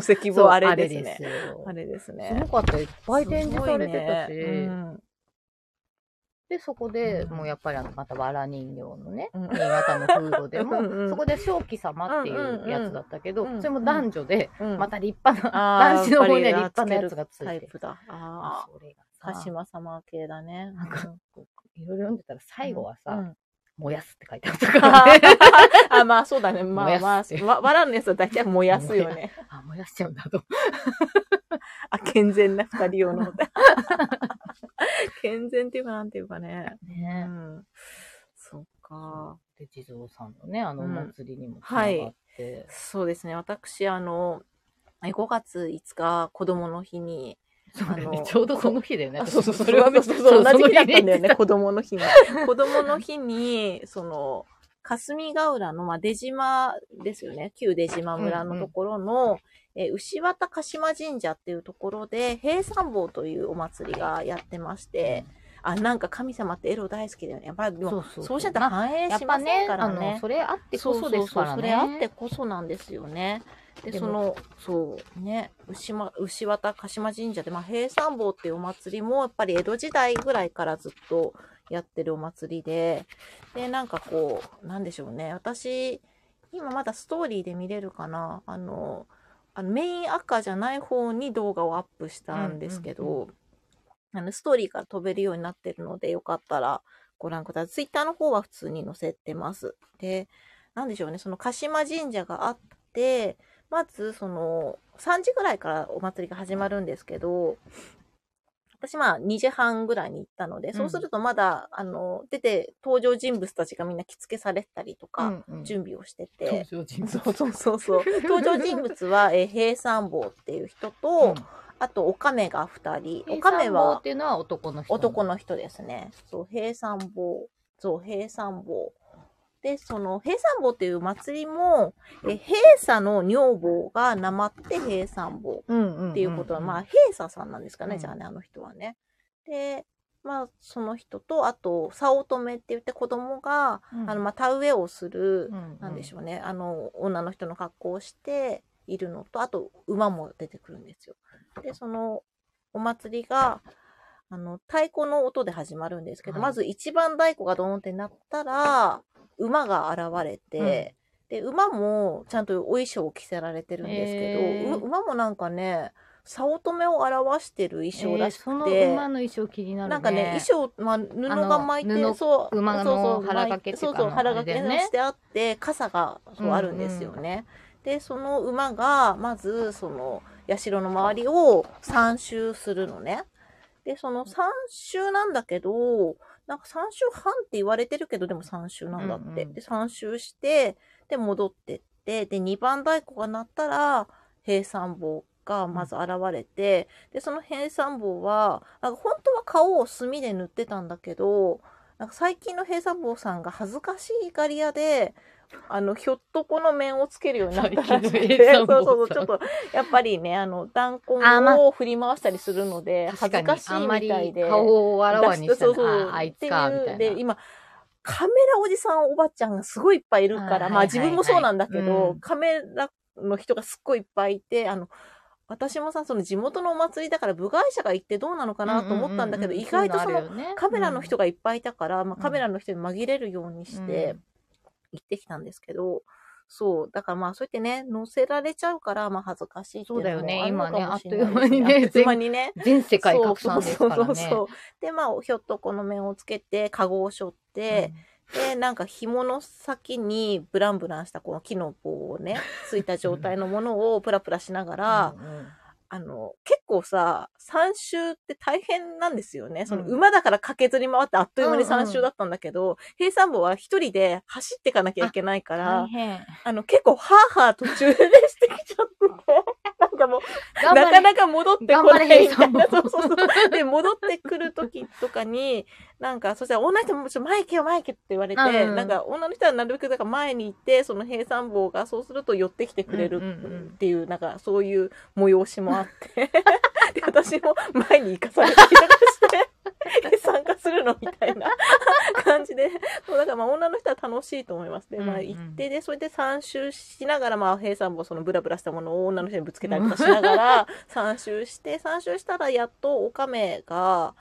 Speaker 2: そう
Speaker 1: 望あれですね。
Speaker 2: よ
Speaker 1: あれです
Speaker 2: す
Speaker 1: ね
Speaker 2: ご。かった。いっぱい展示されてた
Speaker 1: す
Speaker 2: し。
Speaker 1: ごいね
Speaker 2: で、そこで、
Speaker 1: うん
Speaker 2: もうやっぱりあの、またわら人形のね、
Speaker 1: うん
Speaker 2: 新潟の風土でも、
Speaker 1: うんうん
Speaker 2: そこで正気様っていうやつだったけど、
Speaker 1: うんうんうん
Speaker 2: それも男女で、
Speaker 1: うん。うん
Speaker 2: ま、た立派な、
Speaker 1: あー
Speaker 2: 男子の方には立派なやつがつい
Speaker 1: タイ
Speaker 2: て
Speaker 1: プ
Speaker 2: る。
Speaker 1: だ。
Speaker 2: あ
Speaker 1: あ
Speaker 2: それが
Speaker 1: あ、鹿
Speaker 2: さ、
Speaker 1: 島様系だね。
Speaker 2: なんか、こういろいろ読んでたら最後はさ、
Speaker 1: うん
Speaker 2: 燃やすって書いてあったからね。
Speaker 1: あ、まあそう だね。まあま
Speaker 2: 燃やすって
Speaker 1: あ、わわらのやつは大体燃やすよね。
Speaker 2: あ、燃やしちゃうんだと。
Speaker 1: あ、健全な二人用の。 健全っていうかなんていうかね。う
Speaker 2: ね
Speaker 1: ん。そっか。
Speaker 2: で、地蔵さんのね、あの、お
Speaker 1: うん
Speaker 2: 祭りにもつながって、
Speaker 1: そうですね。私、あの、え5月5日、子供の日に、
Speaker 2: そうだよね
Speaker 1: あの
Speaker 2: ちょうどその日だよね。
Speaker 1: あそうそうそう、
Speaker 2: それは
Speaker 1: そう
Speaker 2: 別
Speaker 1: そう
Speaker 2: に
Speaker 1: そう、同じ日だったんだよ
Speaker 2: ね。
Speaker 1: ね、子供の 日に。子供の日に、その、霞ヶ浦の、まあ、出島ですよね、旧出島村のところの、えー牛畑鹿島神社っていうところで、平山坊というお祭りがやってまして、あ、なんか神様ってエロ大好きだよね。やっぱり、でも
Speaker 2: そうそうそう
Speaker 1: そうしちゃったら反映
Speaker 2: やっ
Speaker 1: し
Speaker 2: ぱ
Speaker 1: ませ
Speaker 2: ね
Speaker 1: ん、から
Speaker 2: あ
Speaker 1: ね。
Speaker 2: の、それあってこそですか
Speaker 1: そうそうそう
Speaker 2: らね。
Speaker 1: それあってこそなんですよね。で、
Speaker 2: で
Speaker 1: その、そう、ね、牛ま、牛綿鹿島神社で、まあ、平山坊っていうお祭りも、やっぱり江戸時代ぐらいからずっとやってるお祭りで、で、なんかこう、なんでしょうね。私、今まだストーリーで見れるかな。あの、あのメイン赤じゃない方に動画をアップしたんですけど、
Speaker 2: うんう
Speaker 1: あの、ストーリーから飛べるようになってるので、よかったらご覧ください。ツイッターの方は普通に載せてます。で、なんでしょうね、その鹿島神社があって、まずその3時ぐらいからお祭りが始まるんですけど、私まあ2時半ぐらいに行ったので、そうするとまだ、あの、出て登場人物たちがみんな着付けされてたりとか、
Speaker 2: うんうん
Speaker 1: 準備をしてて、
Speaker 2: 登場人
Speaker 1: そうそうそうそう。登場人物は、えー平三坊っていう人と、あと、おかめが二人。お
Speaker 2: お
Speaker 1: か
Speaker 2: か
Speaker 1: め
Speaker 2: めは。
Speaker 1: は
Speaker 2: っていうのは男の人。
Speaker 1: 男
Speaker 2: の。
Speaker 1: の人ですね。そう、平三坊。そう、平三坊。で、その、平三坊っていう祭りも、えー平佐の女房がなまって平三坊
Speaker 2: うんうん。
Speaker 1: っていうことは、まあ、
Speaker 2: あ、
Speaker 1: 閉鎖さんなんですかね、
Speaker 2: うん
Speaker 1: じゃあね、あの人はね。で、まあ、その人と、あと、早乙女って言って子供が、あの、まあ、田植えをする、なんでし
Speaker 2: ょ
Speaker 1: ょうね、あの女の人の格好をしているのとあと馬も出てくるんですよ。でそのお祭りがあの太鼓の音で始まるんですけど、
Speaker 2: はい
Speaker 1: まず一番太鼓がドーンって鳴ったら馬が現れて、で馬もちゃんとお衣装を着せられてるんですけ
Speaker 2: へ
Speaker 1: ど、
Speaker 2: ー
Speaker 1: う馬もなんかね早乙女を表してる衣装らしくて。
Speaker 2: その馬の衣装気になるね。
Speaker 1: なんかね、衣装、まあ、布が巻い
Speaker 2: あ
Speaker 1: て、
Speaker 2: の布
Speaker 1: そう、
Speaker 2: 馬の
Speaker 1: そうそう
Speaker 2: 腹掛けってい
Speaker 1: そうう
Speaker 2: か
Speaker 1: そう、
Speaker 2: あの
Speaker 1: 腹
Speaker 2: あれ
Speaker 1: 掛
Speaker 2: だ
Speaker 1: け
Speaker 2: よね
Speaker 1: のしてあって、傘がそう
Speaker 2: うんうん
Speaker 1: あるんですよね。で、その馬が、まず、その、社の周りを三周するのね。で、その三周なんだけど、なんか三周半って言われてるけど、でも三周なんだって。
Speaker 2: うんうん
Speaker 1: で、三周して、で、戻ってって、で、二番太鼓が鳴ったら、平三坊がまず現れて、で、その平三坊は、なんか本当は顔を墨で塗ってたんだけど、なんか最近の平三坊さんが恥ずかしいがり屋で、あの、ひょっとこの面をつけるようになったらしく
Speaker 2: 最近の
Speaker 1: て、
Speaker 2: 英
Speaker 1: そ
Speaker 2: さ
Speaker 1: うんそうそ
Speaker 2: も
Speaker 1: う、
Speaker 2: さ
Speaker 1: ちょっと、やっぱりね、あの、弾
Speaker 2: あま
Speaker 1: 痕を振り回したりするので、恥ずかしいみたいで。
Speaker 2: 顔をわらわにした
Speaker 1: そう
Speaker 2: ら、
Speaker 1: そう。
Speaker 2: ああいつか、みた
Speaker 1: ってう
Speaker 2: い
Speaker 1: で、
Speaker 2: な。
Speaker 1: 今、カメラおじさん、おばちゃんがすごいいっぱいいるから、まあ
Speaker 2: あーはいはいはい
Speaker 1: 自分もそうなんだけど、
Speaker 2: うん
Speaker 1: カメラの人がすっごいいっぱいいて、あの、私もさ、その地元のお祭りだから部外者が行ってどうなのかなと思ったんだけど、
Speaker 2: ううう
Speaker 1: 意外とその、、カメラの人
Speaker 2: が
Speaker 1: がいっぱいいたから、まあ
Speaker 2: うん
Speaker 1: カメラの人に紛れるようにして、行ってきたんですけど、そう、だからまあそうやってね、載せられちゃうから、まあ恥ずかしいっていうのも
Speaker 2: そうだよね
Speaker 1: あるのかもしれ
Speaker 2: 今ね
Speaker 1: ないです
Speaker 2: あっという間にね
Speaker 1: あっという間にね。
Speaker 2: 全世界拡散ですからね。
Speaker 1: そうそうそうそう。で、まあ、ひょっとこの面をつけて、カゴを背負って、で、なんか紐の先にブランブランしたこの木の棒を ね、ついた状態のものをプラプラしながら、
Speaker 2: うんうん
Speaker 1: あの、結構さ、3周って大変なんですよね。その
Speaker 2: うん
Speaker 1: 馬だから駆けずり回ってあっという間に
Speaker 2: うんうん
Speaker 1: 3周だったんだけど、平山坊は一人で走っていかなきゃいけないから、
Speaker 2: 大
Speaker 1: あ
Speaker 2: 変。
Speaker 1: の、結構ハーハー途中でしてきちゃって て、なんかもう、
Speaker 2: 頑
Speaker 1: なか
Speaker 2: 張れ
Speaker 1: なか戻ってこないみたい
Speaker 2: 頑張
Speaker 1: な。
Speaker 2: れ
Speaker 1: そうそうそう。で、戻ってくる時とかに、なんか、そしたら女の人も、ちょ、前行けよ、前行けって言われて、
Speaker 2: うん
Speaker 1: なんか、女の人はなるべく、だから前に行って、その平参坊が、そうすると寄ってきてくれ
Speaker 2: うんうんうん
Speaker 1: るっていう、なんか、そういう催しもあって、で、私も前に行かされたりとか して、え参加するのみたいな感じで、そうだからまあ女の人は楽しいと思います。で、まあ
Speaker 2: うんうん
Speaker 1: 行って、で、それで3周しながら、まあ平さんもそのブラブラしたものを女の人にぶつけたりとかしなが ら、3周して、3周したらやっとオカメが、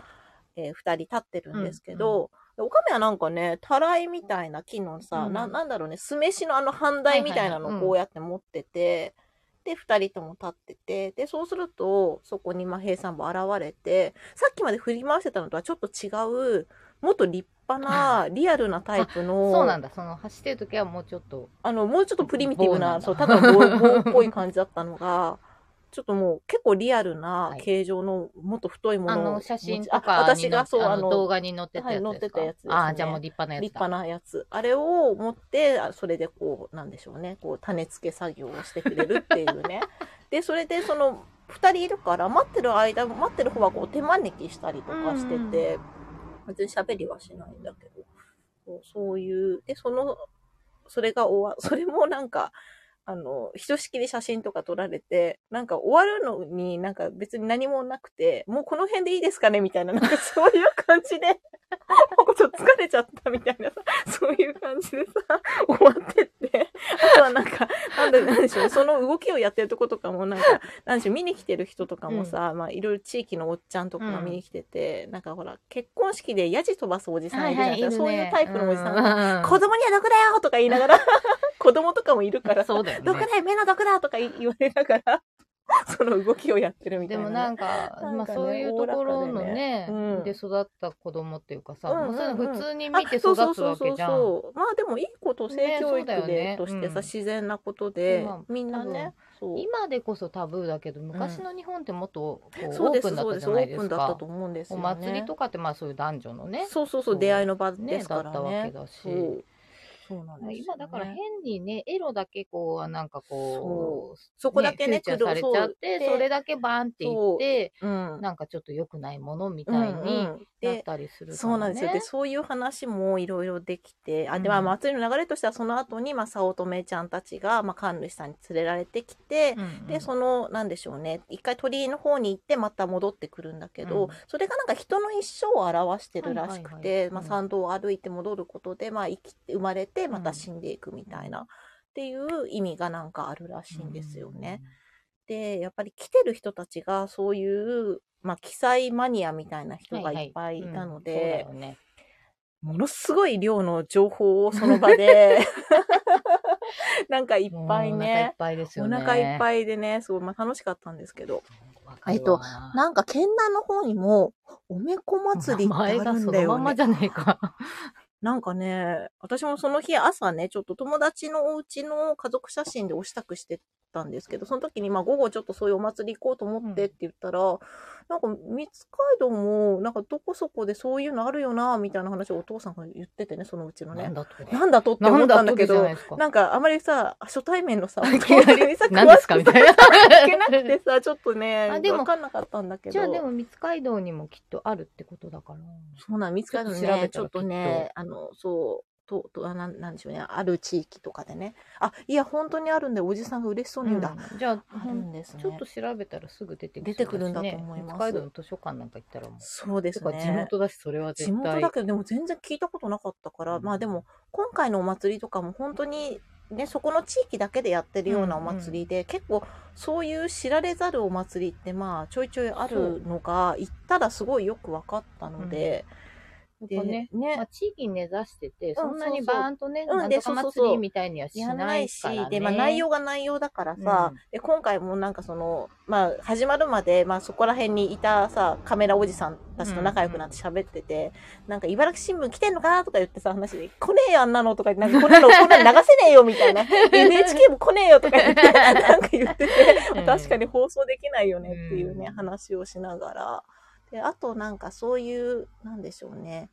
Speaker 1: えー、2人立ってるんですけど、でオカメはなんかね、たらいみたいな木のさ、
Speaker 2: うん
Speaker 1: ななんだろうね、酢飯のあの半台みたいな
Speaker 2: はいはいはい
Speaker 1: のを
Speaker 2: うん
Speaker 1: こうやって持ってて、で、二人とも立ってて、で、そうすると、そこに、まあ、平さんも現れて、さっきまで振り回してたのとはちょっと違う、もっと立派な、リアルなタイプの、
Speaker 2: そうなんだ。その走ってる時はもうちょっと。
Speaker 1: あの、もうちょっとプリミティブ
Speaker 2: 棒な
Speaker 1: な、
Speaker 2: んだ
Speaker 1: そう、ただの棒棒っぽい感じだったの が、ちょっともう結構リアルな
Speaker 2: はい
Speaker 1: 形状の、もっと太いも
Speaker 2: あ
Speaker 1: のを
Speaker 2: の
Speaker 1: 持ち
Speaker 2: 写真とか
Speaker 1: あ、私
Speaker 2: に
Speaker 1: がそう、あ
Speaker 2: あの動
Speaker 1: の、
Speaker 2: 画に載ってたやつですか、
Speaker 1: はい載ってたやつですね
Speaker 2: ああじゃあもう立派なやつだ
Speaker 1: 立派なやつ。あれを持って、あそれでこう、なんでしょうね、こう、種付け作業をしてくれるっていう ね。で、それでその、二人いるから、待ってる間、待ってる方はこう、手招きしたりとかしてて、別に喋りはしないんだけど、そうそういう、で、その、それが終わ、それもなんか、あの、ひとしきり写真とか撮られて、なんか終わるのになんか別に何もなくて、もうこの辺でいいですかねみたいな、なんかそういう感じで、なんかちょっと疲れちゃったみたいなさ、そういう感じでさ、終わってって、あとはなんか、なんだ、なんでしょう、その動きをやってるとことかもなんか、なんでしょう、見に来てる人とかもさ、まあいろいろ地域のおっちゃんとかが見に来てて、なんかほら、結婚式でヤジ飛ばすおじさんいるじゃないですか、そういうタイプのおじさんが、
Speaker 2: が
Speaker 1: 子供には毒だよとか言いな がら、子供とかもいるからさ、
Speaker 2: そうだよね
Speaker 1: 毒だよ、目の毒だとか言言われながら、その動きをやってるみた
Speaker 2: で
Speaker 1: いなね。
Speaker 2: もなんか、
Speaker 1: なんかね
Speaker 2: まあそういうところ
Speaker 1: おおら
Speaker 2: のね、
Speaker 1: かでねうん
Speaker 2: で育った子供っていうかさ、
Speaker 1: うんうんうん
Speaker 2: もうそういうの普通に
Speaker 1: あ
Speaker 2: 見て育つわけじゃ
Speaker 1: そうそ
Speaker 2: ん。
Speaker 1: うそうそうまあでもいいこと性
Speaker 2: ね
Speaker 1: 教育で、
Speaker 2: そうだよね
Speaker 1: としてさ、
Speaker 2: うん
Speaker 1: 自然なことで、
Speaker 2: まあ
Speaker 1: みんなねそう
Speaker 2: 今でこそタブーだけど、昔の日本ってもっとこう、
Speaker 1: そう
Speaker 2: オ
Speaker 1: で
Speaker 2: ー
Speaker 1: す
Speaker 2: プンだっ
Speaker 1: そう
Speaker 2: た
Speaker 1: で
Speaker 2: じ
Speaker 1: す
Speaker 2: ゃ
Speaker 1: オ
Speaker 2: な
Speaker 1: ー
Speaker 2: いで
Speaker 1: プ
Speaker 2: す
Speaker 1: ンだった
Speaker 2: か
Speaker 1: と。思うんです
Speaker 2: お
Speaker 1: よね
Speaker 2: 祭りとかってまあそういう男女のね、
Speaker 1: そうそうそ
Speaker 2: そう
Speaker 1: う出会いの場
Speaker 2: ね、
Speaker 1: です
Speaker 2: だ
Speaker 1: か
Speaker 2: っ
Speaker 1: ら
Speaker 2: たわけ
Speaker 1: ね
Speaker 2: だし。
Speaker 1: そうそうなんですよね
Speaker 2: 今だから変にね、エロだけこう、なんかこう、
Speaker 1: そこだけね
Speaker 2: フューチャーされちゃって、
Speaker 1: そう
Speaker 2: それだけバーンっていって、
Speaker 1: うん
Speaker 2: なんかちょっと良くないものみ
Speaker 1: うん
Speaker 2: たいに
Speaker 1: うん
Speaker 2: なっ
Speaker 1: で
Speaker 2: たりするから、ね。
Speaker 1: そうなんですよ。で、そういう話もいろいろできて、あ、で、まあ、
Speaker 2: うん
Speaker 1: 祭りの流れとしては、その後に、まあ、早乙女ちゃんたちが、まあ、神主さんに連れられてきて、
Speaker 2: うんうん
Speaker 1: で、その、なんでしょうね、一回鳥居の方に行って、また戻ってくるんだけど、
Speaker 2: うん
Speaker 1: それがなんか人の一生を表してるらしく
Speaker 2: はいはいはい
Speaker 1: て
Speaker 2: う、ん
Speaker 1: まあ、参道を歩いて戻ることで、まあ、生き、生まれて、また死んでいくみたいな、っていう意味がなんかあるらしいんですよね。。で、やっぱり来てる人たちが、そういう、まあ、記載マニアみたいな人がいっぱいいたので、
Speaker 2: はいはいうんそうだよね
Speaker 1: ものすごい量の情報をその場で、 なんかいっぱい
Speaker 2: もうお腹いっ
Speaker 1: ね、
Speaker 2: ぱいです
Speaker 1: お
Speaker 2: よね。
Speaker 1: 腹いっ
Speaker 2: い。
Speaker 1: ぱいでね、すごい、まあ、楽しかったんですけど。
Speaker 2: わかるわ
Speaker 1: えっと、なんか県南の方にも、おめこ祭りってあ
Speaker 2: 前
Speaker 1: る
Speaker 2: が
Speaker 1: ん
Speaker 2: そ
Speaker 1: だ
Speaker 2: の
Speaker 1: よ、
Speaker 2: まんま
Speaker 1: ね。
Speaker 2: じゃね えか。
Speaker 1: なんかね、私もその日朝ね、ちょっと友達のお家の家族写真でお支度してたんですけど、その時にまあ午後ちょっとそういうお祭り行こうと思ってって言ったら、なんか三つ街道も、なんかどこそこでそういうのあるよな、みたいな話をお父さんが言っててね、そのうちの
Speaker 2: な
Speaker 1: ね
Speaker 2: ん。だと。
Speaker 1: なんだとって思ったんだけ
Speaker 2: なん
Speaker 1: ど
Speaker 2: だとじゃない、ですか
Speaker 1: なんかあまりさ、初対面 のさ、お
Speaker 2: きなり
Speaker 1: 隣にさ、
Speaker 2: 何ですか
Speaker 1: 詳し
Speaker 2: み
Speaker 1: く
Speaker 2: たいな。
Speaker 1: さ聞けなくてさ、ちょっとね、
Speaker 2: あでも
Speaker 1: わかんなかったんだけど。
Speaker 2: じゃあでも、三つ街道にもきっとあるってことだから。
Speaker 1: そうなん、見つかるの
Speaker 2: ちょっと調
Speaker 1: ね
Speaker 2: べたら、
Speaker 1: ちょっとね、あの、そと、と、あなん、なんでしょうね。ある地域とかでね。あ、いや、本当にあるんで、おじさんが嬉しそうに言うんだ。
Speaker 2: うんじゃあ、
Speaker 1: あるんですね。
Speaker 2: ちょっと調べたらすぐ出て
Speaker 1: 出てくるんだと思います
Speaker 2: そうだしね北海道の図書館なんか行ったらもう。
Speaker 1: そうで
Speaker 2: て
Speaker 1: す
Speaker 2: か
Speaker 1: ね。
Speaker 2: 地元だし、それは絶
Speaker 1: 地
Speaker 2: 対。
Speaker 1: 元だけど、でも全然聞いたことなかったから、
Speaker 2: うん
Speaker 1: まあでも、今回のお祭りとかも本当に、ね、そこの地域だけでやってるようなお祭りで、結構そういう知られざるお祭りってまあちょいちょいあるのが、行ったらすごいよく分かったので、
Speaker 2: やっぱねまあ、地域に根ざしてて、そんなにバーンとね、
Speaker 1: そうそうう
Speaker 2: なんとか
Speaker 1: んでそうそう
Speaker 2: 祭
Speaker 1: そう
Speaker 2: りみたいにはし
Speaker 1: やら
Speaker 2: な
Speaker 1: ないいし
Speaker 2: から、ね。
Speaker 1: で、まあ内容が内容だからさ、
Speaker 2: うん
Speaker 1: で、今回もなんかその、まあ始まるまで、まあそこら辺にいたさ、カメラおじさんたちと仲良くなって喋ってて、なんか茨城新聞来てんのかとか言ってさ、話で、来ねえよあんなのとか、なんかこんなの、こんなの流せねえよみたいな、NHK も来ねえよとか言 って、なんか言ってて、
Speaker 2: うん
Speaker 1: 確かに放送できないよねっていうね、
Speaker 2: うん
Speaker 1: 話をしながら。で、あとなんかそういう、なんでしょうね。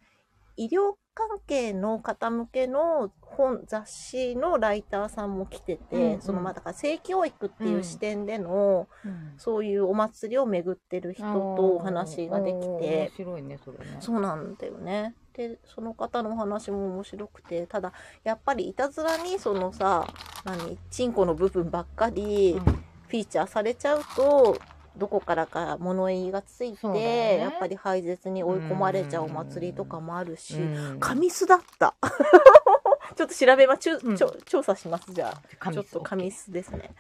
Speaker 1: 医療関係の方向けの本、雑誌のライターさんも来てて、
Speaker 2: うんうん
Speaker 1: そのまあだから性教育っていう視点での、
Speaker 2: うん
Speaker 1: そういうお祭りを巡ってる人とお話ができ
Speaker 2: あー
Speaker 1: て
Speaker 2: 面、白いね、それね。
Speaker 1: そうなんだよね。で、その方のお話も面白くて、ただ、やっぱりいたずらに、そのさ、何、チンコの部分ばっかり
Speaker 2: うん
Speaker 1: フィーチャーされちゃうと、どこからか物言いがついて、
Speaker 2: そうだね
Speaker 1: やっぱり廃絶に追い込まれちゃうお祭りとかもあるし、
Speaker 2: うん
Speaker 1: 神巣だった。 ちょっと調べま、ちゅ、
Speaker 2: うん
Speaker 1: ちょ調査します、じゃあ。
Speaker 2: 神
Speaker 1: ちょっと紙
Speaker 2: そ
Speaker 1: 質ですね。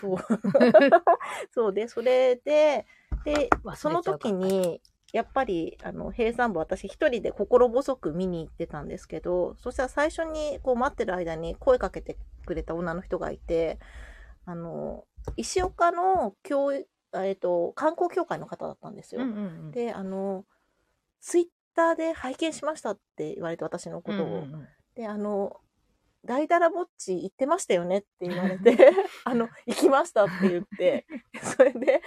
Speaker 1: そう。 そうで、それで、で、
Speaker 2: う
Speaker 1: その時、に、やっぱり、あの、平山部私一人で心細く見に行ってたんですけど、そしたら最初にこう待ってる間に声かけてくれた女の人がいて、あの、石岡の教、えっと、観光協会の方だったんですよ。
Speaker 2: 忘れちゃうからうんうんうん、
Speaker 1: で、あの、ツイッターで拝見しましたって言われて私のことを。
Speaker 2: うん うん
Speaker 1: で、あの、大だらぼっち行ってましたよねって言われて、あの、行きましたって言って、それで、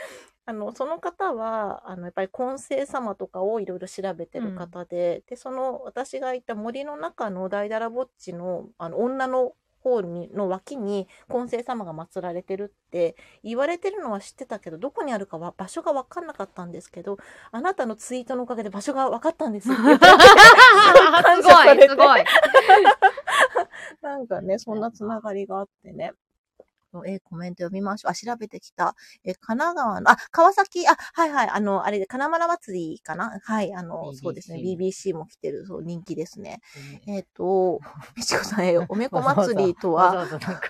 Speaker 1: あの、その方は、あの、やっぱり根性様とかをいろいろ調べてる方で、で、その、私が行った森の中の大だらぼっちの、あの、女の方に、の脇に、根性様が祀られてるって、言われてるのは知ってたけど、どこにあるかは、場所がわかんなかったんですけど、あなたのツイートのおかげで場所がわかったんですって言って感謝さ
Speaker 2: うん
Speaker 1: れて
Speaker 2: すごい、すごい。
Speaker 1: なんかね、そんなつながりがあってね。えーコメント読みましょう。あ、調べてきた。えー神奈川の、あ、川崎、あ、はいはい、あの、あれで、金丸祭りかなはい、あの、
Speaker 2: BBC
Speaker 1: そうですね、BBC も来てる、そう、人気ですね。
Speaker 2: え
Speaker 1: えっ、と、 みちこさんへ、おめこ祭りと
Speaker 2: わざ
Speaker 1: は、
Speaker 2: わざなんか、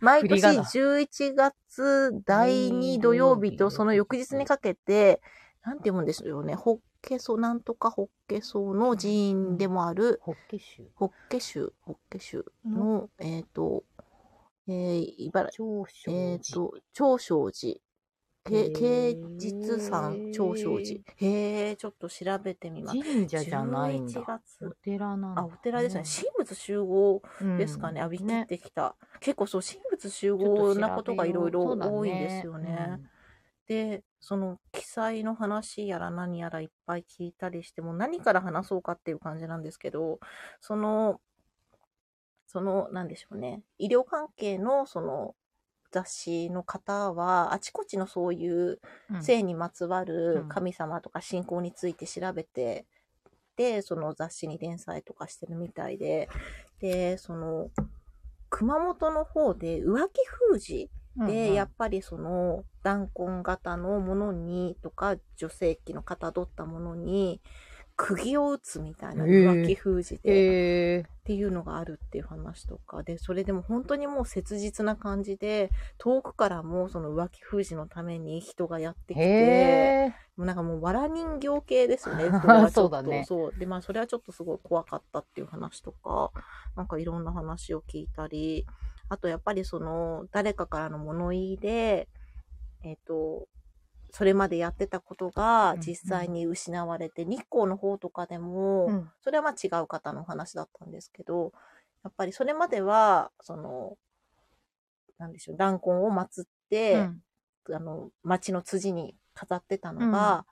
Speaker 1: 毎
Speaker 2: 振り
Speaker 1: 年
Speaker 2: がな
Speaker 1: 11月第2土曜日とその翌日にかけて、なんて読むんでしょうね、ホッケソ、なんとかホッケソの寺院でもある、
Speaker 2: ホッケ州、
Speaker 1: ホッケ州、ホッケ州の、えっ、と、えー、茨城、
Speaker 2: 長州、
Speaker 1: えっ、と、長生寺、け
Speaker 2: へ
Speaker 1: 慶
Speaker 2: ー
Speaker 1: 実山長生寺。へえ、ちょっと調べてみます。
Speaker 2: 神社じゃないんだ
Speaker 1: 11。月
Speaker 2: お寺なんだ。
Speaker 1: あ、お寺ですね。神仏集合
Speaker 2: うん
Speaker 1: ですかね。あ、ウィキっ
Speaker 2: ね
Speaker 1: てきた。結構そう、神仏集
Speaker 2: ちょっ調べよ
Speaker 1: 合
Speaker 2: う
Speaker 1: なことがいろいろ
Speaker 2: そうだね
Speaker 1: 多いんですよね。で、その記載の話やら何やらいっぱい聞いたりして、もう何から話そうかっていう感じなんですけど、その、その、なんでしょうね、医療関係のその雑誌の方は、あちこちのそういう
Speaker 2: うん
Speaker 1: 性にまつわる
Speaker 2: うん
Speaker 1: 神様とか信仰について調べて、で、その雑誌に連載とかしてるみたいで、で、その、熊本の方で浮気封じで、やっぱりその弾痕型のものにとか女性器のかたどったものに釘を打つみたいな
Speaker 2: へえ
Speaker 1: 浮気封じ
Speaker 2: うんうん
Speaker 1: でっ
Speaker 2: へー
Speaker 1: ていうのがあるっていう話とかでそれでも本当にもう切実な感じで遠くからもその浮気封じのために人がやってきて
Speaker 2: へー。
Speaker 1: もうなんかもう藁人形系ですね それはちょっと
Speaker 2: そうだね
Speaker 1: そう。で、まあそれはちょっとすごい怖かったっていう話とか、なんかいろんな話を聞いたり、あとやっぱりその、誰かからの物言いで、えっ、と、それまでやってたこと
Speaker 2: う
Speaker 1: が
Speaker 2: んうん
Speaker 1: 実際に失われて、日光の方とかでも、
Speaker 2: うん
Speaker 1: それはまあ違う方のお話だったんですけど、やっぱりそれまでは、その、なんでしょう、弾痕を祀って、
Speaker 2: うん
Speaker 1: あの、町の辻に飾ってたのが、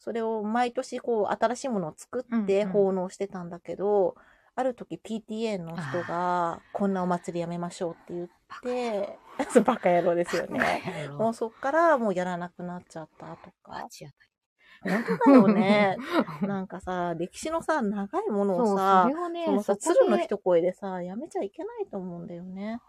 Speaker 1: それを毎年こう、新しいものを作っ
Speaker 2: う
Speaker 1: て
Speaker 2: んうん
Speaker 1: 奉納してたんだけど、ある時 PTA の人が、こんなお祭りやめましょうって言って、 そうバカ野郎ですよね。もうそっからもうやらなくなっちゃったとか。
Speaker 2: 罰当たり
Speaker 1: 本当だよ ね。なんかさ、歴史のさ、長いもの
Speaker 2: そう、
Speaker 1: を
Speaker 2: そ
Speaker 1: さ、
Speaker 2: れをね、
Speaker 1: そのさ、
Speaker 2: そこで
Speaker 1: 鶴の一声でさ、やめちゃいけないと思うんだよね。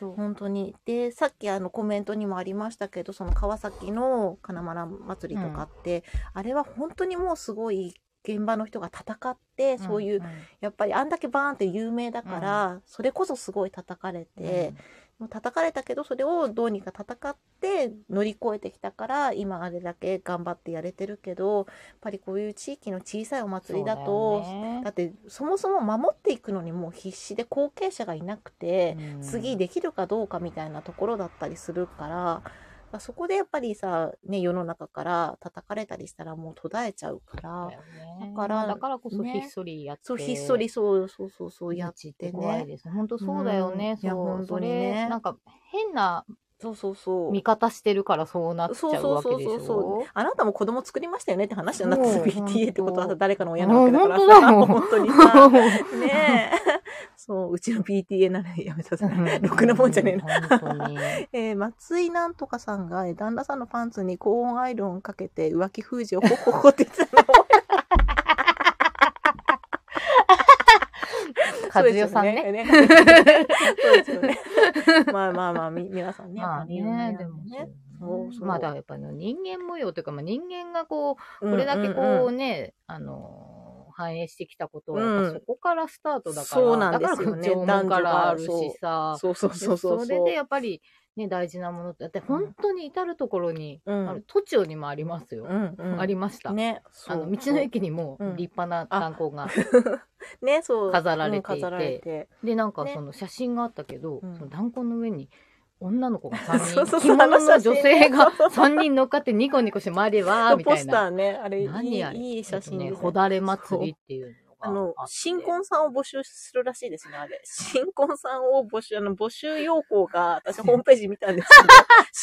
Speaker 2: そう
Speaker 1: 本当に。で、さっきあのコメントにもありましたけど、その川崎の金丸祭りとかって、あれは本当にもうすごい現場の人が戦って、そういう、やっぱりあんだけバーンって有名だから、それこそすごい叩かれて、、もう叩かれたけど、それをどうにか戦って乗り越えてきたから、今あれだけ頑張ってやれてるけど、やっぱりこういう地域の小さいお祭りだと、だってそもそも守っていくのにもう必死で後継者がいなくて、次
Speaker 2: で、
Speaker 1: できるかどうかみたいなところだったりするから、まあそこでやっぱりさ、ね、世の中から叩かれたりしたらもう途絶えちゃうから、
Speaker 2: だ
Speaker 1: だ
Speaker 2: か、
Speaker 1: からら
Speaker 2: だからこそ
Speaker 1: ね
Speaker 2: ひっそりやって、
Speaker 1: そう、ひっそりそう、そうそうそう、やっ
Speaker 2: 命って
Speaker 1: て
Speaker 2: 怖い
Speaker 1: ね。
Speaker 2: ですね。本当そうだよ
Speaker 1: うん
Speaker 2: ね。
Speaker 1: いや
Speaker 2: そう
Speaker 1: 本
Speaker 2: そ
Speaker 1: 当に
Speaker 2: れ
Speaker 1: ね
Speaker 2: なんか変な
Speaker 1: そうそうそう。
Speaker 2: 見方してるからそうなっち
Speaker 1: そう
Speaker 2: ゃう
Speaker 1: そう
Speaker 2: わけ
Speaker 1: そう
Speaker 2: でし
Speaker 1: そ
Speaker 2: ょ。
Speaker 1: うそう。あなたも子供作りましたよねって話じゃなく
Speaker 2: そう
Speaker 1: て、BTA ってこと
Speaker 2: 本当
Speaker 1: は誰かの親なわけだから
Speaker 2: あ
Speaker 1: さ、
Speaker 2: 本
Speaker 1: 本当にさ、
Speaker 2: う
Speaker 1: ね え。そう、うちの BTA ならやめさせない。 ろくなもんじゃねえな。
Speaker 2: な。本当に。
Speaker 1: えー松井なんとかさんが、えー旦那さんのパンツに高温アイロンかけて浮気封じをホッホッホって言ってたの。
Speaker 2: 和代さんね。。
Speaker 1: そうですよね。 まあまあまあ、み皆さんね。
Speaker 2: まあ
Speaker 1: いろんな
Speaker 2: ね、
Speaker 1: やつ
Speaker 2: でもね。
Speaker 1: そうそう
Speaker 2: まあだからやっぱり人間模様というか、まあ、人間がこう、
Speaker 1: ん
Speaker 2: これだけこ
Speaker 1: ん
Speaker 2: うんね、あのー、反映してきたことは、
Speaker 1: うん
Speaker 2: やっぱそこからスタートだから、
Speaker 1: そうなんですよね
Speaker 2: だから縄文からある
Speaker 1: 男女が
Speaker 2: しさ、
Speaker 1: そうそうそうそうう。
Speaker 2: でれでやっぱり、ね、大事なものって、だって本当に至るところに、
Speaker 1: うん
Speaker 2: ある都庁にもありますよ。
Speaker 1: うんうん
Speaker 2: ありました。
Speaker 1: ね、
Speaker 2: あ
Speaker 1: そ
Speaker 2: の
Speaker 1: う
Speaker 2: 道の駅にも
Speaker 1: うん
Speaker 2: 立派な炭鉱が、
Speaker 1: そう ね、そう。
Speaker 2: 飾られていて
Speaker 1: うん飾られて。
Speaker 2: でなんか
Speaker 1: ね
Speaker 2: その写真があったけど、
Speaker 1: うん
Speaker 2: その弾痕の上に女の子が3
Speaker 1: そうそ
Speaker 2: 人
Speaker 1: うそうあ
Speaker 2: 着物
Speaker 1: の
Speaker 2: の
Speaker 1: 写
Speaker 2: 女
Speaker 1: 真
Speaker 2: 性が
Speaker 1: そうそう
Speaker 2: 3人乗っかってニコニコして周りわーみ
Speaker 1: ポ
Speaker 2: たい
Speaker 1: スター
Speaker 2: な
Speaker 1: ね、あれ、い
Speaker 2: 何あれ
Speaker 1: いいい写真
Speaker 2: えっ
Speaker 1: で
Speaker 2: と
Speaker 1: すね
Speaker 2: ね、ほ。だれ祭りっていうのが
Speaker 1: あの
Speaker 2: っ、て
Speaker 1: 新婚さんを募集するらしいですね、あ れ。新婚さんを募集、あの、募集要項が、私ホームページ見たんです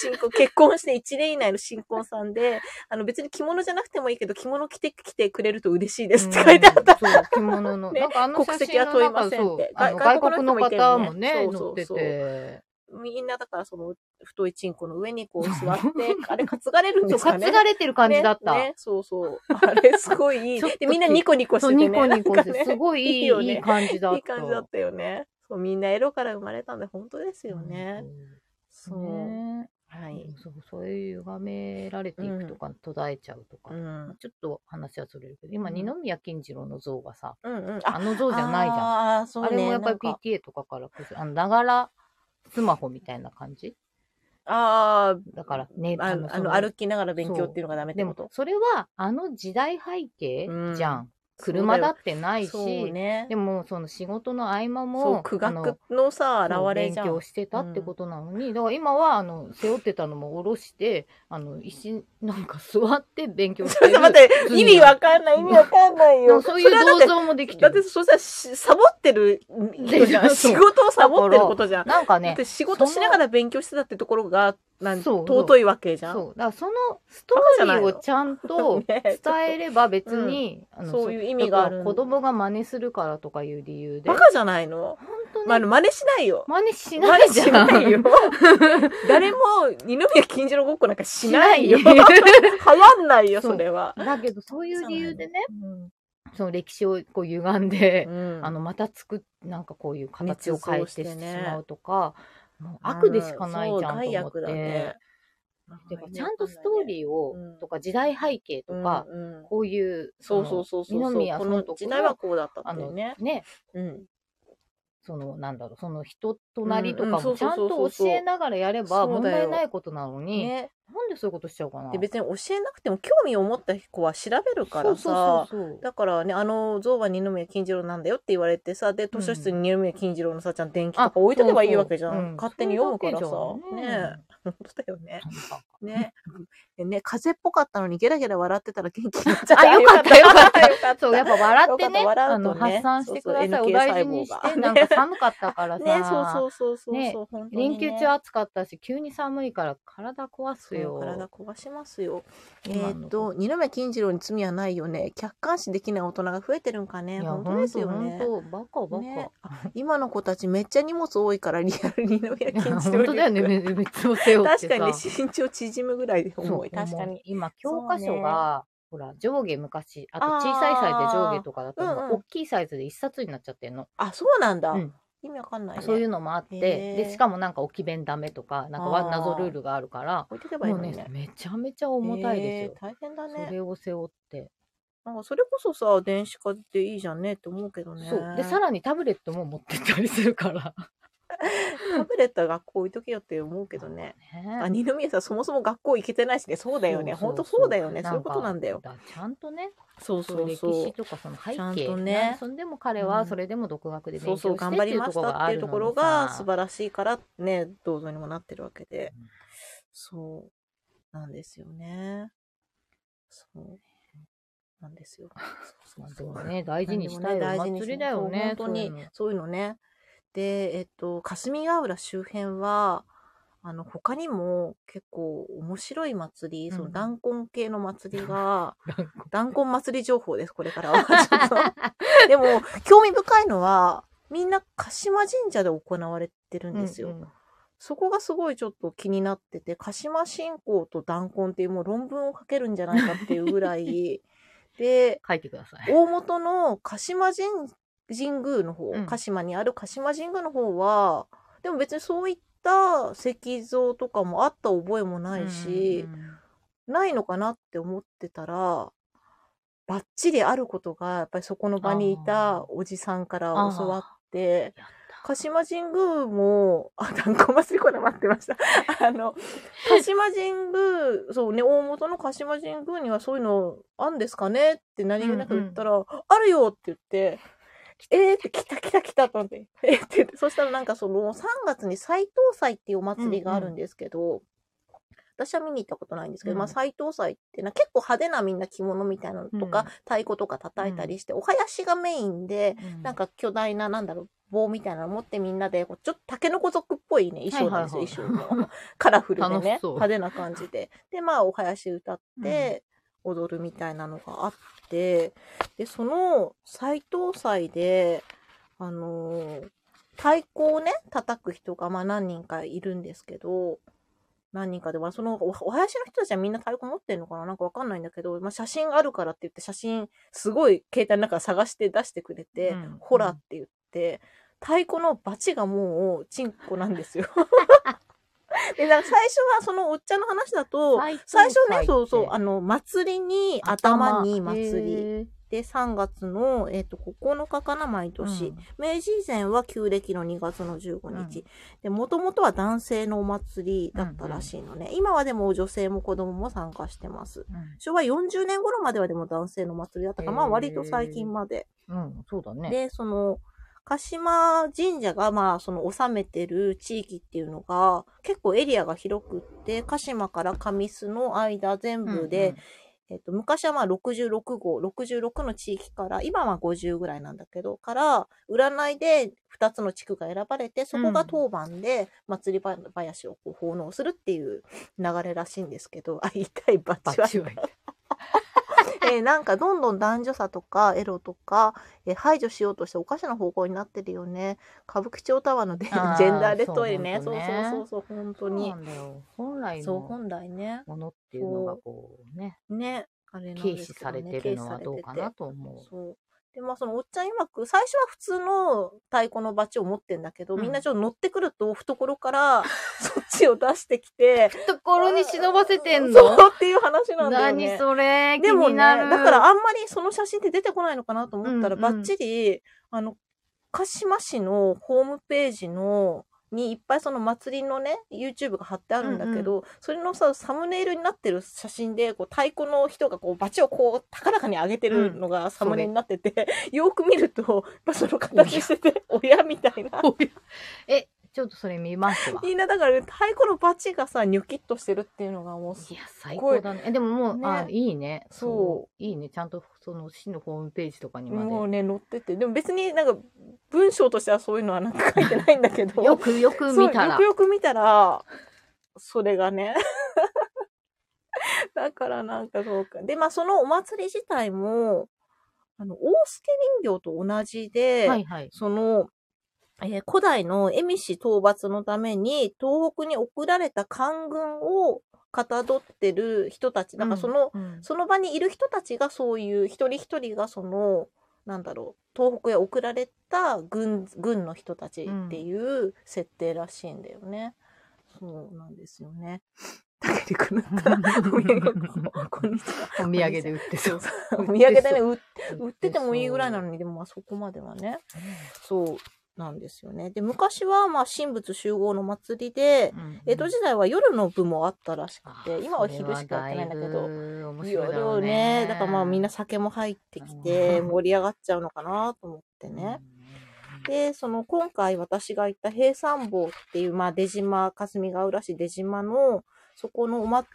Speaker 1: け ど、新婚、結婚して1年以内の新婚さんで、あの、別に着物じゃなくてもいいけど、着物着てきてくれると嬉しいですって書いてあった。
Speaker 2: うんそう着物の、
Speaker 1: ね
Speaker 2: なんかあの
Speaker 1: 国
Speaker 2: 写
Speaker 1: 籍
Speaker 2: 真
Speaker 1: は
Speaker 2: の
Speaker 1: 問い
Speaker 2: 中
Speaker 1: ませんっ
Speaker 2: そ
Speaker 1: て
Speaker 2: うあの
Speaker 1: 外
Speaker 2: 外
Speaker 1: 国
Speaker 2: 国
Speaker 1: の
Speaker 2: の
Speaker 1: 人もいてるね
Speaker 2: 方もね
Speaker 1: そうそうそう
Speaker 2: 乗ってて
Speaker 1: みんなだからその、太いチンコの上にこう座って、 あれ担がれるん
Speaker 2: そ
Speaker 1: で
Speaker 2: う
Speaker 1: すか
Speaker 2: 担
Speaker 1: ね。
Speaker 2: がれてる感じだった、
Speaker 1: ねねそうそう。あれ、すごいいい。
Speaker 2: ちょっと
Speaker 1: で、みんなニコニコして
Speaker 2: そう
Speaker 1: てね。
Speaker 2: ニコニコして、
Speaker 1: なんか
Speaker 2: す
Speaker 1: ね
Speaker 2: ごいいい
Speaker 1: いいよね
Speaker 2: いい感じだった
Speaker 1: いい感じだったよね。そう、みんなエロから生まれたんで、本当ですよね。
Speaker 2: そ
Speaker 1: そうう。
Speaker 2: ね
Speaker 1: はい。
Speaker 2: そうそういう歪められていくとか、途絶えちゃうとか、
Speaker 1: うん。
Speaker 2: ちょっと話はそれるけど今、
Speaker 1: うん
Speaker 2: 二宮金次郎の像がさ
Speaker 1: うんうん。
Speaker 2: あ、の像じゃないじゃんあ
Speaker 1: ん。あーそうね、
Speaker 2: れもやっぱり
Speaker 1: なんか
Speaker 2: PTA とかからこそあのながらスマホみたいな感じ
Speaker 1: あ
Speaker 2: だからね
Speaker 1: あ、あの、あの歩きながら勉強っていうのがダメ
Speaker 2: き
Speaker 1: っ
Speaker 2: で
Speaker 1: てこ
Speaker 2: も
Speaker 1: と
Speaker 2: それはあの時代背景じゃん、
Speaker 1: う
Speaker 2: 車だってないし、
Speaker 1: そうね。
Speaker 2: でもその仕事の合間
Speaker 1: そ
Speaker 2: も
Speaker 1: う、苦
Speaker 2: あの
Speaker 1: 学のさ、
Speaker 2: そう
Speaker 1: 現れじゃ
Speaker 2: 勉
Speaker 1: ん
Speaker 2: 強。してたってことなのに、だから今はあの背負ってたのも下ろしてあの石なんか座って勉強し
Speaker 1: ちょ
Speaker 2: て
Speaker 1: っ
Speaker 2: る
Speaker 1: と待って、意味わかんない、意味わかんない
Speaker 2: でも
Speaker 1: よ。
Speaker 2: そういう
Speaker 1: れはだって
Speaker 2: 銅像もできて
Speaker 1: だって
Speaker 2: る
Speaker 1: そしたらしサボってる人じゃん。
Speaker 2: そう
Speaker 1: 仕事をサボってることじゃん。
Speaker 2: なん
Speaker 1: だ
Speaker 2: か
Speaker 1: っ
Speaker 2: ね
Speaker 1: て仕事しながら勉強してたってところが、なん
Speaker 2: そう
Speaker 1: 尊いわけじゃん。
Speaker 2: そうだからそのストーリーをちゃんと
Speaker 1: ね
Speaker 2: 伝えれば別に、あの
Speaker 1: そういう意味がある
Speaker 2: だから子供が真似するからとかいう理由で
Speaker 1: バ
Speaker 2: 本
Speaker 1: カじゃないの、
Speaker 2: 当に、
Speaker 1: まあ、あの真似しないよ。
Speaker 2: 真似しな
Speaker 1: 真
Speaker 2: い
Speaker 1: 似
Speaker 2: じ
Speaker 1: し
Speaker 2: ゃん
Speaker 1: ないよ。誰も二宮金次郎ごっこなんかしないよ。
Speaker 2: し
Speaker 1: 流
Speaker 2: ない
Speaker 1: 行んないよ、
Speaker 2: そう
Speaker 1: それは。
Speaker 2: だけどそういう理由でね
Speaker 1: うん
Speaker 2: その歴史をこう歪んで、
Speaker 1: うん
Speaker 2: あのまた作っなんかこういう形を変えてしまうとか、もう
Speaker 1: あの
Speaker 2: 悪でしかないじゃん
Speaker 1: そう
Speaker 2: と
Speaker 1: 害
Speaker 2: 思って
Speaker 1: 悪だ、ね
Speaker 2: でもちゃんとストー
Speaker 1: ー
Speaker 2: リーを、
Speaker 1: うん
Speaker 2: とか時代背景とか、
Speaker 1: うんうん
Speaker 2: こういう
Speaker 1: そうそうそうそう
Speaker 2: あの
Speaker 1: そう
Speaker 2: 二宮
Speaker 1: こ
Speaker 2: 尊
Speaker 1: の
Speaker 2: 徳
Speaker 1: 時代は
Speaker 2: の
Speaker 1: こうだった
Speaker 2: あ
Speaker 1: ってい
Speaker 2: の
Speaker 1: うね
Speaker 2: ね。
Speaker 1: うん
Speaker 2: そのなんだろうその人となりとか
Speaker 1: うんう
Speaker 2: も
Speaker 1: ん
Speaker 2: ちゃんと教えながらやれば
Speaker 1: そう
Speaker 2: 問
Speaker 1: だよ
Speaker 2: 題ないことなのに、
Speaker 1: ね、
Speaker 2: なんでそういうことしちゃうかな
Speaker 1: で別に教えなくても興味を持った子は調べるからさ
Speaker 2: そうそうそうそう
Speaker 1: だからね、あの像は二宮金次郎なんだよって言われてさ、で、図書室に二宮金次郎のさ、ちゃん電気とか置いとけばいいわけじゃん。
Speaker 2: そうそうう
Speaker 1: 勝手に読むからさ。ねえ。本当だよね。ね え。ね風邪っぽかったのにゲラゲラ笑ってたら元気になっちゃう。
Speaker 2: あよかったよかった
Speaker 1: よかっ
Speaker 2: そう、やっぱ笑ってね、
Speaker 1: よかった
Speaker 2: あ
Speaker 1: 笑う
Speaker 2: の、
Speaker 1: とね
Speaker 2: 発散してください。
Speaker 1: そうそう
Speaker 2: お
Speaker 1: NK
Speaker 2: 大事にして、
Speaker 1: 細胞が
Speaker 2: なんか寒かったからさ、
Speaker 1: ねそうそうそうそうそう、
Speaker 2: ね
Speaker 1: 本当に、
Speaker 2: 連休中暑かったし、急に寒いから体壊す
Speaker 1: そう
Speaker 2: よ。
Speaker 1: 体壊しますよ。え
Speaker 2: 今の
Speaker 1: ーっと、二宮金次郎に罪はないよね。客観視できない大人が増えてるんか
Speaker 2: い
Speaker 1: ね。
Speaker 2: や、
Speaker 1: 本
Speaker 2: 本
Speaker 1: 当
Speaker 2: 当
Speaker 1: で
Speaker 2: ですす
Speaker 1: よ
Speaker 2: よ
Speaker 1: ね
Speaker 2: ね。。本当、バカバカ。
Speaker 1: ね今の子たちめっちゃ荷物多いからリアル二宮
Speaker 2: いや、
Speaker 1: 金次郎
Speaker 2: 本当だよね、めめっちゃ背負って
Speaker 1: 確
Speaker 2: さ。
Speaker 1: かにね身長縮むぐらいで重い。確か
Speaker 2: 重い
Speaker 1: に。
Speaker 2: 今、教科書が、ほら、上下昔、あと小さいサイズで上下とかだと、
Speaker 1: あーうんうん
Speaker 2: 大きいサイズで一冊になっちゃってんの。
Speaker 1: あ、そうなんだ。
Speaker 2: うん
Speaker 1: 意味わかんない、ね。
Speaker 2: そういうのもあって、
Speaker 1: へー
Speaker 2: で、しかもなんか置き弁ダメとか、なんかわ
Speaker 1: あー
Speaker 2: 謎ルールがあるから、
Speaker 1: 置いてけばいい
Speaker 2: もう
Speaker 1: のに
Speaker 2: ね
Speaker 1: ね、。
Speaker 2: めちゃめちゃ重たいですよ
Speaker 1: え。ー大変だ
Speaker 2: そ
Speaker 1: ね。
Speaker 2: れを背負って。
Speaker 1: なんかそれこそさ、電子化でいいじゃんねって思うけどね。
Speaker 2: そう。で、さらにタブレットも持ってったりするから。
Speaker 1: タブレットは学校置いとけよって思うけど ね。あ、二宮さんそもそも学校行けてないしね。そうだよね。ほんとそうだよね。そういうことなんだよ。。
Speaker 2: かちゃんとね、
Speaker 1: そう
Speaker 2: そう
Speaker 1: そう
Speaker 2: 歴
Speaker 1: そう
Speaker 2: 史。とかその背
Speaker 1: ちゃん
Speaker 2: 景
Speaker 1: とね
Speaker 2: そんでも彼
Speaker 1: う
Speaker 2: は
Speaker 1: ん
Speaker 2: それでも独学で
Speaker 1: そ
Speaker 2: 勉強
Speaker 1: うそう、
Speaker 2: して
Speaker 1: 頑
Speaker 2: っ
Speaker 1: 張
Speaker 2: て
Speaker 1: り
Speaker 2: いう
Speaker 1: ま
Speaker 2: と
Speaker 1: し
Speaker 2: ころ
Speaker 1: た
Speaker 2: が
Speaker 1: っ
Speaker 2: あ
Speaker 1: てい
Speaker 2: る
Speaker 1: う
Speaker 2: の
Speaker 1: とこ
Speaker 2: に
Speaker 1: ろが
Speaker 2: さ
Speaker 1: 素晴らしいからね、どうぞにもなってるわけで。そう。なんですよね。そう。なんですよ。 そうそうそう
Speaker 2: まあでもね大事にしたいよ
Speaker 1: なんでも
Speaker 2: お祭りだよね
Speaker 1: そう本当に
Speaker 2: そういうの
Speaker 1: そういうのね。で、えっと、霞ヶ浦周辺は、あの、他にも結構面白い祭り、
Speaker 2: うん
Speaker 1: その弾痕系の祭り が、
Speaker 2: なんか
Speaker 1: 弾痕祭り情報です、これからは。 ちょっとでも、興味深いのは、みんな鹿島神社で行われてるんですよ。
Speaker 2: うんうん
Speaker 1: そこがすごいちょっと気になってて、鹿島信仰と弾痕っていうもう論文を書けるんじゃないかっていうぐら い、で、
Speaker 2: 書いてください。
Speaker 1: 大元の鹿島神神宮の方、
Speaker 2: うん
Speaker 1: 鹿島にある鹿島神宮の方は、でも別にそういった石像とかもあった覚えもないし、
Speaker 2: うんうんうん
Speaker 1: ないのかなって思ってたら、ばっちりあることが、やっぱりそこの場にい
Speaker 2: あー
Speaker 1: たおじさんから教わって、
Speaker 2: やった
Speaker 1: 鹿島神宮も、あ、なんかお祭りこれ待ってま した。あの、鹿島神宮、そうね、大元の鹿島神宮にはそういうのあんですかねって何気なく言ったら、あるよって言って、えーって来た来た来たと思って、 えーって言って、そしたらなんかその3月に斎藤祭っていうお祭りがあるんですけど、私は見に行ったことないんですけど、
Speaker 2: うん
Speaker 1: まあ斎藤祭ってな結構派手なみんな着物みたいなのとか、
Speaker 2: うん
Speaker 1: 太鼓とか叩いたりして、お囃子がメインで、
Speaker 2: うん
Speaker 1: なんか巨大な、なんだろう、棒みたいなの持ってみんなで、こうちょっと竹の子族っぽいね、衣装なんですよ、
Speaker 2: はいはいはい
Speaker 1: 衣装も。カラフルで
Speaker 2: 楽し
Speaker 1: ね、
Speaker 2: そう
Speaker 1: 派手な感じで。で、まあ、お囃子歌って、踊るみたいなのがあって、で、その、斎藤祭で、あのー太鼓をね、叩く人が、まあ何人かいるんですけど、何人かで、まあその、おお囃子の人たちはみんな太鼓持ってるのかななんかわかんないんだけど、まあ写真あるからって言って、写真、すごい携帯の中探して出してくれて、
Speaker 2: うん
Speaker 1: ほらって言って、太鼓のバチがもう、チンコなんです よ。で、だから最初はそのおっちゃんの話だと、最初ね、そうそう、あの、祭りに、頭に祭り。
Speaker 2: り。
Speaker 1: で、3月の、えっ、と、9日かな、毎年。
Speaker 2: うん
Speaker 1: 明治以前は旧暦の2月の15日。で、もともとは男性のお祭りだったらしいのね。今はでも女性も子供も参加してます。昭和40年頃まではでも男性のお祭りだったから、まあ
Speaker 2: へー
Speaker 1: 割と最近まで。
Speaker 2: うん、うんそうだね。
Speaker 1: で、その、鹿島神社が、まあ、その、治めてる地域っていうのが、結構エリアが広くって、鹿島から上須の間全部で、えっと、昔はまあ66号、66の地域から、今は50ぐらいなんだけど、から、占いで2つの地区が選ばれて、そこが当番で祭りば林をこう奉納するっていう流れらしいんですけど、 あ、痛い、バ
Speaker 2: バ
Speaker 1: チは。
Speaker 2: チはいた
Speaker 1: えーなんかどんどん男女差とかエロとか、えー排除しようとしておかしな方向になってるよね。歌舞伎町タワーのでジ
Speaker 2: あー
Speaker 1: ェンダーレッドへね。
Speaker 2: そ
Speaker 1: そうう
Speaker 2: ね
Speaker 1: そうそうそう、本当
Speaker 2: そう
Speaker 1: に
Speaker 2: な。んだよ。本来
Speaker 1: そう、
Speaker 2: の
Speaker 1: 本来ね。
Speaker 2: ものっていうのがこうね、
Speaker 1: ね。あれなん
Speaker 2: 軽
Speaker 1: で
Speaker 2: 視
Speaker 1: すけ
Speaker 2: さ
Speaker 1: どね
Speaker 2: れてるのはどうかなと
Speaker 1: 軽視さ
Speaker 2: 思
Speaker 1: れててそう。で、まあそのおっちゃん曰く、最初は普通の太鼓のバチを持ってんだけど、
Speaker 2: うん
Speaker 1: みんなちょっと乗ってくると、懐から そっちを出してきて
Speaker 2: う。、懐に忍ばせて ん
Speaker 1: そ
Speaker 2: の
Speaker 1: うっていう話なんだよね。
Speaker 2: 何それ気
Speaker 1: でも
Speaker 2: に
Speaker 1: ね、
Speaker 2: なる。
Speaker 1: だからあんまりその写真って出てこないのかなと思ったら、
Speaker 2: うんう
Speaker 1: ば
Speaker 2: ん
Speaker 1: っちり、あの、鹿島市のホームページの、にいっぱいその祭りのね、YouTube が貼ってあるんだけど、それのさ、サムネイルになってる写真で、こう、太鼓の人がこう、バチをこう、高らかに上げてるのがサムネになってて、 よく見ると、やっぱその形してて、親みたいな。
Speaker 2: え、ちょっとそれ見ますわ。
Speaker 1: みんなだから、ね、太鼓のバチがさ、ニョキッとしてるっていうのがもう、
Speaker 2: いや、最高だね。えでももう、
Speaker 1: ね
Speaker 2: あ、いいね。
Speaker 1: そう
Speaker 2: う。いいね。ちゃんと、その、市のホームページとかにま
Speaker 1: もう
Speaker 2: で。
Speaker 1: ね、載ってて。でも別になんか、文章としてはそういうのはなんか書いてないんだけど。
Speaker 2: よくよく見たら
Speaker 1: そう。よくよく見たら、それがね。 だからなんかそうか。で、まあそのお祭り自体も、あの、大助人形と同じで、
Speaker 2: はいはい。
Speaker 1: その、えー古代の蝦夷討伐のために東北に送られた官軍をかたどってる人たち、なんかその、その場にいる人たちがそういう一人一人がそのなんだろう東北へ送られた軍軍の人たちっていう設定らしいんだよね。そうなんですよね。だけどなったお土産をこんにちは。
Speaker 2: お土産で売って
Speaker 1: そ
Speaker 2: そうう。
Speaker 1: お土産でね売っ売っててもいいぐらいなのにでもまあそこまではねそうなんですよね。で昔はまあ神仏集合の祭りで
Speaker 2: うん。
Speaker 1: 江戸時代は夜の部もあったらしくて
Speaker 2: あ
Speaker 1: 今は昼しかやってないんだけど。。
Speaker 2: 面
Speaker 1: いろ
Speaker 2: 白い
Speaker 1: い
Speaker 2: だろ
Speaker 1: ろ
Speaker 2: う
Speaker 1: ね
Speaker 2: ね。
Speaker 1: だからまあみんな酒も入ってきて
Speaker 2: うん
Speaker 1: 盛り上がっちゃうのかなと思ってね。でその今回私が行った平山坊っていう、まあ、出島霞ヶ浦市出島のそこのお祭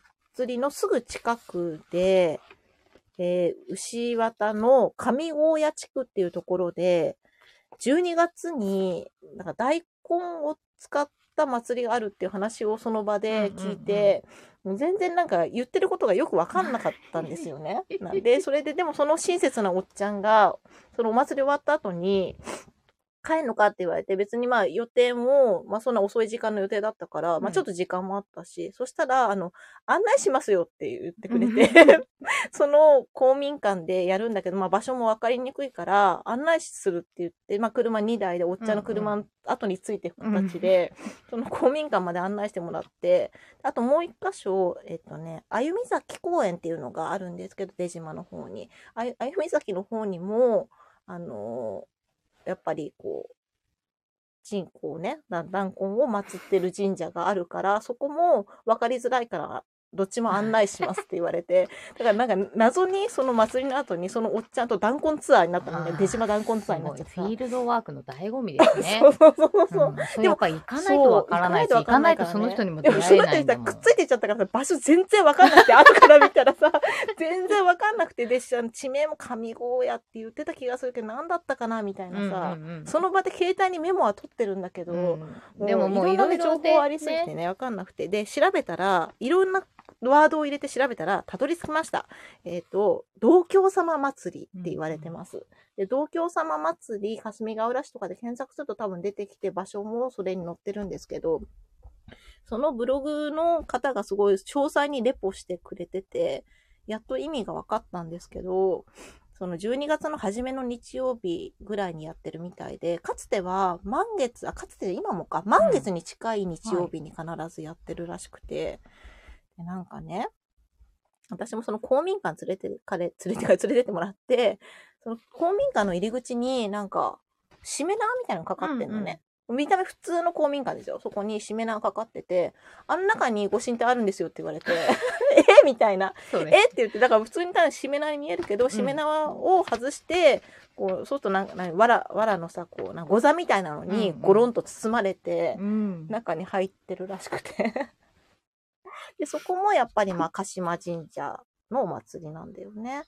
Speaker 1: りのすぐ近くで、えー牛綿の上大谷地区っていうところで12月になんか大根を使った祭りがあるっていう話をその場で聞いて、全然なんか言ってることがよくわかんなかったんですよ ね。なんでそれででもその親切なおっちゃんがそのお祭り終わった後に帰んのかって言われて、別にまあ予定も、まあそんな遅い時間の予定だったから、ま
Speaker 2: う
Speaker 1: あ
Speaker 2: ん
Speaker 1: ちょっと時間もあったし、そしたら、あの、案内しますよって言ってくれ
Speaker 2: う
Speaker 1: て、 その公民館でやるんだけど、まあ場所もわかりにくいから、案内するって言って、まあ車2台でおっちゃんの車の後についていく形で、その公民館まで案内してもらって、あともう一箇所、えっとね、歩み崎公園っていうのがあるんですけど、出島の方に。あゆ歩み崎の方にも、あのやっぱりこう、人口をね、だ弾根を祀ってる神社があるから、そこも分かりづらいから、どっちも案内しますって言われて、 だからなんか謎にその祭りの後にそのおっちゃんと弾根ツアーになったのね
Speaker 2: あ、ー
Speaker 1: 出島弾根ツ
Speaker 2: す
Speaker 1: アーにな
Speaker 2: ご
Speaker 1: っ
Speaker 2: い
Speaker 1: ちゃ
Speaker 2: フ
Speaker 1: った。
Speaker 2: ィールドワークの醍醐味です ね
Speaker 1: そ。うそうそうそう。
Speaker 2: うんそれやっぱ行かないとわからないし、
Speaker 1: そう
Speaker 2: 行かないとその人にも
Speaker 1: で
Speaker 2: 出
Speaker 1: も
Speaker 2: 会
Speaker 1: そ
Speaker 2: え
Speaker 1: の
Speaker 2: な
Speaker 1: 人
Speaker 2: いん
Speaker 1: にさ
Speaker 2: だも
Speaker 1: く
Speaker 2: ん
Speaker 1: っ。ついていっちゃったからさ場所全然わかん なくて後から見たらさ全然わかんなくてでし地名も上郷やって言ってた気がするけど何だったかなみたいなさ、
Speaker 2: うんうんうん
Speaker 1: その場で携帯にメモは取ってるんだけど、
Speaker 2: うんでももうい
Speaker 1: いろ
Speaker 2: ろ
Speaker 1: ん
Speaker 2: い
Speaker 1: な情
Speaker 2: ろ
Speaker 1: 報ありすぎてねわかんなくてで調べたらいろんなワードを入れて調べたらたどり着きましたえっ、と「同郷様祭り」って言われてます、で同郷様祭り霞ヶ浦市とかで検索すると多分出てきて場所もそれに載ってるんですけどそのブログの方がすごい詳細にレポしてくれててやっと意味が分かったんですけどその12月の初めの日曜日ぐらいにやってるみたいで、かつては満月、あ、かつて今もか、満月に近い日曜日に必ずやってるらしくて、でなんかね、私もその公民館連れてかれ、連れてかれ、連れてってもらって、その公民館の入り口になんか、しめ縄みたいなのかかってんのね。見た目普通の公民館ですよ。そこにしめ縄かかってて、あの中にご神体あるんですよって言わ れて、えみたいな。
Speaker 2: そうね
Speaker 1: えって言ってだから普通にただしめ縄に見えるけどしめ縄を外して、こうそうするとなんかなんかわらわらのさこうなんかござみたいなの
Speaker 2: う
Speaker 1: に
Speaker 2: んうん
Speaker 1: ゴロンと包まれて、
Speaker 2: うん
Speaker 1: 中に入ってるらしくて でそこもやっぱりまあ鹿島神社のお祭りなんだよね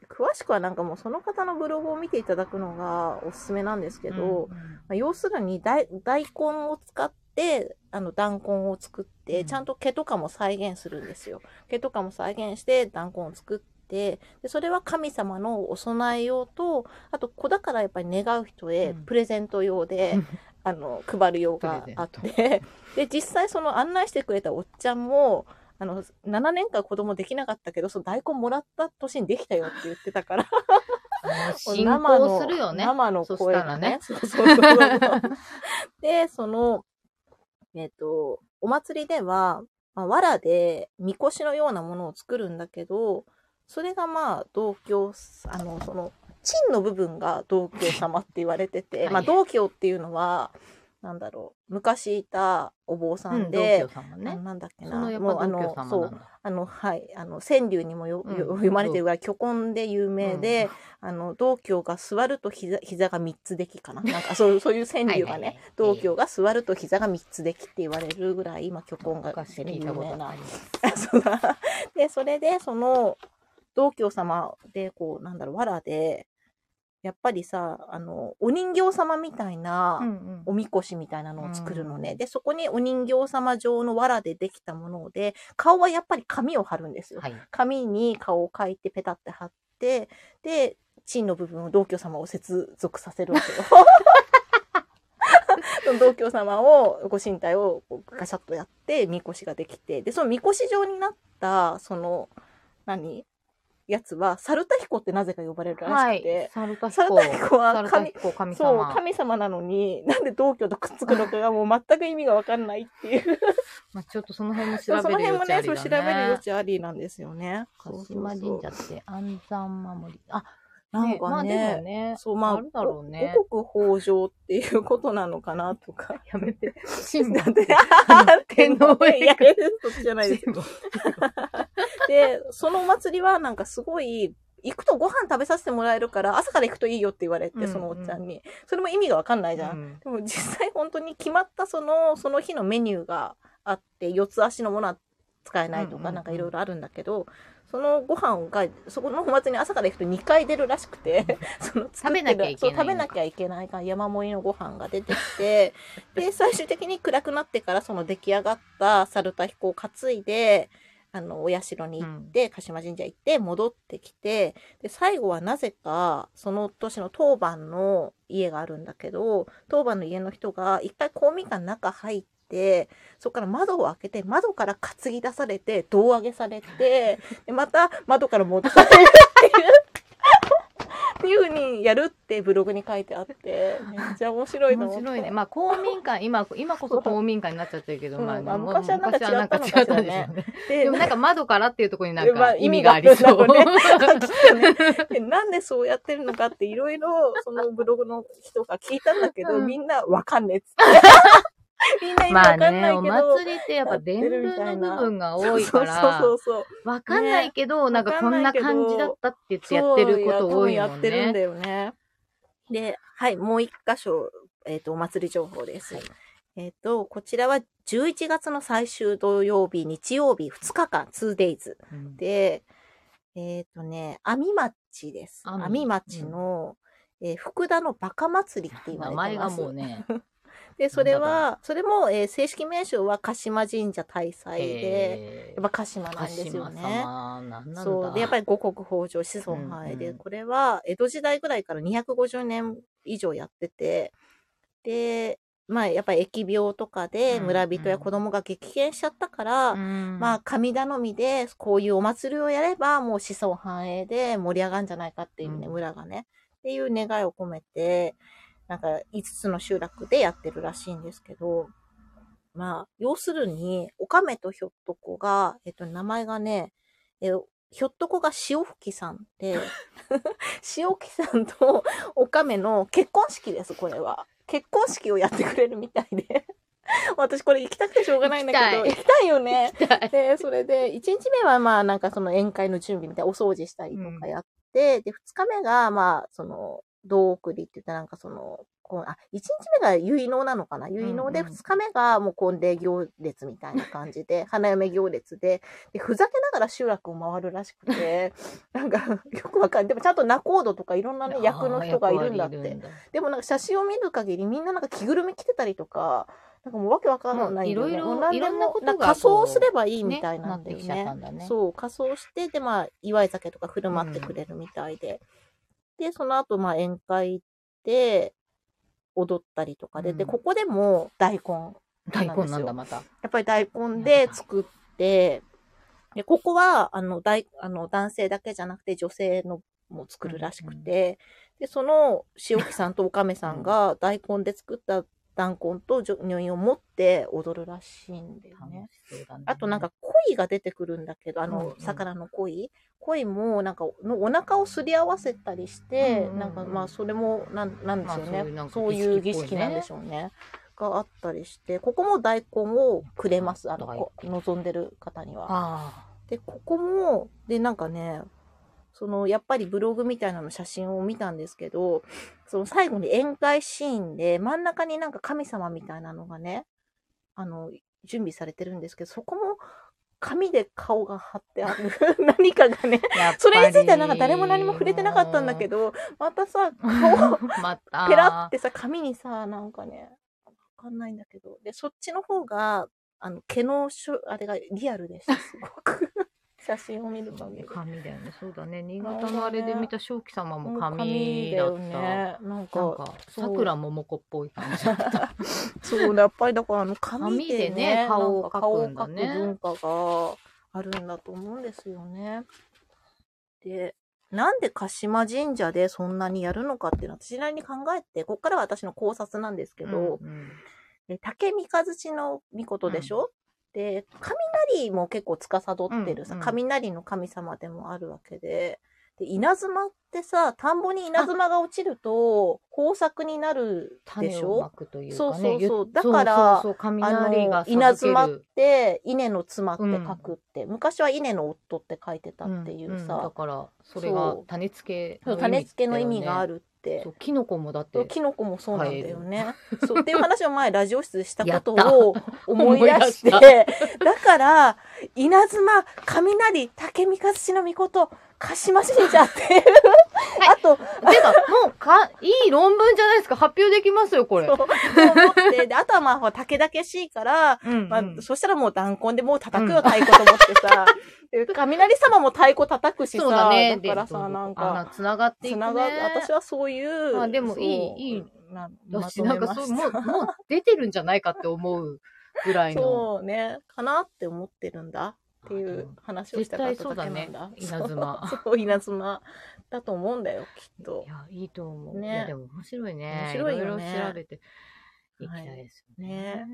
Speaker 1: で詳しくはなんかもうその方のブログを見ていただくのがおすすめなんですけど、まあ、要するに大大根を使ってあの弾根を作って、
Speaker 2: うん
Speaker 1: ちゃんと毛とかも再現するんですよ。毛とかも再現して弾根を作ってでそれは神様のお供え用とあと子だからやっぱり願う人へ
Speaker 2: うん
Speaker 1: プレゼント用で、
Speaker 2: うん
Speaker 1: あの配る用があっ
Speaker 2: プ
Speaker 1: てで実際その案内してくれたおっちゃんもあの7年間子供できなかったけどその大根もらった年にできたよって言ってたから
Speaker 2: あの信
Speaker 1: 生の
Speaker 2: 仰するよね。
Speaker 1: 生の声がね。そうそうそうそうで、その、えっ、と、お祭りでは、まあ、藁で、みこしのようなものを作るんだけど、それがまあ、同居、あの、その、陳の部分が同居様って言われてて、
Speaker 2: はい
Speaker 1: まあ、同居っていうのは、なんだろう、昔いたお坊さんで、
Speaker 2: 同居さんも
Speaker 1: あ
Speaker 2: ね
Speaker 1: の。なんだっけ
Speaker 2: そ
Speaker 1: な、
Speaker 2: のやっ
Speaker 1: もう
Speaker 2: ぱ
Speaker 1: あ
Speaker 2: 同居
Speaker 1: の
Speaker 2: さ、ん
Speaker 1: そ
Speaker 2: も
Speaker 1: う
Speaker 2: なん、だ。
Speaker 1: あの、はい、あの、川柳にもよ、よ
Speaker 2: うん
Speaker 1: 読まれてるぐらい、虚根で有名で、あの、道教が座ると膝、膝が3つできかな。なんか、 そう、そういう川柳がね、道教
Speaker 2: が
Speaker 1: が座ると膝が3つできって言われるぐらい、今、虚根が
Speaker 2: 昔聞い
Speaker 1: 有
Speaker 2: たこ
Speaker 1: 名
Speaker 2: と
Speaker 1: な
Speaker 2: あります。
Speaker 1: そうだ。で、それで、その、道教様で、こう、なんだろう、藁で、やっぱりさ、あの、お人形様みたいな、
Speaker 2: うん
Speaker 1: おみこしみたいなのを作るのね。で、そこにお人形様状の藁でできたもので、顔はやっぱり紙を貼るんです
Speaker 2: う
Speaker 1: よ。
Speaker 2: んはい。
Speaker 1: 紙に顔を描いてペタって貼って、 で、チンの部分を同居様を接続させるわけよ。その道教様を、ご神体をこうガシャッとやって、みこしができて、で、そのみこし状になった、その、何やつは、猿田彦ってなぜか呼ばれるら
Speaker 2: は
Speaker 1: しくて
Speaker 2: い、。サルタヒ
Speaker 1: 猿
Speaker 2: コ
Speaker 1: 田彦は
Speaker 2: サルタ
Speaker 1: 神
Speaker 2: ヒ、コ神
Speaker 1: そう、
Speaker 2: 様
Speaker 1: 神様なのに、なんで道教とくっつくのかがもう全く意味がわかんないっていう。
Speaker 2: まあ、ちょっとその辺も調
Speaker 1: そ
Speaker 2: べ
Speaker 1: の
Speaker 2: る
Speaker 1: 辺
Speaker 2: 余
Speaker 1: も
Speaker 2: 地あ
Speaker 1: ね、
Speaker 2: り
Speaker 1: そ
Speaker 2: だ
Speaker 1: う調
Speaker 2: ね
Speaker 1: べる余地ありなんですよね。
Speaker 2: 鹿
Speaker 1: そう
Speaker 2: 島
Speaker 1: そう
Speaker 2: 神社って安産守りあ
Speaker 1: なんかね、
Speaker 2: まあでもね
Speaker 1: そう、まあ、
Speaker 2: あるだろうね
Speaker 1: 五五穀豊穣っていうことなのかなとか。
Speaker 2: やめ て神
Speaker 1: だ
Speaker 2: 社
Speaker 1: って、
Speaker 2: 天皇陛下
Speaker 1: いや、えそっちじゃないです。
Speaker 2: 全部
Speaker 1: で、そのお祭りはなんかすごい、行くとご飯食べさせてもらえるから、朝から行くといいよって言われて、
Speaker 2: うんうん
Speaker 1: そのおっちゃんに。それも意味がわかんないじゃん。
Speaker 2: うん
Speaker 1: でも実際本当に決まったその、その日のメニューがあって、四つ足のものは使えないと
Speaker 2: うんうん
Speaker 1: か、
Speaker 2: うん
Speaker 1: なんかいろいろあるんだけど、そのご飯が、そこのお祭りに朝から行くと2回出るらしくて、 その作ってる
Speaker 2: 食べなきゃいけない
Speaker 1: そう、食べなきゃいけないから山盛りのご飯が出てき て、で、最終的に暗くなってからその出来上がった猿田彦を担いで、あの、お社に行って、鹿島神社行って、戻ってきて、で、最後はなぜか、その年の当番の家があるんだけど、当番の家の人が一回公民館の中入って、そこから窓を開けて、窓から担ぎ出されて、胴上げされて、でまた窓から持ってされるっていう、っていう風にやるってブログに書いてあって、めっちゃ面白いの。
Speaker 2: 面白いね。まあ公民館今今こそ公民館になっちゃってるけど、
Speaker 1: うん
Speaker 2: まあ、
Speaker 1: まあ
Speaker 2: もう
Speaker 1: 昔はなんか違ったのかしらね
Speaker 2: 昔はなん違 ったんでしょうね
Speaker 1: で
Speaker 2: でもなんか窓からっていうところになん
Speaker 1: まあ
Speaker 2: か意味がありそう。
Speaker 1: 意味があ るんだろうねきっとねでなんでそうやってるのかっていろいろそのブログの人が聞いたんだけど、
Speaker 2: うん
Speaker 1: みんなわかんねえっつって。 みんな今わ
Speaker 2: まあ
Speaker 1: かんないけ
Speaker 2: ね、
Speaker 1: ど。
Speaker 2: お祭りってやっぱ伝統の部分が多いから
Speaker 1: そ、うそうそう
Speaker 2: わかんないけど、なんかこんな感じだったって言っ
Speaker 1: そう。
Speaker 2: てやってること
Speaker 1: そう
Speaker 2: 多い
Speaker 1: や
Speaker 2: も
Speaker 1: 多分やっ
Speaker 2: ん
Speaker 1: てるんだ
Speaker 2: ね。
Speaker 1: よね。で、はい、もう一箇所、えっ、と、お祭り情報です。
Speaker 2: はい
Speaker 1: えっ、と、こちらは11月の最終土曜日、日曜日2日間、2days。
Speaker 2: うん
Speaker 1: で、えっ、とね、阿見町です。
Speaker 2: 阿見
Speaker 1: 阿見町の、えー福田のバカ祭りって言われ
Speaker 2: 名
Speaker 1: て
Speaker 2: 前が
Speaker 1: ます。
Speaker 2: もうね、
Speaker 1: で、それ
Speaker 2: な
Speaker 1: は、それも、えー正式名称は鹿島神社大祭で、
Speaker 2: え
Speaker 1: やっぱ鹿島な
Speaker 2: 鹿
Speaker 1: んです
Speaker 2: 島
Speaker 1: よね。
Speaker 2: 様、なんなんだ。
Speaker 1: そう。で、やっぱり五穀豊穣、子孫繁栄で、
Speaker 2: うんうん
Speaker 1: これは江戸時代ぐらいから250年以上やってて、で、まあ、やっぱり疫病とか
Speaker 2: うん
Speaker 1: で
Speaker 2: うん
Speaker 1: 村人や子供が激減しちゃったから、
Speaker 2: うん
Speaker 1: まあ、神頼みで、こういうお祭りをやれば、もう子孫繁栄で盛り上がるんじゃないかっていうね、
Speaker 2: うん
Speaker 1: 村がね。っていう願いを込めて、なんか、5つの集落でやってるらしいんですけど、まあ、要するに、おかめとひょっとこが、えっと、名前がね、え、ひょっとこが潮吹さんで、潮吹さんとおかめの結婚式です、これは。結婚式をやってくれるみたいで。 私これ行きたくてしょうがないんだけど、
Speaker 2: 行
Speaker 1: 行きたいよね。
Speaker 2: 痛い
Speaker 1: で、それで、1日目はまあなんかその宴会の準備みたいなお掃除したりとかやって、で、2日目がまあその、道送りって言ってなんかその、こうあ、1日目が結納なのかな結納で、
Speaker 2: うんうん
Speaker 1: 2日目がもう婚礼行列みたいな感じで、花嫁行列で、で、ふざけながら集落を回るらしくて、なんか、よくわかんない。でもちゃんと仲人とかいろんなね、 役の人がいるんだっ
Speaker 2: あー役割い
Speaker 1: て
Speaker 2: る。んだ
Speaker 1: でもなんか写真を見る限りみんななんか着ぐるみ着てたりとか、なんかもうわけわかんないんだよね。
Speaker 2: もういろいろ
Speaker 1: もう何でも
Speaker 2: いろんなことが
Speaker 1: んか仮装すればいいみたいなんだよ
Speaker 2: ねなってきちゃった
Speaker 1: ね。
Speaker 2: んだね。
Speaker 1: そう、仮装して、でまあ、祝い酒とか振る舞ってくれるみたいで。で、その後まあ宴会行って、踊ったりとかで、で、
Speaker 2: うん
Speaker 1: ここでも大根。
Speaker 2: 大根なんだ、また。
Speaker 1: やっぱり大根で作って、で、ここは、あの、大、あの、男性だけじゃなくて女性のも作るらしくて、で、その、塩木さんとおかめさんが大根で作った弾痕と女優を持って踊るらしいんだよ
Speaker 2: 楽
Speaker 1: ね。
Speaker 2: しそうだね
Speaker 1: あとなんか、鯉が出てくるんだけど、あ
Speaker 2: うん
Speaker 1: の
Speaker 2: う、ん
Speaker 1: 魚の鯉鯉も、なんか、のお腹をすり合わせたりして、
Speaker 2: うんうん
Speaker 1: なんか、まあ、それも、なん、なんでしょう
Speaker 2: ま
Speaker 1: ね。
Speaker 2: あそういうなんか
Speaker 1: そういう儀
Speaker 2: 儀式っぽ
Speaker 1: 式な
Speaker 2: いね
Speaker 1: んでしょうね。があったりして、ここも大根をくれます。あの、こ望んでる方には。
Speaker 2: あ
Speaker 1: で、ここも、で、なんかね、その、やっぱりブログみたいなの写真を見たんですけど、その最後に宴会シーンで、真ん中になんか神様みたいなのがね、あの、準備されてるんですけど、そこも紙で顔が貼ってある 何かがね、
Speaker 2: あ。やっぱり
Speaker 1: それについてはなんか誰も何も触れてなかったんだけ。ど、またさ、顔を
Speaker 2: また。
Speaker 1: ペラってさ、紙にさ、なんかね、わかんないんだけ ど、で、そっちの方が、あの、毛のしょ、あれがリアルでした、すごく。写真を見る限り。
Speaker 2: 紙だよね。そうだね。新潟のあれで見た正気様も紙
Speaker 1: だ
Speaker 2: だ
Speaker 1: よ
Speaker 2: った。
Speaker 1: ね。なん
Speaker 2: なん
Speaker 1: か、
Speaker 2: か、
Speaker 1: そう
Speaker 2: さくらももこっぽい感じだった。
Speaker 1: そうね、やっぱりだからあの紙でね、
Speaker 2: 紙でね顔を
Speaker 1: なんか
Speaker 2: 描くんだね
Speaker 1: 顔を描く文化があるんだと思うんですよね。で、なんで鹿島神社でそんなにやるのかっていうのは私なりに考えて、ここからは私の考察なんですけど、
Speaker 2: うんうん
Speaker 1: で竹三日月の御事でしょ、で雷も結構司ってるさ、
Speaker 2: うんうん
Speaker 1: 雷の神様でもあるわけでで稲妻ってさ田んぼに稲妻が落ちると豊作になるで
Speaker 2: 種
Speaker 1: し
Speaker 2: を
Speaker 1: ょ
Speaker 2: まくというか
Speaker 1: そ
Speaker 2: ね。
Speaker 1: うそうそう
Speaker 2: ゆ
Speaker 1: だから
Speaker 2: そうそうそう
Speaker 1: あ
Speaker 2: 雷
Speaker 1: の
Speaker 2: が授ける
Speaker 1: 稲妻って稲の妻って書くって、昔は稲の夫って書いてたってい
Speaker 2: ん
Speaker 1: うんさ
Speaker 2: だ、から、それが種付け
Speaker 1: そう
Speaker 2: の意味だよね。
Speaker 1: 種付けの意味があるって
Speaker 2: そう。キノコもだっ
Speaker 1: そ
Speaker 2: て
Speaker 1: うキノコもそうなんだよね。 そうっていう話を前ラジオ室でしたこと
Speaker 2: やった
Speaker 1: を思い出して、
Speaker 2: 思い
Speaker 1: だから稲妻雷竹三勝氏の御事鹿島神社っていう、あと
Speaker 2: てか、もうか、いい論文じゃないですか。発表できますよ、これ。
Speaker 1: そうう思ってであとはまあほら竹だけしいから。
Speaker 2: んうん
Speaker 1: まあ、そしたらもう弾痕でもう叩くよ、太鼓と思ってさ。 で雷様も太鼓叩くしさ。
Speaker 2: そうだね。
Speaker 1: だから
Speaker 2: で
Speaker 1: さ、なん
Speaker 2: あ
Speaker 1: か、
Speaker 2: な繋がってい
Speaker 1: つ
Speaker 2: くね。
Speaker 1: なが、私はそういう。
Speaker 2: あでもいい
Speaker 1: そう
Speaker 2: いい。
Speaker 1: なま
Speaker 2: 私
Speaker 1: とめ
Speaker 2: なんか
Speaker 1: ま
Speaker 2: そう、
Speaker 1: した
Speaker 2: もう、 もう出てるんじゃないかって思うぐらいの。
Speaker 1: そうね、かなって思ってるんだってい
Speaker 2: あで
Speaker 1: う
Speaker 2: も
Speaker 1: 話をし
Speaker 2: 絶
Speaker 1: たかっ
Speaker 2: 対
Speaker 1: た
Speaker 2: そう
Speaker 1: だ
Speaker 2: だ
Speaker 1: けな
Speaker 2: ね
Speaker 1: んだ。。
Speaker 2: 稲妻。
Speaker 1: そうそう、稲妻だと思うんだよ、きっと
Speaker 2: い。や、いいと思う。
Speaker 1: ね
Speaker 2: いや、でも面白いね。
Speaker 1: 面白いよね
Speaker 2: ろいろ調べていきたいですよね。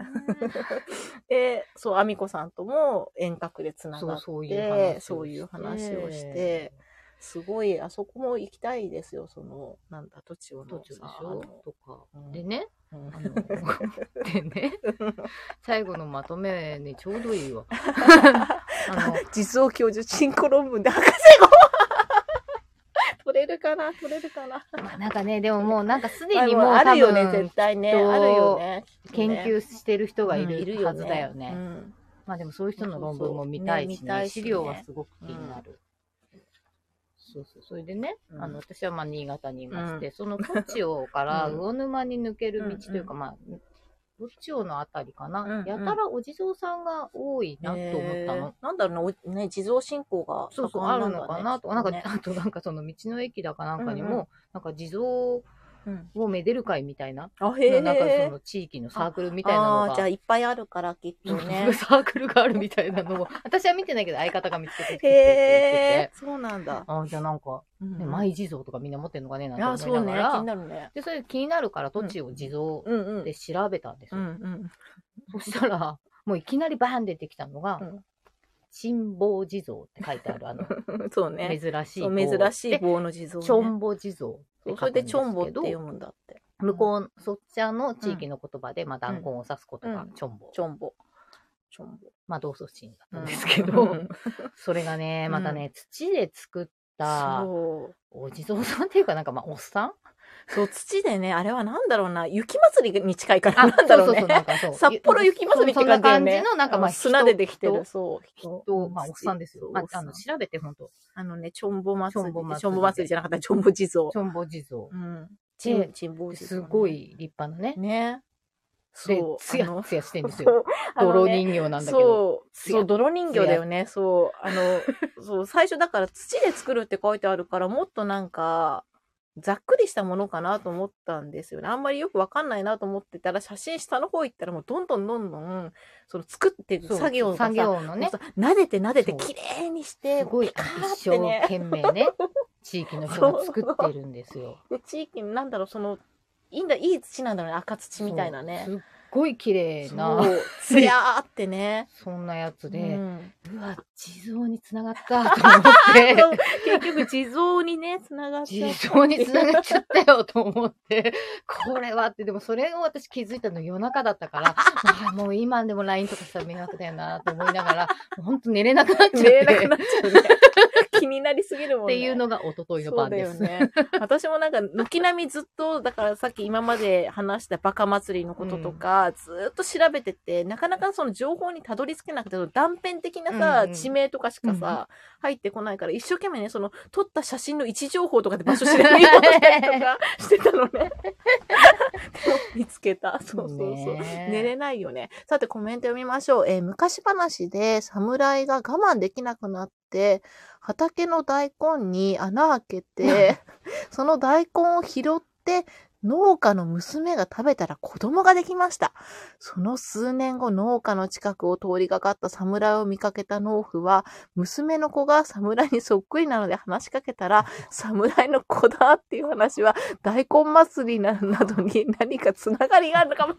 Speaker 1: で、そう、アミコさんとも遠隔でつな
Speaker 2: そ
Speaker 1: が
Speaker 2: う、
Speaker 1: って、
Speaker 2: そういう話
Speaker 1: でそういう話を
Speaker 2: をして。
Speaker 1: して、すごい、あそこも行きたいですよ、その、なんだ、途中の
Speaker 2: 途中でし
Speaker 1: さ
Speaker 2: ょとか
Speaker 1: う。ん
Speaker 2: でね、
Speaker 1: あの
Speaker 2: あ のでね、最後のまとめにちょうどいい わ。あの、
Speaker 1: 実を教授、チンコ論文で博士号 取れるかな取れるかな
Speaker 2: まあなんかね、でももうなんかす
Speaker 1: ま
Speaker 2: で
Speaker 1: あ
Speaker 2: に
Speaker 1: で
Speaker 2: もう
Speaker 1: もあ
Speaker 2: 多
Speaker 1: るよね、
Speaker 2: 分
Speaker 1: 絶対ね。
Speaker 2: きっと
Speaker 1: あるよね。きっと
Speaker 2: 研
Speaker 1: ね
Speaker 2: 究してる人がい
Speaker 1: うんいるよ
Speaker 2: る
Speaker 1: ね
Speaker 2: はずだよね。
Speaker 1: うん
Speaker 2: まあでもそういう人の論文も見たいし、ね
Speaker 1: そうそうね見たいしね
Speaker 2: 資料はすごく気になる。そうそう。それでね、
Speaker 1: うん
Speaker 2: あの、私はまあ新潟にいまして、
Speaker 1: う
Speaker 2: その栃尾 から
Speaker 1: うん
Speaker 2: 魚沼に抜ける道というか、
Speaker 1: う
Speaker 2: まあ、栃尾のあたりかな、
Speaker 1: うんうん
Speaker 2: やたらお地蔵さんが多いなと思ったの。
Speaker 1: えーなんだろうねお、ね、地蔵信仰が
Speaker 2: そうそう、あ
Speaker 1: 盛
Speaker 2: る
Speaker 1: んだね
Speaker 2: のかなとか、なんか、
Speaker 1: きっ
Speaker 2: あとなんかその道の駅だかなんかにも、
Speaker 1: うんうん
Speaker 2: なんか地蔵を
Speaker 1: とね
Speaker 2: めでる会みたいな、
Speaker 1: あ、へえ。
Speaker 2: なんかその地域のサークルみたいなの
Speaker 1: あ
Speaker 2: が
Speaker 1: ーじゃあいっぱいあるから、きっと
Speaker 2: ね、。
Speaker 1: ね
Speaker 2: サークルがあるみたい なのを、私は見てないけど相方が見つけ
Speaker 1: へ
Speaker 2: てきてくれて
Speaker 1: え。そうなんだ。
Speaker 2: ああ、じゃあなんか、
Speaker 1: うん
Speaker 2: ね、マイ地蔵とかみんな持ってんのかねなん
Speaker 1: あ、
Speaker 2: て
Speaker 1: そ
Speaker 2: 思
Speaker 1: う
Speaker 2: い
Speaker 1: ね。
Speaker 2: な
Speaker 1: 気
Speaker 2: がら、
Speaker 1: になるね。
Speaker 2: で、それで気になるから土地を地蔵
Speaker 1: うんうん。
Speaker 2: で調べたんです
Speaker 1: う
Speaker 2: よ。
Speaker 1: んうん。
Speaker 2: そしたら、もういきなりバーン出てきたのが
Speaker 1: うん、
Speaker 2: 珍宝地蔵って書いてある、あの、
Speaker 1: そう ね。
Speaker 2: 珍しい
Speaker 1: そ
Speaker 2: 棒。
Speaker 1: う珍しい
Speaker 2: で
Speaker 1: 棒の地蔵ね。
Speaker 2: チョンボ地蔵って
Speaker 1: そ
Speaker 2: 書
Speaker 1: うそれ
Speaker 2: くんで
Speaker 1: ですチョンボっ
Speaker 2: け
Speaker 1: て
Speaker 2: ど、
Speaker 1: 読むんだって。
Speaker 2: 向こう、そっちあの地域の言葉で、まあ、弾痕を指すことが
Speaker 1: うん
Speaker 2: チョンボ。
Speaker 1: チョンボ。チョンボ。
Speaker 2: まあ、同祖神だった
Speaker 1: なんん
Speaker 2: ですけど、
Speaker 1: うん
Speaker 2: それがね、またね、土で作った、
Speaker 1: そう。
Speaker 2: お地蔵さんっていうか、なんかまあ、おっさん
Speaker 1: そう、土でね、あれはなんだろうな、雪祭りに近いから、なんだ
Speaker 2: そう
Speaker 1: ろ
Speaker 2: そううそう、
Speaker 1: ね。
Speaker 2: なんかそ う。
Speaker 1: 札幌雪祭りって感じだよね。
Speaker 2: そんな感じの、なんかまあ、
Speaker 1: う砂でできてる。
Speaker 2: 人
Speaker 1: そう。人
Speaker 2: と、まあ、おっさんですよ。まあ、あの、
Speaker 1: おっさん
Speaker 2: 調べて、本当
Speaker 1: あのね、チョンボ祭り。
Speaker 2: チョンボ祭り
Speaker 1: チョンボ祭りじゃなかった、チョンボ地蔵
Speaker 2: チ。ョンボ地蔵
Speaker 1: う。ん。チ
Speaker 2: で
Speaker 1: ン、チンボ地蔵。
Speaker 2: すご。い立派なね。
Speaker 1: ね。
Speaker 2: で
Speaker 1: そ、う。
Speaker 2: ツヤツヤしてんです
Speaker 1: そ
Speaker 2: よ。
Speaker 1: う。 あの
Speaker 2: 泥
Speaker 1: ね
Speaker 2: 人形なんだけど。
Speaker 1: そう。
Speaker 2: 艶
Speaker 1: そう、泥人形だよね。そう。あの、 そう、最初だから土で作るって書いてあるから、もっとなんか、ざっくりしたものかなと思ったんですよね。あんまりよくわかんないなと思ってたら、写真下の方行ったらもうどんどんどんどん、その作っていく
Speaker 2: そう
Speaker 1: 作業がさ、
Speaker 2: 作業のね
Speaker 1: もう、さ撫でて撫でて
Speaker 2: そう
Speaker 1: 綺麗にし
Speaker 2: す
Speaker 1: て、
Speaker 2: ごい
Speaker 1: ピカーっ
Speaker 2: 一
Speaker 1: てね
Speaker 2: 生懸命ね、地域の人が作ってるんですよ。
Speaker 1: で地域になんだろう、その、いいんだ、いい土なんだろうね、赤土みたいなね
Speaker 2: そ。うすっごい綺麗な、
Speaker 1: そう、つやーって ね。
Speaker 2: そんなやつ
Speaker 1: う
Speaker 2: で、
Speaker 1: ん
Speaker 2: うわ、地蔵につながったと 思って、
Speaker 1: 結局地蔵にね、つながっちゃった
Speaker 2: 地蔵につながっちゃったよと思って、これはって、でもそれを私気づいたの夜中だったから、あもう今でも LINE とかしたら迷惑だよなと思いながら、本当寝れなくなっちゃっ
Speaker 1: 寝れなく
Speaker 2: て、
Speaker 1: なっちゃ うね。気になりすぎるもん
Speaker 2: っ
Speaker 1: ね。
Speaker 2: ていうのが一昨日の
Speaker 1: そう
Speaker 2: 晩
Speaker 1: だ
Speaker 2: で
Speaker 1: よ
Speaker 2: す。
Speaker 1: ね。私もなんか、軒並みずっと、だからさっき今まで話したバカ祭りのこととか、ずっと調べてて、なかなかその情報にたどり着けなくて、断片的なさ、
Speaker 2: うんうん
Speaker 1: 地名とかしかさ、入ってこないから、一生懸命ね、その、撮った写真の位置情報とかで場所調べようとしたりとかしてた のね。で も見つけた。そうそうそう。
Speaker 2: ね
Speaker 1: 寝れないよね。さて、コメント読みましょう。えー昔話で侍が我慢できなくなっって、畑の大根に穴開けて、その大根を拾って、農家の娘が食べたら子供ができました。その数年後、農家の近くを通りかかった侍を見かけた農夫は、娘の子が侍にそっくりなので話しかけたら、侍の子だっていう話は、大根祭りな などに何かつながりがあるのかも。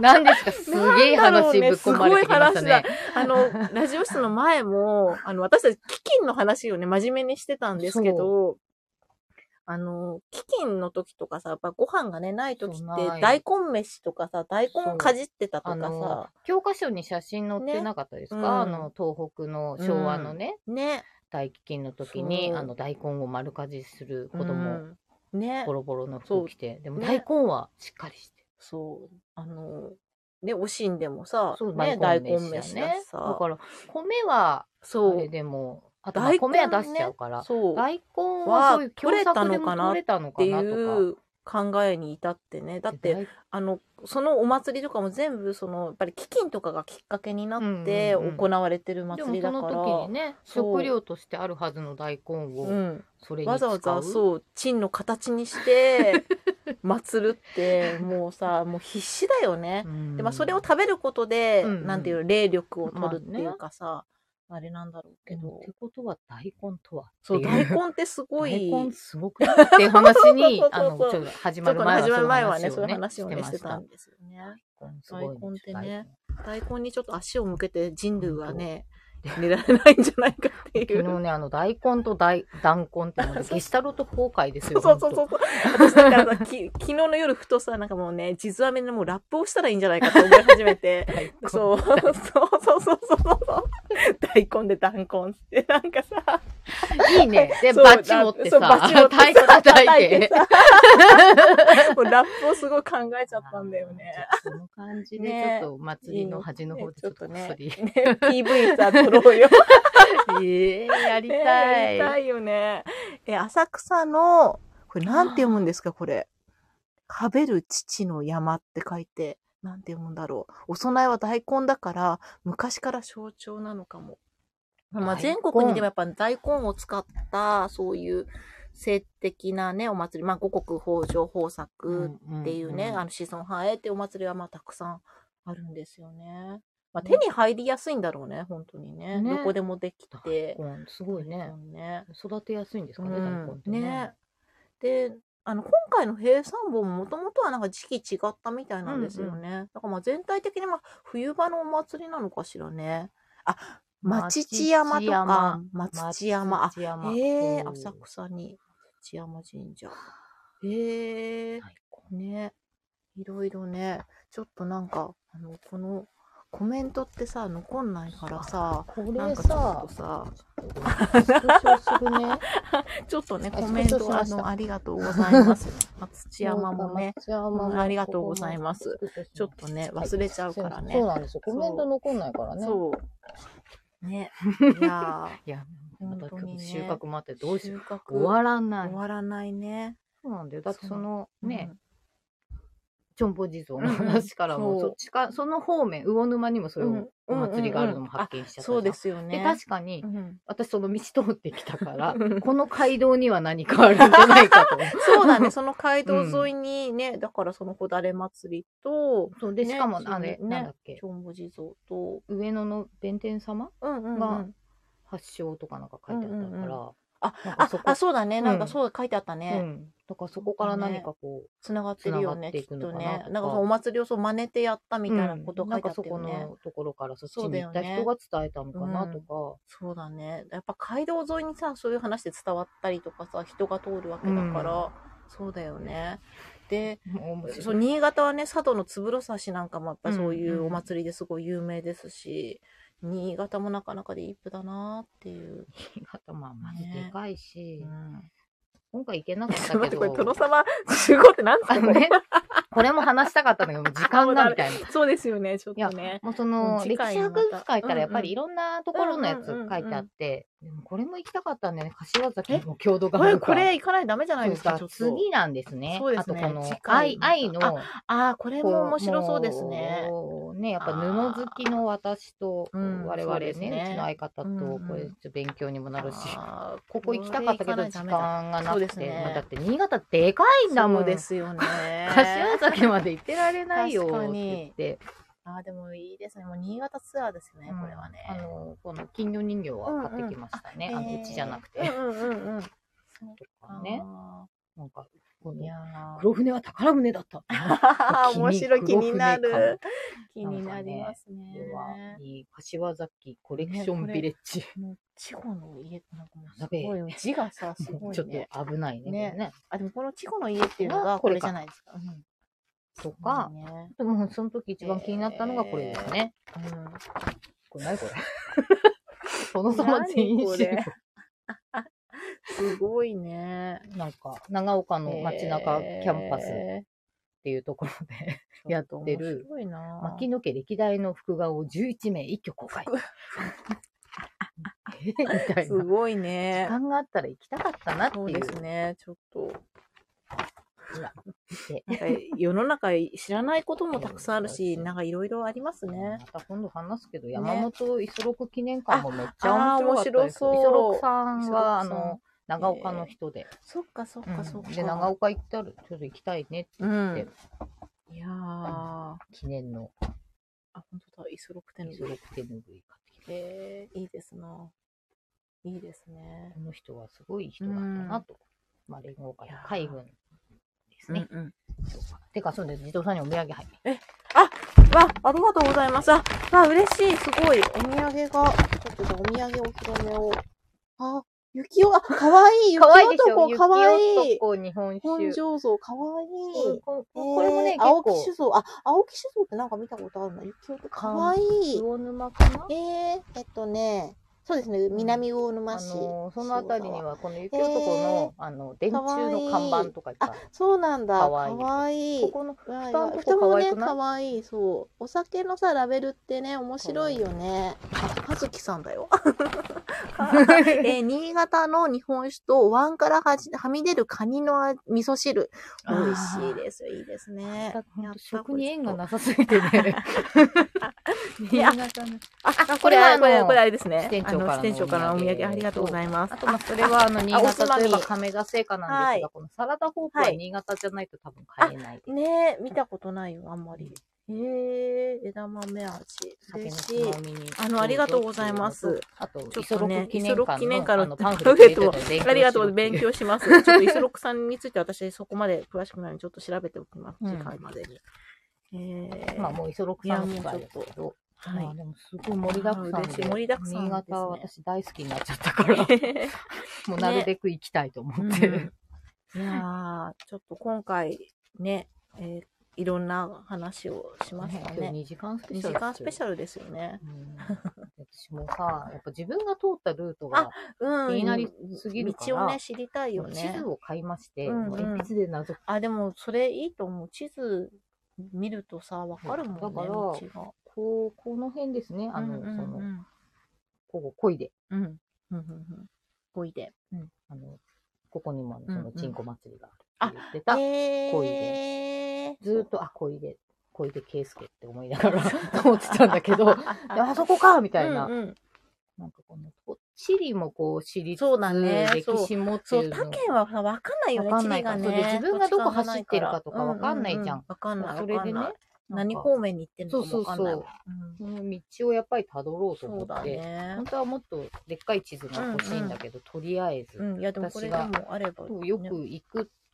Speaker 2: 何ですかすげえ話ぶっ込まれてきましたね。
Speaker 1: あの、ラジオ室の前も、あの、私たち基金の話をね、真面目にしてたんですけど、あの、基金の時とかさ、やっぱご飯がね、ない時って
Speaker 2: そうない、
Speaker 1: 大根飯とかさ、大
Speaker 2: そう
Speaker 1: 根かじってたと
Speaker 2: あ
Speaker 1: か
Speaker 2: の
Speaker 1: さ、、
Speaker 2: 教科書に写真載ってなかったですか、
Speaker 1: ねうん
Speaker 2: あの、東北の昭和のね、
Speaker 1: ね。
Speaker 2: 大飢饉の時に、
Speaker 1: そう
Speaker 2: あの、大根を丸かじする子供、
Speaker 1: うんね
Speaker 2: ボ。ロボロの
Speaker 1: そ
Speaker 2: 服
Speaker 1: う
Speaker 2: 着て、でも
Speaker 1: ね
Speaker 2: 大根はしっかりして。
Speaker 1: そう。あの、ね、おしんでもさ、ね、
Speaker 2: ね
Speaker 1: 大根飯
Speaker 2: や
Speaker 1: だし
Speaker 2: だ
Speaker 1: さ
Speaker 2: か。ら、米は、あ
Speaker 1: そ
Speaker 2: れ
Speaker 1: う。
Speaker 2: でも、あと、まあ米は出しちゃうから、
Speaker 1: そう。っ
Speaker 2: 大根はそういう共
Speaker 1: は
Speaker 2: 作でも取
Speaker 1: 取
Speaker 2: れ
Speaker 1: れ
Speaker 2: たのか
Speaker 1: てい
Speaker 2: なとか。
Speaker 1: う考えに至ってね。だって、、あの、そのお祭りとかも全部、その、やっぱり基金とかがきっかけになって
Speaker 2: うんうんうん
Speaker 1: 行われてる
Speaker 2: で
Speaker 1: 祭
Speaker 2: も
Speaker 1: り
Speaker 2: そ
Speaker 1: だから、
Speaker 2: の時にね、
Speaker 1: そう
Speaker 2: 食料としてあるはずの大根
Speaker 1: う
Speaker 2: を、
Speaker 1: ん、
Speaker 2: それに使う。
Speaker 1: わざわざ
Speaker 2: う。
Speaker 1: そう、陳の形に して、祭るって、もうさ、もう必死だよね。で、まあ、それを食べることで、
Speaker 2: うんうん
Speaker 1: なんていうの、霊力を取るっていうかさ、あれなんだろうけど
Speaker 2: っ。てことは大根とはって
Speaker 1: そ、
Speaker 2: いう
Speaker 1: 大根ってす ごい、
Speaker 2: 大根すごくないっていう 話に
Speaker 1: そうそうそう
Speaker 2: あのちょっと始まる前は
Speaker 1: ちょっとね始まる前はね、
Speaker 2: そ
Speaker 1: そうい
Speaker 2: う
Speaker 1: う
Speaker 2: いう
Speaker 1: 話
Speaker 2: 話
Speaker 1: を
Speaker 2: を
Speaker 1: ね、
Speaker 2: ね
Speaker 1: し
Speaker 2: してて
Speaker 1: た
Speaker 2: た
Speaker 1: んですよね。
Speaker 2: 大根すごい
Speaker 1: 大根って
Speaker 2: 大
Speaker 1: ね
Speaker 2: 根
Speaker 1: 大根にちょっと足を向けて人類はね、寝られないんじゃないかっていう。
Speaker 2: 昨日ねあの大根と大断根ってもう ねゲシュタロト崩壊です
Speaker 1: そう
Speaker 2: よ
Speaker 1: そうそう
Speaker 2: 本
Speaker 1: そう。私だからさき、 昨日の夜ふとさ、なんかもうね、実飴でもうラップをしたらいいんじゃないかと思い始めて
Speaker 2: 当。
Speaker 1: そ
Speaker 2: 大根
Speaker 1: う、そうそうそうそうそう。大根で断根って、なんかさ。
Speaker 2: いいね で
Speaker 1: そう
Speaker 2: バチ持って
Speaker 1: そう
Speaker 2: さ
Speaker 1: バチ 持って
Speaker 2: 太鼓
Speaker 1: さ
Speaker 2: 叩いて
Speaker 1: さ。 もうラップをすごい考えちゃったんだ よね。
Speaker 2: あーその感じで
Speaker 1: ね
Speaker 2: ちょっと祭りの端の方でちょっとこっそり、
Speaker 1: ね PV さ、撮ろうよ。
Speaker 2: ええやり
Speaker 1: ね
Speaker 2: た
Speaker 1: や
Speaker 2: い
Speaker 1: りたいよね。え、浅草の、これなんて読むんですか、これ。食べる父の山って書いて、なんて読むんだろう。お供えは大根だから、昔から象徴なのかも。まあ、
Speaker 2: 大根
Speaker 1: 全国にでもやっぱ大根を使った、そういう性的なね、お祭り、まあ、五穀豊穣豊作
Speaker 2: ん
Speaker 1: っていうね、
Speaker 2: んん
Speaker 1: あの、子孫繁栄ってお祭りはまあ、たくさんあるんですよね。まあ、手に入りやすいんだろうね、本当にね。
Speaker 2: ね
Speaker 1: どこでもできて。
Speaker 2: 大根すごいね
Speaker 1: ね。
Speaker 2: 育てやすいんです
Speaker 1: う
Speaker 2: かね、大根っ
Speaker 1: ん
Speaker 2: てね
Speaker 1: ね。で、あの、今回の平山本ももともとはなんか時期違ったみたいなんですよね。だからまあ全体的にまあ冬場のお祭りなのかしらね。あ、町千山とか、松千山。あ、
Speaker 2: 松山
Speaker 1: へえ
Speaker 2: おー
Speaker 1: 浅草に松千山神社。へえ
Speaker 2: 大
Speaker 1: ね。いろいろね。ちょっとなんか、あの、この、コメントってさ、残んないからさ、
Speaker 2: こ
Speaker 1: な
Speaker 2: れ
Speaker 1: んかちょ
Speaker 2: さ
Speaker 1: っと、さ、
Speaker 2: 少しするね。
Speaker 1: ちょっとね、
Speaker 2: あ
Speaker 1: コメン
Speaker 2: 失礼し
Speaker 1: ト、
Speaker 2: ま
Speaker 1: あ
Speaker 2: した
Speaker 1: の、ありがとうございます。 松千山もね、
Speaker 2: 松山
Speaker 1: う
Speaker 2: も
Speaker 1: んありがとうございます。ちょっとね、忘れちゃうから
Speaker 2: そう
Speaker 1: ね。
Speaker 2: なんですよ。コメント残んないからね。
Speaker 1: そう。ね。いや
Speaker 2: いや、また今
Speaker 1: 本当に
Speaker 2: 日
Speaker 1: ね
Speaker 2: 収穫待って
Speaker 1: ー、
Speaker 2: どうしよ
Speaker 1: 収穫
Speaker 2: う。終わらない
Speaker 1: 終。わらないね。
Speaker 2: そうなんだよ。だってそのね
Speaker 1: う、ん
Speaker 2: ちょんぽ地蔵の話から
Speaker 1: う
Speaker 2: も、
Speaker 1: んそう
Speaker 2: そっちか、その方面、魚沼にもそういうお祭りがあるのも発見しちゃったじゃん。
Speaker 1: そうですよ
Speaker 2: で、
Speaker 1: ね。
Speaker 2: 確かに
Speaker 1: う、 ん
Speaker 2: 私その道通ってきたから
Speaker 1: う、ん
Speaker 2: この街道には何かあるんじゃないかと。
Speaker 1: そうだね、その街道沿いにね、だからそのほだれ祭りと、
Speaker 2: そうで、
Speaker 1: ね
Speaker 2: しかも、
Speaker 1: そう
Speaker 2: あれ、
Speaker 1: ね
Speaker 2: なんだっけ
Speaker 1: ち、ょんぼ地蔵と、
Speaker 2: 上野の弁天様
Speaker 1: うんうんうん
Speaker 2: が発祥とかなんか書いてあった
Speaker 1: うん
Speaker 2: か
Speaker 1: うんう
Speaker 2: ら、
Speaker 1: あ
Speaker 2: なんか
Speaker 1: あ
Speaker 2: そこ、
Speaker 1: あ、そうだね、なん
Speaker 2: う
Speaker 1: か
Speaker 2: ん
Speaker 1: そう書いてあった
Speaker 2: う
Speaker 1: ね。
Speaker 2: ん。だからそこから何かこう、
Speaker 1: つながってるよ
Speaker 2: 繋が
Speaker 1: ね、
Speaker 2: って
Speaker 1: き
Speaker 2: い
Speaker 1: っ
Speaker 2: くの
Speaker 1: と
Speaker 2: かな
Speaker 1: ね
Speaker 2: とか。
Speaker 1: なんかそのお祭りをそう真似てやったみたいな
Speaker 2: うん
Speaker 1: こと書
Speaker 2: ないん
Speaker 1: て
Speaker 2: か
Speaker 1: あった
Speaker 2: そこ
Speaker 1: よね。
Speaker 2: のところからそっち
Speaker 1: そうだ
Speaker 2: に行
Speaker 1: よ
Speaker 2: った
Speaker 1: ね
Speaker 2: 人が伝えたのかなとか、
Speaker 1: そうだね。やっぱ街道沿いにさ、そういう話で伝わったりとかさ、人が通るわけだから、
Speaker 2: う
Speaker 1: そうだよね。で、
Speaker 2: もう面
Speaker 1: そ
Speaker 2: 白
Speaker 1: う、
Speaker 2: い
Speaker 1: 新潟はね、佐渡のつぶろさしなんかもやっぱそうい
Speaker 2: んう
Speaker 1: うんうお祭りですごい有名ですし、新潟もなかなかでいいプだなっていう。
Speaker 2: 新潟まあ、まずでか いし、
Speaker 1: うん。
Speaker 2: 今回行けなかっ
Speaker 1: ちょ
Speaker 2: た
Speaker 1: っと待っ
Speaker 2: け
Speaker 1: て、これ、殿
Speaker 2: ど、
Speaker 1: 様 集合って何です か
Speaker 2: あの
Speaker 1: こ
Speaker 2: ね
Speaker 1: れ。、
Speaker 2: これも話したかったんだけど、もう時間がみたいな。
Speaker 1: そうですよね、ちょっ
Speaker 2: いや
Speaker 1: とね。
Speaker 2: もうそうの
Speaker 1: ん次
Speaker 2: 歴
Speaker 1: 回
Speaker 2: 史
Speaker 1: にま
Speaker 2: 博
Speaker 1: た
Speaker 2: 物館行ったらやっぱ
Speaker 1: うんうん
Speaker 2: りいろんなところのやつ書いてあって、でもこれも行きたかったんだよね。柏崎
Speaker 1: え
Speaker 2: の郷土
Speaker 1: こ
Speaker 2: があ
Speaker 1: れ、
Speaker 2: る
Speaker 1: こ
Speaker 2: から。
Speaker 1: れ行かないとダメじゃないですか、
Speaker 2: そうか
Speaker 1: ちょっと。
Speaker 2: 次なんですね。
Speaker 1: そうですね
Speaker 2: あとこの
Speaker 1: 次、回
Speaker 2: 愛、愛の、
Speaker 1: ああ、これも面白そうですね。
Speaker 2: こう。ね、やっぱ布好きの私と、
Speaker 1: うん
Speaker 2: 我
Speaker 1: そ
Speaker 2: 々
Speaker 1: う
Speaker 2: ね、
Speaker 1: で
Speaker 2: う
Speaker 1: すね
Speaker 2: ちの相方と、
Speaker 1: うんうん
Speaker 2: これ、ちょっと勉強にもなるし。
Speaker 1: あ ー
Speaker 2: ここ行きたかったけど、時間が
Speaker 1: そ
Speaker 2: な
Speaker 1: う
Speaker 2: く
Speaker 1: です
Speaker 2: て。
Speaker 1: ね
Speaker 2: まあだって、新潟でかいんだも
Speaker 1: そ
Speaker 2: ん。
Speaker 1: うですよ ね。
Speaker 2: 柏崎まで行ってられないよ
Speaker 1: 確
Speaker 2: っ
Speaker 1: か
Speaker 2: て
Speaker 1: に
Speaker 2: 言って、
Speaker 1: ああ、でもいいですね。もう新潟ツアーですね、これはね。
Speaker 2: あの、この金魚人形は買ってきましたね。あのうちじゃなくて。
Speaker 1: えーうんうんうんうん。
Speaker 2: とかね
Speaker 1: ね。。
Speaker 2: なんか、こ
Speaker 1: い
Speaker 2: の
Speaker 1: や
Speaker 2: 黒船は宝船だった。
Speaker 1: ー 面白い気になる。気
Speaker 2: 黒船感
Speaker 1: になります
Speaker 2: これは
Speaker 1: ね。
Speaker 2: いい柏崎コレクションビレッジ。
Speaker 1: もう地方の家ってなんかもうす
Speaker 2: や
Speaker 1: ご
Speaker 2: べえ
Speaker 1: いよ字がさ、す
Speaker 2: も
Speaker 1: ご
Speaker 2: うちょ
Speaker 1: い
Speaker 2: っ
Speaker 1: ね。
Speaker 2: と危ないね。
Speaker 1: ね
Speaker 2: これね
Speaker 1: あ、でもこの地方の家っていうの
Speaker 2: が
Speaker 1: が
Speaker 2: こ
Speaker 1: こ
Speaker 2: れ
Speaker 1: れ
Speaker 2: か
Speaker 1: じゃないですか。うん
Speaker 2: とか、
Speaker 1: そうね
Speaker 2: でもその時一番気になったのがこれですね。
Speaker 1: うん
Speaker 2: これ何こ れそのその全員集合
Speaker 1: 何こすごいね。
Speaker 2: なんか、長岡の街中キャンパスっ
Speaker 1: え
Speaker 2: ていうところで、
Speaker 1: ー
Speaker 2: やってる
Speaker 1: 面白いな。
Speaker 2: 牧野家歴代の副画を11名一挙公開。 えみたい
Speaker 1: す
Speaker 2: な。
Speaker 1: ごい
Speaker 2: 時
Speaker 1: ね。
Speaker 2: 間があったら行きたかったなってい
Speaker 1: そう
Speaker 2: う。
Speaker 1: ですね。ちょっと。
Speaker 2: で
Speaker 1: なんか世の中知らないこともたくさんあるし、なんかいろいろありますね。
Speaker 2: また今度話すけど、山本五十六記念館もめっち
Speaker 1: あ
Speaker 2: ゃ
Speaker 1: あー
Speaker 2: 面白かったですよ。
Speaker 1: 面
Speaker 2: 五
Speaker 1: 白
Speaker 2: 十
Speaker 1: そう
Speaker 2: 六さんは、あ
Speaker 1: 五十六さん
Speaker 2: の、長岡の人で。
Speaker 1: そっかそっ
Speaker 2: う
Speaker 1: か
Speaker 2: ん
Speaker 1: そっか。
Speaker 2: で、長岡行ったら、ちょっと行きたいねって
Speaker 1: う
Speaker 2: 言って
Speaker 1: ん。いやー、あ、
Speaker 2: 記念の
Speaker 1: 本当だ、イソロクテ
Speaker 2: 五
Speaker 1: ン
Speaker 2: 十六手ぬぐい買ってきて。
Speaker 1: えー、いいですな。いいですね
Speaker 2: こ。の人はすごい人だったなと。まあ、連合会の海軍ですね。
Speaker 1: うん。
Speaker 2: そうかてか、そうです。児童さんにお土産入って。
Speaker 1: わ、ありがとうございます。あ、わ、嬉しい。すごい。お土産が、ちょっとじゃあお土産お披露目を。あ、雪男、あ、かわいい。雪
Speaker 2: 可愛いでしょ
Speaker 1: 男、かわい
Speaker 2: 雪
Speaker 1: い。
Speaker 2: 男日本
Speaker 1: 本
Speaker 2: 酒。
Speaker 1: 醸造、かわい
Speaker 2: うん
Speaker 1: い。
Speaker 2: ここれもね、
Speaker 1: え
Speaker 2: 結
Speaker 1: ー青木
Speaker 2: 構、
Speaker 1: 酒造、あ、青木酒造ってなんか見たことあるな。雪男、かわいい。
Speaker 2: 魚沼かな
Speaker 1: えー、えっとね、そうですね、南魚沼
Speaker 2: あ
Speaker 1: 市。
Speaker 2: のーそのあたりには、この雪
Speaker 1: へー
Speaker 2: 男の、あの、電柱の看板とかいっぱいある。
Speaker 1: そうなんだ。
Speaker 2: か
Speaker 1: か
Speaker 2: わいい
Speaker 1: わいい。
Speaker 2: ここの、
Speaker 1: わい
Speaker 2: 蓋
Speaker 1: わ
Speaker 2: のとこ
Speaker 1: 蓋も
Speaker 2: 可愛
Speaker 1: ね、
Speaker 2: くない
Speaker 1: かわいい。そう。お酒のさ、ラベルってね、面白いよね。あ、はずきさんだよ。 えー新潟の日本酒と、ワンからはじはみ出るカニの味噌汁。美味しいですよ。いいですね。や
Speaker 2: 本
Speaker 1: っ
Speaker 2: 当
Speaker 1: た
Speaker 2: 食に縁がなさすぎてね。 新潟の。
Speaker 1: あ、あ
Speaker 2: こ
Speaker 1: こ
Speaker 2: れ
Speaker 1: れ
Speaker 2: はあ
Speaker 1: は、
Speaker 2: の
Speaker 1: これ、これあれですね。
Speaker 2: 支店長
Speaker 1: あの
Speaker 2: からの
Speaker 1: 支店長からのお土
Speaker 2: お土
Speaker 1: 産、
Speaker 2: 産
Speaker 1: ありがとうございます。
Speaker 2: あと、まあ、それは、あの、新潟といえば
Speaker 1: おつまみ
Speaker 2: 亀田製菓なんですが、このサラダホープは新潟じゃないと多分買えない。
Speaker 1: ねえ、見たことないよ、あんまり。へえ、枝豆味。
Speaker 2: 酒の
Speaker 1: 嬉
Speaker 2: つ
Speaker 1: しい
Speaker 2: ま。みに。
Speaker 1: あのありがとうございます。
Speaker 2: あと、
Speaker 1: ちょ
Speaker 2: イ
Speaker 1: っ
Speaker 2: ソ
Speaker 1: と
Speaker 2: ロ
Speaker 1: ね
Speaker 2: ク記念
Speaker 1: イソロ
Speaker 2: 館
Speaker 1: ク記念
Speaker 2: の
Speaker 1: 館の
Speaker 2: あのパンフレットを入れてて
Speaker 1: ありがとう。勉。強します。ちょっとイソロックさんについて私そこまで詳しくないのでちょっと調べておきます。
Speaker 2: うん
Speaker 1: 次回までに。えー
Speaker 2: まあ、もうイソロクさんのことですけど。
Speaker 1: はい
Speaker 2: まあ、でもすごい盛りだくさんで
Speaker 1: 嬉しい盛りだくさん
Speaker 2: 新潟は
Speaker 1: で
Speaker 2: 私大好きになっちゃったから、 もうなるべく行きたいと思って。
Speaker 1: うんいやーちょっと今回ね、えーいろんな話をしましたね。
Speaker 2: 2時間スペシ
Speaker 1: 2
Speaker 2: ャル。
Speaker 1: 時間スペシャルですよね。
Speaker 2: うん 私もさ、やっぱ自分が通ったルート
Speaker 1: あう
Speaker 2: が、
Speaker 1: ん。
Speaker 2: 気になりすぎるから
Speaker 1: 道をね、知りたいよ
Speaker 2: 地
Speaker 1: ね
Speaker 2: 図。を買いまして、
Speaker 1: うんうん
Speaker 2: もう鉛筆でなぞっ
Speaker 1: あ、でもそれいいと思う。地図見るとさ、わかるもんね、
Speaker 2: だから
Speaker 1: 道が。
Speaker 2: こう、この辺ですね、あの、
Speaker 1: うんうん
Speaker 2: そ
Speaker 1: うん
Speaker 2: の、ここ、こいで、
Speaker 1: うん。うんうんうん。おいで。うん。
Speaker 2: あの、ここにもあの、そ
Speaker 1: うんう
Speaker 2: の、
Speaker 1: ん
Speaker 2: ちんこ祭りがあるって言ってた、
Speaker 1: え
Speaker 2: こい
Speaker 1: で。
Speaker 2: ずーっと、あ、こいで、こいで圭介って思いながら 通ってたんだけ ど、であそこかみたいな、
Speaker 1: うんうん
Speaker 2: なんかこの、こ地理もこう知りつつ、
Speaker 1: そうだねそう
Speaker 2: 歴史もって
Speaker 1: そ
Speaker 2: いう
Speaker 1: う、
Speaker 2: の
Speaker 1: 他県はさ、わかんないよね、
Speaker 2: わかん
Speaker 1: 地
Speaker 2: ない
Speaker 1: 理
Speaker 2: か
Speaker 1: が
Speaker 2: ら
Speaker 1: ね。
Speaker 2: そうで自分がどこ走ってるかとか
Speaker 1: 土地勘が
Speaker 2: わかんないじゃん
Speaker 1: うううわかんない、
Speaker 2: それ
Speaker 1: わか
Speaker 2: で
Speaker 1: ん
Speaker 2: ね
Speaker 1: ない。、
Speaker 2: なん
Speaker 1: 何
Speaker 2: か
Speaker 1: 方面に行ってんのか
Speaker 2: そう
Speaker 1: も
Speaker 2: そ
Speaker 1: わ
Speaker 2: う
Speaker 1: か
Speaker 2: そ
Speaker 1: んな
Speaker 2: う
Speaker 1: いもん。
Speaker 2: この道をやっぱり辿ろうと
Speaker 1: うん
Speaker 2: 思
Speaker 1: そうだ
Speaker 2: って、
Speaker 1: ね
Speaker 2: 本。当はもっとでっかい地図が欲しいんだけど、とりあえず、
Speaker 1: うん、いや、でもこれでもあればね。
Speaker 2: よく行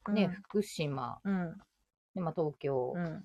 Speaker 2: くね、
Speaker 1: うん
Speaker 2: 福島、
Speaker 1: うん、
Speaker 2: ねまあ、東京、
Speaker 1: うん。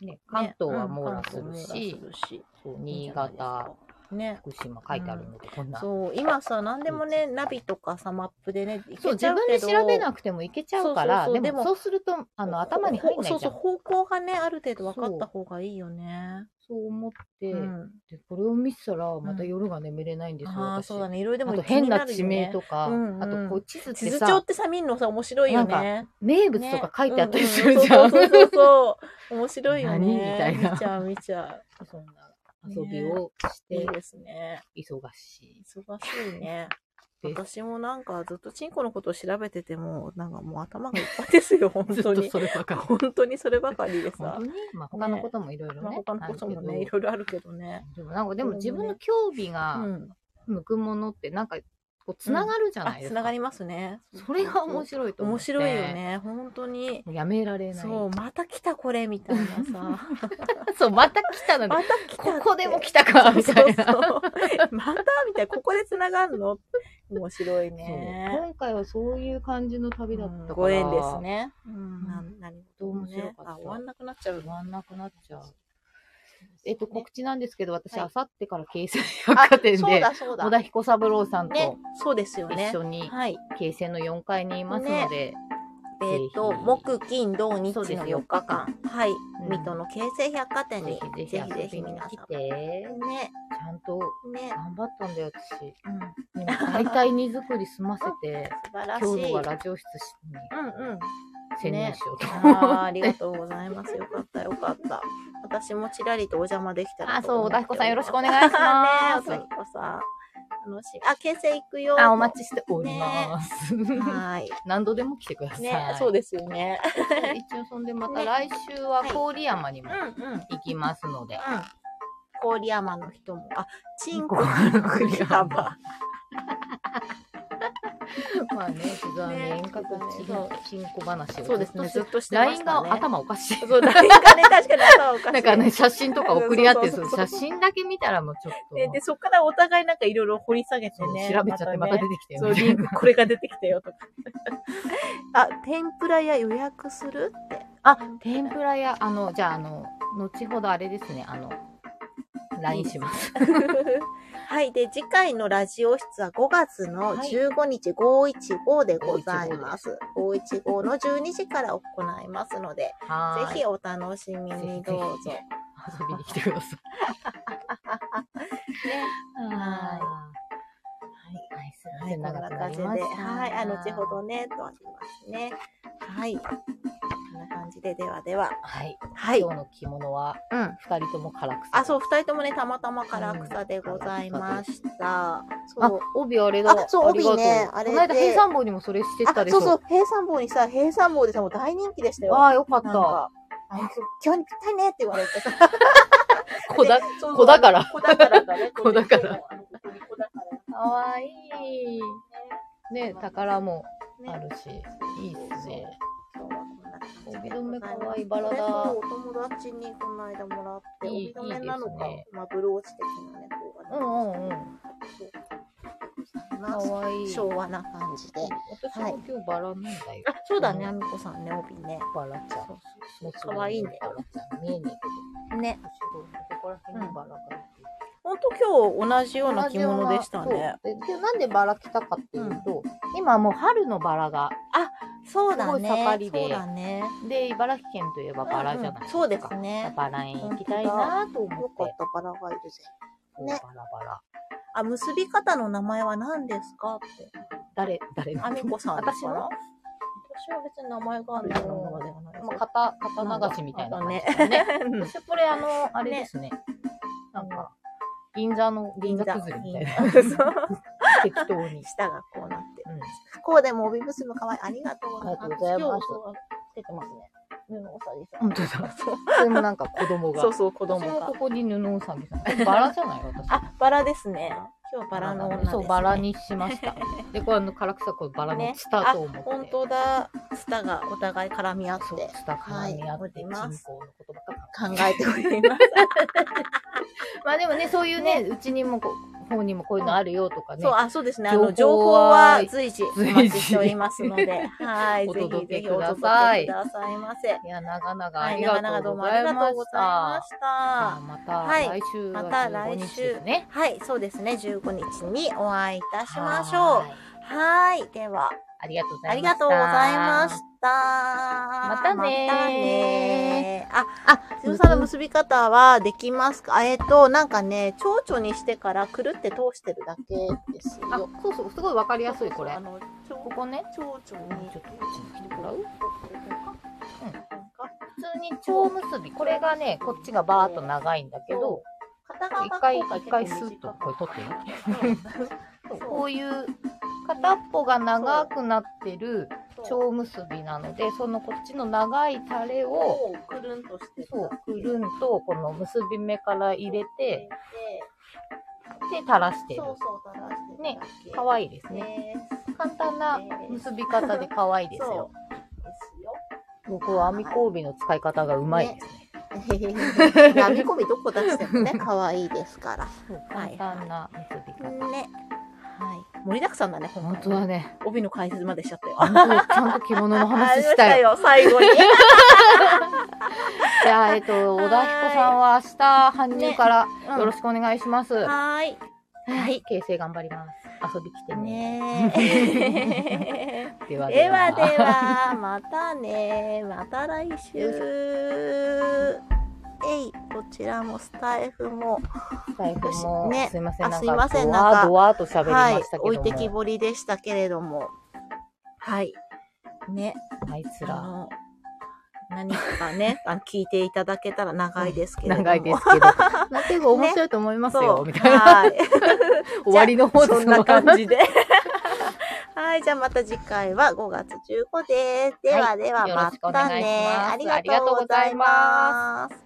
Speaker 2: ね、関東は
Speaker 1: ね
Speaker 2: 網羅するし、
Speaker 1: うん関東網羅するし
Speaker 2: そう新潟、。
Speaker 1: ね。
Speaker 2: 福島書いてあるので、こんな。そう
Speaker 1: そう、今さ、何でもね、ナビとかさ、マップでね、行けち
Speaker 2: 自
Speaker 1: ゃう
Speaker 2: 分
Speaker 1: け
Speaker 2: で
Speaker 1: ど
Speaker 2: 調べなくても行けちゃうから、
Speaker 1: そうそうそう
Speaker 2: でも
Speaker 1: でも
Speaker 2: そうするとあの頭に入んない
Speaker 1: そ
Speaker 2: じゃん
Speaker 1: う
Speaker 2: そ
Speaker 1: そうう、方向がね、ある程度分かった方がいいよね。
Speaker 2: 思って、
Speaker 1: うん。
Speaker 2: でこれを見てたらまた夜が眠れないんですよ、
Speaker 1: ああ、
Speaker 2: 私
Speaker 1: そうだね。いろいろで
Speaker 2: あ
Speaker 1: も
Speaker 2: と
Speaker 1: 気
Speaker 2: 変
Speaker 1: にな
Speaker 2: な
Speaker 1: る
Speaker 2: 地
Speaker 1: よ
Speaker 2: 名
Speaker 1: ね
Speaker 2: とか、
Speaker 1: うんうん
Speaker 2: あとこう地図って
Speaker 1: 地図
Speaker 2: さ
Speaker 1: 帳ってさ、見んのさ、面白いよね。
Speaker 2: 名
Speaker 1: ね
Speaker 2: 物とか書いてあったりするじ
Speaker 1: う
Speaker 2: ゃん。
Speaker 1: うそうそうそう。面白いよね。
Speaker 2: 何みたいな
Speaker 1: 見ちゃう、見ちゃ
Speaker 2: そんな遊びをし
Speaker 1: う。い
Speaker 2: て
Speaker 1: いですね。
Speaker 2: 忙しい。
Speaker 1: 忙しいね。
Speaker 2: です。
Speaker 1: 私もなんかずっとチンコのことを調べてても、なんかもう頭がいっぱいですよ、本
Speaker 2: ずっ
Speaker 1: 当
Speaker 2: と
Speaker 1: に。
Speaker 2: そればか
Speaker 1: 本当にそればかりで
Speaker 2: り。本
Speaker 1: さ
Speaker 2: 当。にまあ他のこともいろいろ
Speaker 1: まあ
Speaker 2: ね。
Speaker 1: 他のことも
Speaker 2: ある
Speaker 1: ね、い
Speaker 2: け
Speaker 1: ろいろあるけどね。
Speaker 2: どでもなんかでも自分の興味
Speaker 1: う
Speaker 2: が
Speaker 1: ん。
Speaker 2: 向くものってなんかこうつながるじゃ
Speaker 1: あ
Speaker 2: ない、で
Speaker 1: つ
Speaker 2: す
Speaker 1: な
Speaker 2: か。
Speaker 1: がりますね。
Speaker 2: それが面白いと思
Speaker 1: 面
Speaker 2: って。
Speaker 1: 白いよ。ね、本当に。
Speaker 2: やめられない。
Speaker 1: そう、また来たこれ、みたいな さ。
Speaker 2: そう、また来たのね。
Speaker 1: また来たって
Speaker 2: ここでも来たか、みたいな。
Speaker 1: そうそうそうまたみたいな、ここで繋がるの面白い
Speaker 2: そう
Speaker 1: ね。
Speaker 2: 今回はそういう感じの旅だったから。
Speaker 1: ご縁です。ね。うん、な
Speaker 2: うん
Speaker 1: 何
Speaker 2: どう
Speaker 1: 事も
Speaker 2: 面白か
Speaker 1: ね
Speaker 2: っ。た
Speaker 1: あ、終わんなくなっちゃ う
Speaker 2: 終
Speaker 1: の。
Speaker 2: わんなくなっちゃう。えっと、
Speaker 1: 国
Speaker 2: 告知なんですけど、私、
Speaker 1: はい
Speaker 2: あさってから京成百貨店
Speaker 1: そう
Speaker 2: で、
Speaker 1: だ、そう
Speaker 2: 小
Speaker 1: だ。
Speaker 2: 田彦三郎さん
Speaker 1: ね
Speaker 2: と、
Speaker 1: そうですよね
Speaker 2: 一。緒に
Speaker 1: はい。
Speaker 2: 京成の4階にいますので、
Speaker 1: えっ、
Speaker 2: ひ
Speaker 1: と、木、金、土、日の
Speaker 2: そうです
Speaker 1: 4日間。はい。
Speaker 2: ん
Speaker 1: 水戸の京成百貨店に、
Speaker 2: ぜ
Speaker 1: ぜ
Speaker 2: ひ
Speaker 1: ひ
Speaker 2: ぜひ
Speaker 1: ぜ
Speaker 2: 遊
Speaker 1: ひ
Speaker 2: びに
Speaker 1: 皆さ
Speaker 2: 来
Speaker 1: ん。
Speaker 2: て、
Speaker 1: ね、
Speaker 2: ちゃんと
Speaker 1: ね、
Speaker 2: 頑張ったんだよ、私。
Speaker 1: うん、
Speaker 2: 今、大体荷造り済ませ て、
Speaker 1: 素晴らしい。
Speaker 2: 今日のはラジオ室に
Speaker 1: うんうん。
Speaker 2: 潜入しようと。
Speaker 1: あーありがとうございます。よかった、よかった。私もちらりとお邪魔できたら
Speaker 2: あ、
Speaker 1: と思
Speaker 2: そう、
Speaker 1: っ
Speaker 2: 小
Speaker 1: て
Speaker 2: 田
Speaker 1: りま
Speaker 2: 彦
Speaker 1: す
Speaker 2: さんよろしくお願 いします。
Speaker 1: ねえ、お田彦さん。楽しみ。あ、京成行くよ。
Speaker 2: あ、お待ちしております。
Speaker 1: はーい。
Speaker 2: 何度でも来てください。
Speaker 1: ね、そうですよね。
Speaker 2: 一応そんでまた来週は郡山に
Speaker 1: うん
Speaker 2: も
Speaker 1: うん。うん。
Speaker 2: 行きますので、
Speaker 1: 郡山の人も。あ、チンコ
Speaker 2: 郡
Speaker 1: の
Speaker 2: 山
Speaker 1: 栗山。
Speaker 2: まあね刻はね
Speaker 1: ね
Speaker 2: 遠隔地
Speaker 1: そう
Speaker 2: 進行話を
Speaker 1: そうですね、
Speaker 2: ず
Speaker 1: ず
Speaker 2: っ
Speaker 1: っ
Speaker 2: と
Speaker 1: としてまし
Speaker 2: LINE
Speaker 1: た
Speaker 2: が
Speaker 1: ね。
Speaker 2: 頭おかしい。
Speaker 1: そう、LINE がね、確かに頭おかしい。
Speaker 2: なんかね、写真とか送り合って、
Speaker 1: そ
Speaker 2: そう
Speaker 1: そうそ
Speaker 2: の
Speaker 1: うそう
Speaker 2: 写真だけ見たらもうちょっと、
Speaker 1: で、でそこからお互いなんかいろいろ掘り下げて
Speaker 2: そう
Speaker 1: ね。
Speaker 2: 調べちゃってまた
Speaker 1: ね
Speaker 2: 出てきて
Speaker 1: そう、
Speaker 2: よ、
Speaker 1: リ
Speaker 2: ね
Speaker 1: ン。ク、これが出てきたよとか。あ、天ぷら屋予約するって。
Speaker 2: あ、天ぷら屋、あの、じゃあ、あの、後ほどあれですね、あの、LINE し ます。
Speaker 1: はい。で、次回のラジオ室は5月の15日515でございます。515の12時から行いますので、
Speaker 2: はーい
Speaker 1: ぜひお楽しみにどうぞ。
Speaker 2: ぜ遊びに来てく ださ
Speaker 1: はい
Speaker 2: い。ね、はい。はい、すいません、長くなりま
Speaker 1: はい、こんな感じで。
Speaker 2: した
Speaker 1: はい。あの、後ほどね、とありますね。はい。 こんな感じで、ではでは。
Speaker 2: はい、
Speaker 1: はい。
Speaker 2: 今日の着物は
Speaker 1: うん。
Speaker 2: 二人とも唐草。
Speaker 1: あ、そう、二人ともね、たまたま唐草でございました。
Speaker 2: あ
Speaker 1: そう。、
Speaker 2: 帯あれだ。
Speaker 1: あそう
Speaker 2: りがと
Speaker 1: 帯ねあれで
Speaker 2: この間平山坊にもそれしてた
Speaker 1: あ、
Speaker 2: でし
Speaker 1: そ
Speaker 2: ょ。
Speaker 1: うそう、平山坊にさ、平山坊でさ、もう大人気でしたよ。
Speaker 2: ああ、よかっ
Speaker 1: なん
Speaker 2: た。
Speaker 1: か、あいつ今日にぴったりねって言われてさ。
Speaker 2: こだ、
Speaker 1: でそうそう
Speaker 2: 子だから
Speaker 1: 子だからだね。
Speaker 2: 子だから
Speaker 1: そう。あのここに子だから
Speaker 2: かわいい。ね、宝も
Speaker 1: ね
Speaker 2: あるし、いいっすね。
Speaker 1: そうそう
Speaker 2: 帯留めかわいいバラ
Speaker 1: こ
Speaker 2: だ
Speaker 1: れそうお友達にこの間もらって、
Speaker 2: いい
Speaker 1: 帯留めなのか
Speaker 2: いいですね、
Speaker 1: まあ、ブローチ的なね、
Speaker 2: う
Speaker 1: こ
Speaker 2: んうんうん。
Speaker 1: うが
Speaker 2: か
Speaker 1: ね、
Speaker 2: わいい。
Speaker 1: 昭和な感じで。
Speaker 2: 私も今日バラなんだよ。
Speaker 1: あ、そうだね、
Speaker 2: うん
Speaker 1: あみこさんね、帯ね。
Speaker 2: バラちゃん。
Speaker 1: そうそう可愛いんだ
Speaker 2: バ
Speaker 1: よ。
Speaker 2: ラちゃん。見えにくいけ
Speaker 1: ね。
Speaker 2: ど。ここら辺にバラが。
Speaker 1: ほんと今日同じような着物でした
Speaker 2: 同じよう
Speaker 1: ね
Speaker 2: な。。そうででなんでバラ着たかっていうと、今もう春のバラが、
Speaker 1: そう
Speaker 2: だね
Speaker 1: だね。
Speaker 2: そ
Speaker 1: そうう
Speaker 2: だ
Speaker 1: だね。
Speaker 2: で、茨城県といえばバラじゃないですか。
Speaker 1: そうですね。
Speaker 2: バラ園行きたいなと思
Speaker 1: よ
Speaker 2: っ
Speaker 1: か
Speaker 2: て
Speaker 1: っ。た、バラがいるぜ。
Speaker 2: バ
Speaker 1: ね
Speaker 2: ラバラ。
Speaker 1: あ、結び方の名前は何ですかって。
Speaker 2: 誰、誰の
Speaker 1: あみこさんですか
Speaker 2: 私の
Speaker 1: 私は別に名前があるようなものではないです
Speaker 2: まあ、肩、肩流しみたいな感じだね。
Speaker 1: ね。
Speaker 2: そしてこれあの、あれですね。なんか、銀座の、銀座崩れみたいな。
Speaker 1: 銀座
Speaker 2: 適当に。
Speaker 1: 舌がこうなってる。
Speaker 2: うん
Speaker 1: こうでも帯結ぶ可愛い。ありがとうございます。
Speaker 2: ありがとうございます
Speaker 1: 今日はつけてますね。布おさぎさん。
Speaker 2: 本当だ。
Speaker 1: そう
Speaker 2: それもなんか子供が。
Speaker 1: そうそう、子供
Speaker 2: 私も
Speaker 1: が
Speaker 2: こ。こに布をさびさん。これバラじゃない私。
Speaker 1: あ、バラですね。今日バラの女です、ね。
Speaker 2: そう、バラ。にしま した。で、これあの、唐草、これバラの
Speaker 1: ね
Speaker 2: ツタと思って。
Speaker 1: 本当だ。ツタがお互い絡み合って
Speaker 2: そう、
Speaker 1: 考
Speaker 2: ツタ絡み合っ
Speaker 1: はい
Speaker 2: て、人口
Speaker 1: 思ってい
Speaker 2: の
Speaker 1: ます
Speaker 2: ことばっか
Speaker 1: え
Speaker 2: り
Speaker 1: ており ます。
Speaker 2: まあでもね、そういうね、うちにもこう、方にもこういうのあるよとかね
Speaker 1: そう、。あ、そうですね。あの、
Speaker 2: 情
Speaker 1: 情
Speaker 2: 報
Speaker 1: 報
Speaker 2: は
Speaker 1: は随時お待ちしておりますので、はい。
Speaker 2: お
Speaker 1: ぜ
Speaker 2: 届
Speaker 1: ひ
Speaker 2: け
Speaker 1: ぜ
Speaker 2: く
Speaker 1: ひお
Speaker 2: だ
Speaker 1: 届けく
Speaker 2: さい
Speaker 1: ださいませ。
Speaker 2: いや、長々あ
Speaker 1: はい、
Speaker 2: り
Speaker 1: 長々
Speaker 2: がと
Speaker 1: ど
Speaker 2: う
Speaker 1: う
Speaker 2: ご
Speaker 1: もあ
Speaker 2: ざ
Speaker 1: り
Speaker 2: い
Speaker 1: がと
Speaker 2: ま
Speaker 1: う
Speaker 2: し
Speaker 1: ございま
Speaker 2: た。じゃあ
Speaker 1: した。
Speaker 2: ま
Speaker 1: はい
Speaker 2: た来週は
Speaker 1: また来
Speaker 2: 15日ですね。
Speaker 1: はい、そうですね。15日にお会いいたしまし
Speaker 2: は
Speaker 1: ょ。
Speaker 2: ーいう
Speaker 1: はい。では、
Speaker 2: ありがとうございました。
Speaker 1: ありがとうございました。ま
Speaker 2: たねー
Speaker 1: またねーあ、
Speaker 2: あ、
Speaker 1: つよさんの結び方はできますかあえっと、なんかね、蝶々にしてからくるって通してるだけです
Speaker 2: あ
Speaker 1: よ。、
Speaker 2: そうそう、すごいわかりやすい、これ
Speaker 1: あ。の、
Speaker 2: こ
Speaker 1: 蝶
Speaker 2: こね。
Speaker 1: 蝶々に
Speaker 2: ちょっとこっちに来てもらう
Speaker 1: うん
Speaker 2: 普通に蝶結び。これがね、こっちがバーっと長いんだけど、
Speaker 1: 片側
Speaker 2: 一
Speaker 1: が
Speaker 2: 回、
Speaker 1: こうか
Speaker 2: 一回スーッとこれ取ってみ。
Speaker 1: そう
Speaker 2: こういう片っぽが長くなってる蝶結びなので、そのこっちの長いタレを、
Speaker 1: をくるんとして
Speaker 2: そう、くるんと、この結び目から入れて、で、垂らしてる
Speaker 1: そ。うそう垂らして
Speaker 2: ねかわいいですね。
Speaker 1: ね
Speaker 2: 簡単な 結び方で可愛いですよ。僕は編み交尾の使い方がうまいですね。
Speaker 1: ですよ編み込みどこ出してもね可愛いですから
Speaker 2: そう
Speaker 1: は
Speaker 2: 簡
Speaker 1: い
Speaker 2: 単な結び方。
Speaker 1: ねはい盛りだくさんだね今回
Speaker 2: 本当だね。
Speaker 1: 帯の解説までしちゃったよ
Speaker 2: 本当ちゃんと着物の話したい。
Speaker 1: よ最後に
Speaker 2: じゃあ、えっと、小田彦さんは明日、搬入からよろしくお願いします。
Speaker 1: はーい
Speaker 2: はい。形成頑張ります。遊び来て ね。
Speaker 1: ね
Speaker 2: ねで
Speaker 1: え
Speaker 2: は
Speaker 1: ではではまたねまた来週
Speaker 2: よいし
Speaker 1: えいこちらもスタイフも
Speaker 2: 財布も、
Speaker 1: ね
Speaker 2: すいません、な
Speaker 1: あ
Speaker 2: ん
Speaker 1: すいま
Speaker 2: か、
Speaker 1: せん
Speaker 2: ド
Speaker 1: なん
Speaker 2: ワ
Speaker 1: か
Speaker 2: ドワと喋りま
Speaker 1: はい
Speaker 2: したけども、
Speaker 1: 置いてきぼりでしたけれどもはいね
Speaker 2: あいつ
Speaker 1: あ
Speaker 2: ら、
Speaker 1: の何か ねあの聞いていただけたら長いですけれども
Speaker 2: 長いです けど、なんていうか面白いと思います
Speaker 1: そ
Speaker 2: よ、
Speaker 1: う
Speaker 2: みたいな。
Speaker 1: はい
Speaker 2: 終わりの方
Speaker 1: そんな感じで。はい、じゃあまた次回は5月15です。ではでは、
Speaker 2: はいよろ
Speaker 1: ま
Speaker 2: しくお
Speaker 1: た
Speaker 2: 願いし
Speaker 1: ね
Speaker 2: ます。
Speaker 1: ありがとうございます。